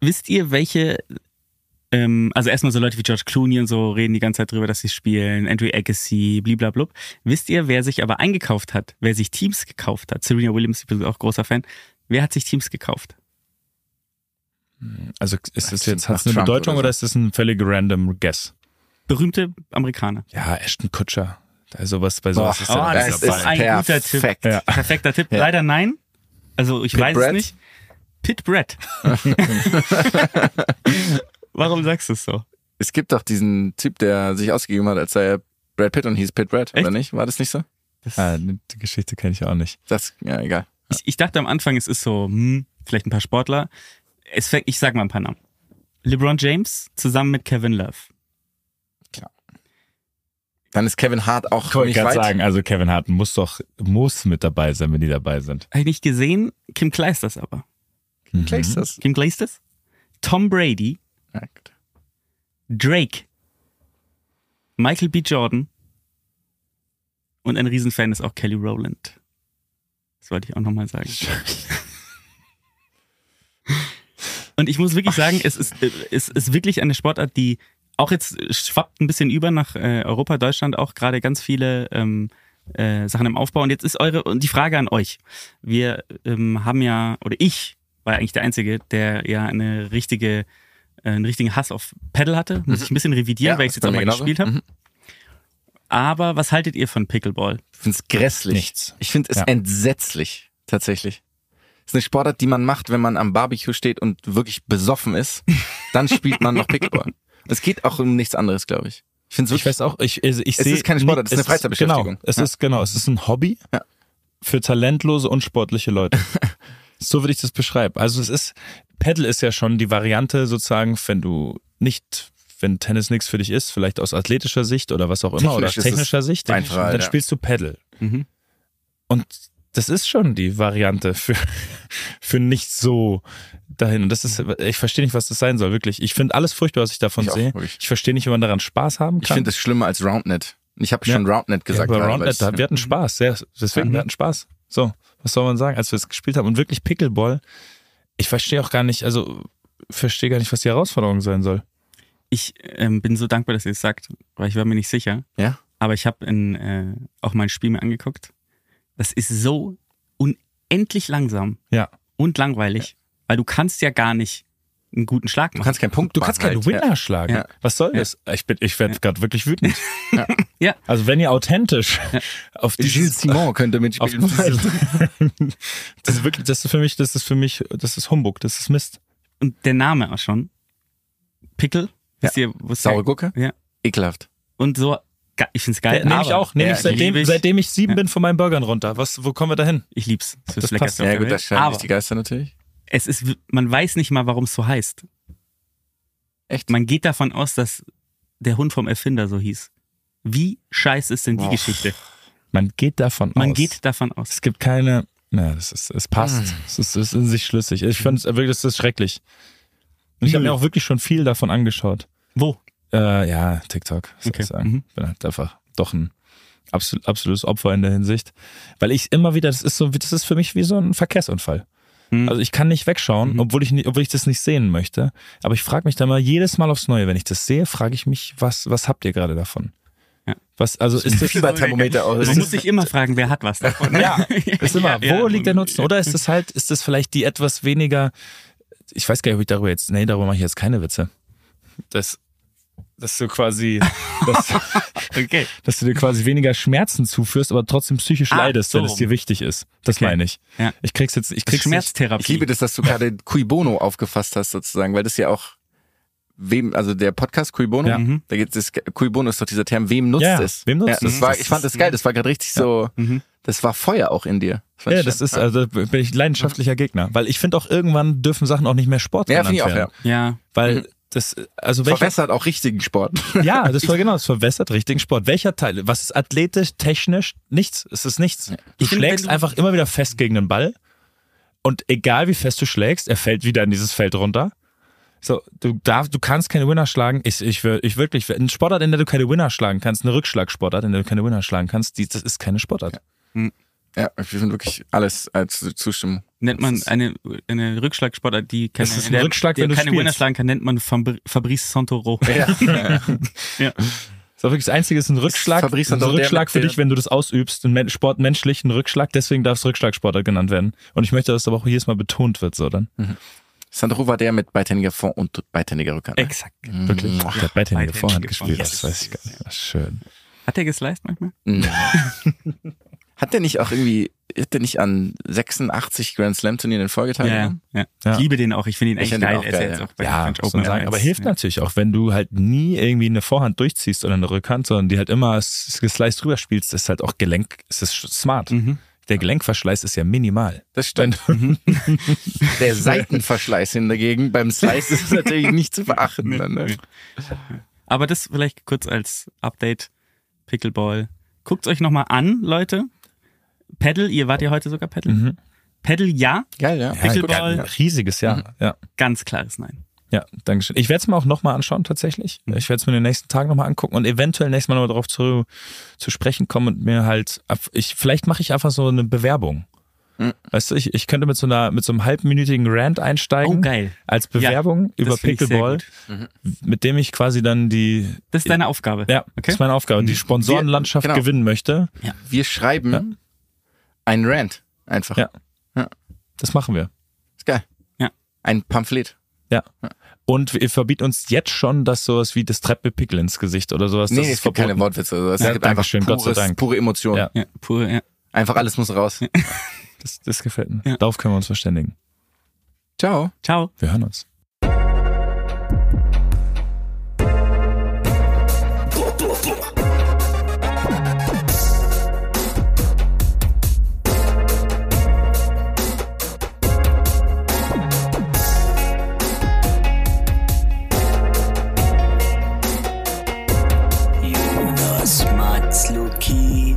S4: Wisst ihr, welche Ähm, also erstmal so Leute wie George Clooney und so reden die ganze Zeit drüber, dass sie spielen, Andrew Agassi, bliblablub. Wisst ihr, wer sich aber eingekauft hat, wer sich Teams gekauft hat? Serena Williams, ich bin auch großer Fan. Wer hat sich Teams gekauft?
S5: Also ist das jetzt, hat es
S6: Macht
S5: eine
S6: Trump
S5: Bedeutung
S6: oder
S5: oder, ist das ein völlig random Guess?
S4: Berühmte Amerikaner.
S5: Ja, Ashton Kutscher. Da ist sowas bei sowas oh, ist er
S6: ah,
S5: dabei.
S6: das ist
S4: ein guter Tipp.
S6: perfekt.
S5: Ja.
S4: Perfekter Tipp.
S6: Ja.
S4: Leider nein. Also ich
S6: Pit
S4: weiß
S6: Brett?
S4: es nicht. Pit Brett. Warum sagst du es so?
S6: Es gibt doch diesen Typ, der sich ausgegeben hat, als sei er Brad Pitt und hieß Pitt Brad,
S4: Echt?
S6: oder nicht? War das nicht so?
S5: Ah, die Geschichte kenne ich auch nicht.
S6: Das, ja, egal.
S4: Ich, ich dachte am Anfang, es ist so, hm, vielleicht ein paar Sportler. Es, fängt- ich sag mal ein paar Namen. LeBron James zusammen mit Kevin Love.
S6: Dann ist Kevin Hart auch
S5: Ich wollte
S6: nicht
S5: gerade
S6: weit.
S5: sagen, also Kevin Hart muss doch, muss mit dabei sein, wenn die dabei sind.
S4: Habe ich nicht gesehen. Kim Kleisters aber.
S6: Klingt das?
S4: Kim Kleisters? Tom Brady,
S6: Ja, gut.
S4: Drake, Michael B. Jordan und ein Riesenfan ist auch Kelly Rowland. Das wollte ich auch nochmal sagen. Und ich muss wirklich sagen, es ist, äh, es ist wirklich eine Sportart, die auch jetzt schwappt ein bisschen über nach äh, Europa, Deutschland auch gerade ganz viele ähm, äh, Sachen im Aufbau. Und jetzt ist eure und die Frage an euch: Wir ähm, haben ja oder ich war ja eigentlich der Einzige, der ja eine richtige äh, einen richtigen Hass auf Pedal hatte. Muss ich ein bisschen revidieren,
S6: Mhm. Ja,
S4: weil ich
S6: ist
S4: es jetzt
S6: bei
S4: auch
S6: mir
S4: mal
S6: genauso.
S4: gespielt habe.
S6: Mhm.
S4: Aber was haltet ihr von Pickleball?
S6: Ich finde es grässlich.
S5: Nichts.
S6: Ich finde es
S5: Ja.
S6: entsetzlich, tatsächlich. ist eine Sportart, die man macht, wenn man am Barbecue steht und wirklich besoffen ist. Dann spielt man noch Pickleball. Es geht auch um nichts anderes, glaube ich. Ich finde es
S5: Ich weiß auch, ich, also ich
S6: Es
S5: sehe.
S6: ist keine Sportart, es ist eine Freizeitbeschäftigung.
S5: Genau, es
S6: Ja.
S5: ist, genau, es ist ein Hobby
S6: Ja.
S5: für talentlose, unsportliche Leute. so würde ich das beschreiben. Also es ist, Paddle ist ja schon die Variante sozusagen, wenn du nicht, wenn Tennis nichts für dich ist, vielleicht aus athletischer Sicht oder was auch immer, oder
S6: Technisch
S5: aus
S6: ist es
S5: technischer Sicht, dann,
S6: einfacher,
S5: dann
S6: ja.
S5: spielst du Paddle. Und das ist schon die Variante für, für nicht so dahin. Und das ist, ich verstehe nicht, was das sein soll, wirklich. Ich finde alles furchtbar, was ich davon
S6: Ich auch,
S5: sehe.
S6: wirklich.
S5: Ich verstehe nicht, wie man daran Spaß haben
S6: Ich
S5: kann.
S6: finde es schlimmer als Roundnet. Ich habe
S5: Ja.
S6: schon Roundnet gesagt.
S5: Ja, aber
S6: gerade, weil
S5: Roundnet,
S6: ich-
S5: da, wir hatten Spaß. Ja, deswegen,
S6: Mhm.
S5: wir hatten Spaß. So, was soll man sagen, als wir es gespielt haben? Und wirklich Pickleball, ich verstehe auch gar nicht, also verstehe gar nicht, was die Herausforderung sein soll.
S4: Ich ähm, bin so dankbar, dass ihr es sagt, weil ich war mir nicht sicher.
S6: Ja?
S4: Aber ich habe äh, auch mein Spiel mir angeguckt. Das ist so unendlich langsam
S5: Ja.
S4: und langweilig, weil du kannst ja gar nicht einen guten Schlag
S6: Du
S4: machen.
S6: kannst keinen Punkt
S5: Du kannst
S6: machen
S5: keinen
S6: halt.
S5: Winner schlagen.
S4: Ja.
S5: Was soll das? Ich, bin, ich werde gerade wirklich wütend.
S4: Ja.
S5: Also wenn ihr authentisch auf
S6: Ja. Gilles
S5: dieses,
S6: Simon könnte
S5: auf
S6: mitspielen.
S5: dieses, das ist wirklich, das ist für mich, das ist für mich, das ist Humbug, das ist Mist.
S4: Und der Name auch schon. Pickel. Wisst ihr, wo es
S6: Saure Gurke?
S4: Ja.
S6: Ekelhaft.
S4: Und so, ge- ich find's geil.
S5: Äh, Nehme ich
S4: aber
S5: auch, nehme
S6: Ja,
S5: ich seitdem,
S4: lieb ich.
S5: seitdem ich sieben
S4: Ja.
S5: bin von meinen Burgern runter. Was, wo kommen wir da hin?
S4: Ich lieb's. Das, ist
S5: Das
S4: lecker.
S5: passt.
S6: Ja, gut, das scheiden
S4: Aber
S6: sich die Geister natürlich.
S4: es ist, w- man weiß nicht mal, warum es so heißt.
S6: Echt?
S4: Man geht davon aus, dass der Hund vom Erfinder so hieß. Wie scheiße ist denn die
S6: Wow.
S4: Geschichte?
S5: Man geht davon
S4: Man
S5: aus.
S4: geht davon aus. Ah.
S5: Es gibt keine. Na, das ist, es passt. Es, ist, es ist in sich schlüssig. Ich fand es wirklich, das ist schrecklich. Und ich habe mir auch wirklich schon viel davon angeschaut.
S4: Wo?
S5: Äh, ja, TikTok, soll
S4: Okay,
S5: ich sagen.
S4: mhm.
S5: Bin halt einfach doch ein absol absolutes Opfer in der Hinsicht. Weil ich immer wieder, das ist so, wie- das ist für mich wie so ein Verkehrsunfall.
S4: Mhm.
S5: Also ich kann nicht wegschauen, obwohl, ich, nie- obwohl ich das nicht sehen möchte. Aber ich frage mich dann mal jedes Mal aufs Neue, wenn ich das sehe, frage ich mich, was, was habt ihr gerade davon?
S4: Ja.
S5: Was, also ist das,
S6: Fieberthermometer auch.
S4: Man muss sich immer fragen, wer hat was davon.
S5: ja, ist immer,
S4: Ja,
S5: wo
S4: ja.
S5: liegt der Nutzen? Oder ist es halt, ist es vielleicht die etwas weniger, ich weiß gar nicht, ob ich darüber jetzt, nee, darüber mache ich jetzt keine Witze. Das, dass du quasi, dass,
S4: Okay.
S5: dass du dir quasi weniger Schmerzen zuführst, aber trotzdem psychisch
S4: Ah,
S5: leidest,
S4: so
S5: wenn es
S4: rum.
S5: dir wichtig ist. Das
S4: Okay.
S5: meine ich.
S4: Ja.
S5: Ich krieg's jetzt, ich krieg's nicht.
S4: Schmerztherapie.
S6: Ich liebe das, dass du gerade Cui Bono aufgefasst hast, sozusagen, weil das ja auch wem, also der Podcast Cui Bono,
S5: Ja. Mhm.
S6: da gibt es, Cui Bono ist doch dieser Term, wem nutzt
S5: Ja,
S6: es?
S5: wem nutzt
S6: das
S5: es?
S6: War,
S5: Das
S6: ich fand das geil, das war gerade richtig so, das war Feuer auch in dir.
S5: Mhm.
S6: fand
S5: Ja,
S6: ich
S5: das
S6: schön.
S5: ist, also da bin ich leidenschaftlicher Gegner. Weil ich finde auch irgendwann dürfen Sachen auch nicht mehr Sport
S6: Ja,
S5: genannt
S6: finde ich auch,
S5: werden.
S6: ja.
S4: Ja.
S5: Weil das, also welcher
S6: Verwässert auch richtigen Sport.
S5: Ja, das war genau, das verwässert richtigen Sport. Welcher Teil? Was ist athletisch, technisch? Nichts. Es ist nichts. Du
S4: Ich find,
S5: schlägst
S4: wenn du-
S5: einfach immer wieder fest gegen den Ball. Und egal wie fest du schlägst, er fällt wieder in dieses Feld runter. So, du darfst, du kannst keine Winner schlagen. Ich, ich, wür- ich wirklich, eine Sportart, in der du keine Winner schlagen kannst, eine Rückschlagsportart, in der du keine Winner schlagen kannst, die, das ist keine Sportart.
S6: Ja, ich finde wirklich alles als Zustimmung.
S4: nennt man eine, eine Rückschlagsportart, die keine,
S5: Es ist ein
S4: der,
S5: Rückschlag,
S4: der
S5: wenn du
S4: keine
S5: spielst.
S4: Winner schlagen kann, nennt man Fabri Fabrice Santoro. Ja. ja.
S5: Das war wirklich das Einzige, ist ein Rückschlag.
S6: Fabrice
S5: ein
S6: hat doch der
S5: Rückschlag
S6: mit
S5: für
S6: der-
S5: dich, wenn du das ausübst, ein men- sportmenschlichen Rückschlag. Deswegen darf es Rückschlagsportart genannt werden. Und ich möchte, dass das aber auch jedes Mal betont wird, so dann.
S6: Sandro war der mit beidhändiger Vor- und beidhändiger Rückhand.
S4: Exakt.
S5: Wirklich. Der hat beidhändige
S4: Beidhändige
S5: Vorhand
S4: Vorhand.
S5: gespielt,
S4: Yes.
S5: das weiß ich gar nicht. Ach, schön.
S4: Hat der gesliced manchmal?
S6: Mhm. Hat der nicht auch irgendwie, hat der nicht an 86 Grand Slam Turnieren in Folge teilgenommen?
S4: ja.
S5: Ja.
S4: Ich liebe den auch. Ich finde ihn
S6: Ich
S4: echt
S6: finde ihn
S4: geil.
S6: auch
S4: Er ist
S6: geil,
S4: ja jetzt
S6: ja.
S4: auch bei
S5: Ja,
S4: French
S5: muss man
S4: Open
S5: sagen.
S4: als-
S5: Aber hilft natürlich auch, wenn du halt nie irgendwie eine Vorhand durchziehst oder eine Rückhand, sondern die halt immer s- gesliced rüber spielst, ist halt auch Gelenk, es ist sch- smart. Der Gelenkverschleiß ist ja minimal.
S6: Mhm. Das stimmt. Der Seitenverschleiß hingegen beim Slice ist natürlich nicht zu beachten. dann, ne?
S4: Aber das vielleicht kurz als Update. Pickleball. Guckt euch nochmal an, Leute. Paddle, ihr wart ja heute sogar Paddle.
S5: Mhm.
S4: Paddle ja,
S6: Geil, ja.
S4: Pickleball.
S5: Ja, riesiges
S6: Mhm.
S5: Jahr. Ja.
S4: ganz klares Nein.
S5: Ja, danke schön. Ich werde es mir auch nochmal anschauen, tatsächlich.
S4: Mhm.
S5: Ich werde es mir den nächsten Tag nochmal angucken und eventuell nächstes Mal nochmal drauf zu, zu sprechen kommen und mir halt, ich, vielleicht mache ich einfach so eine Bewerbung.
S4: Mhm.
S5: Weißt du, ich, ich könnte mit so einer, mit so einem halbminütigen Rant einsteigen.
S4: Oh, geil.
S5: Als Bewerbung
S4: das
S5: über
S4: find ich sehr
S5: Pickleball, mit dem ich quasi dann die,
S4: Das ist deine Aufgabe.
S5: ja, das
S4: okay. Mhm.
S5: ist meine Aufgabe, die Sponsorenlandschaft
S6: Wir- genau.
S5: gewinnen möchte.
S6: Wir schreiben einen Rant einfach.
S5: Ja. Das machen wir.
S6: Ist geil.
S4: Ja.
S6: Ein Pamphlet.
S5: Ja. Und wir verbieten uns jetzt schon, dass sowas wie das Treppe Pickel ins Gesicht oder sowas.
S6: Nee,
S5: das
S6: es gibt keine Wortwitze. Also es
S5: Ja,
S6: gibt einfach
S5: Dankeschön, Gott sei
S6: pures,
S5: Dank.
S6: pure Emotion.
S5: Ja.
S4: ja, pure, ja.
S6: Einfach alles muss raus.
S5: Das, das gefällt mir.
S4: Ja.
S5: Darauf können wir uns verständigen.
S6: Ciao.
S4: Ciao.
S5: Wir hören uns.
S3: Jonas Matz Luki.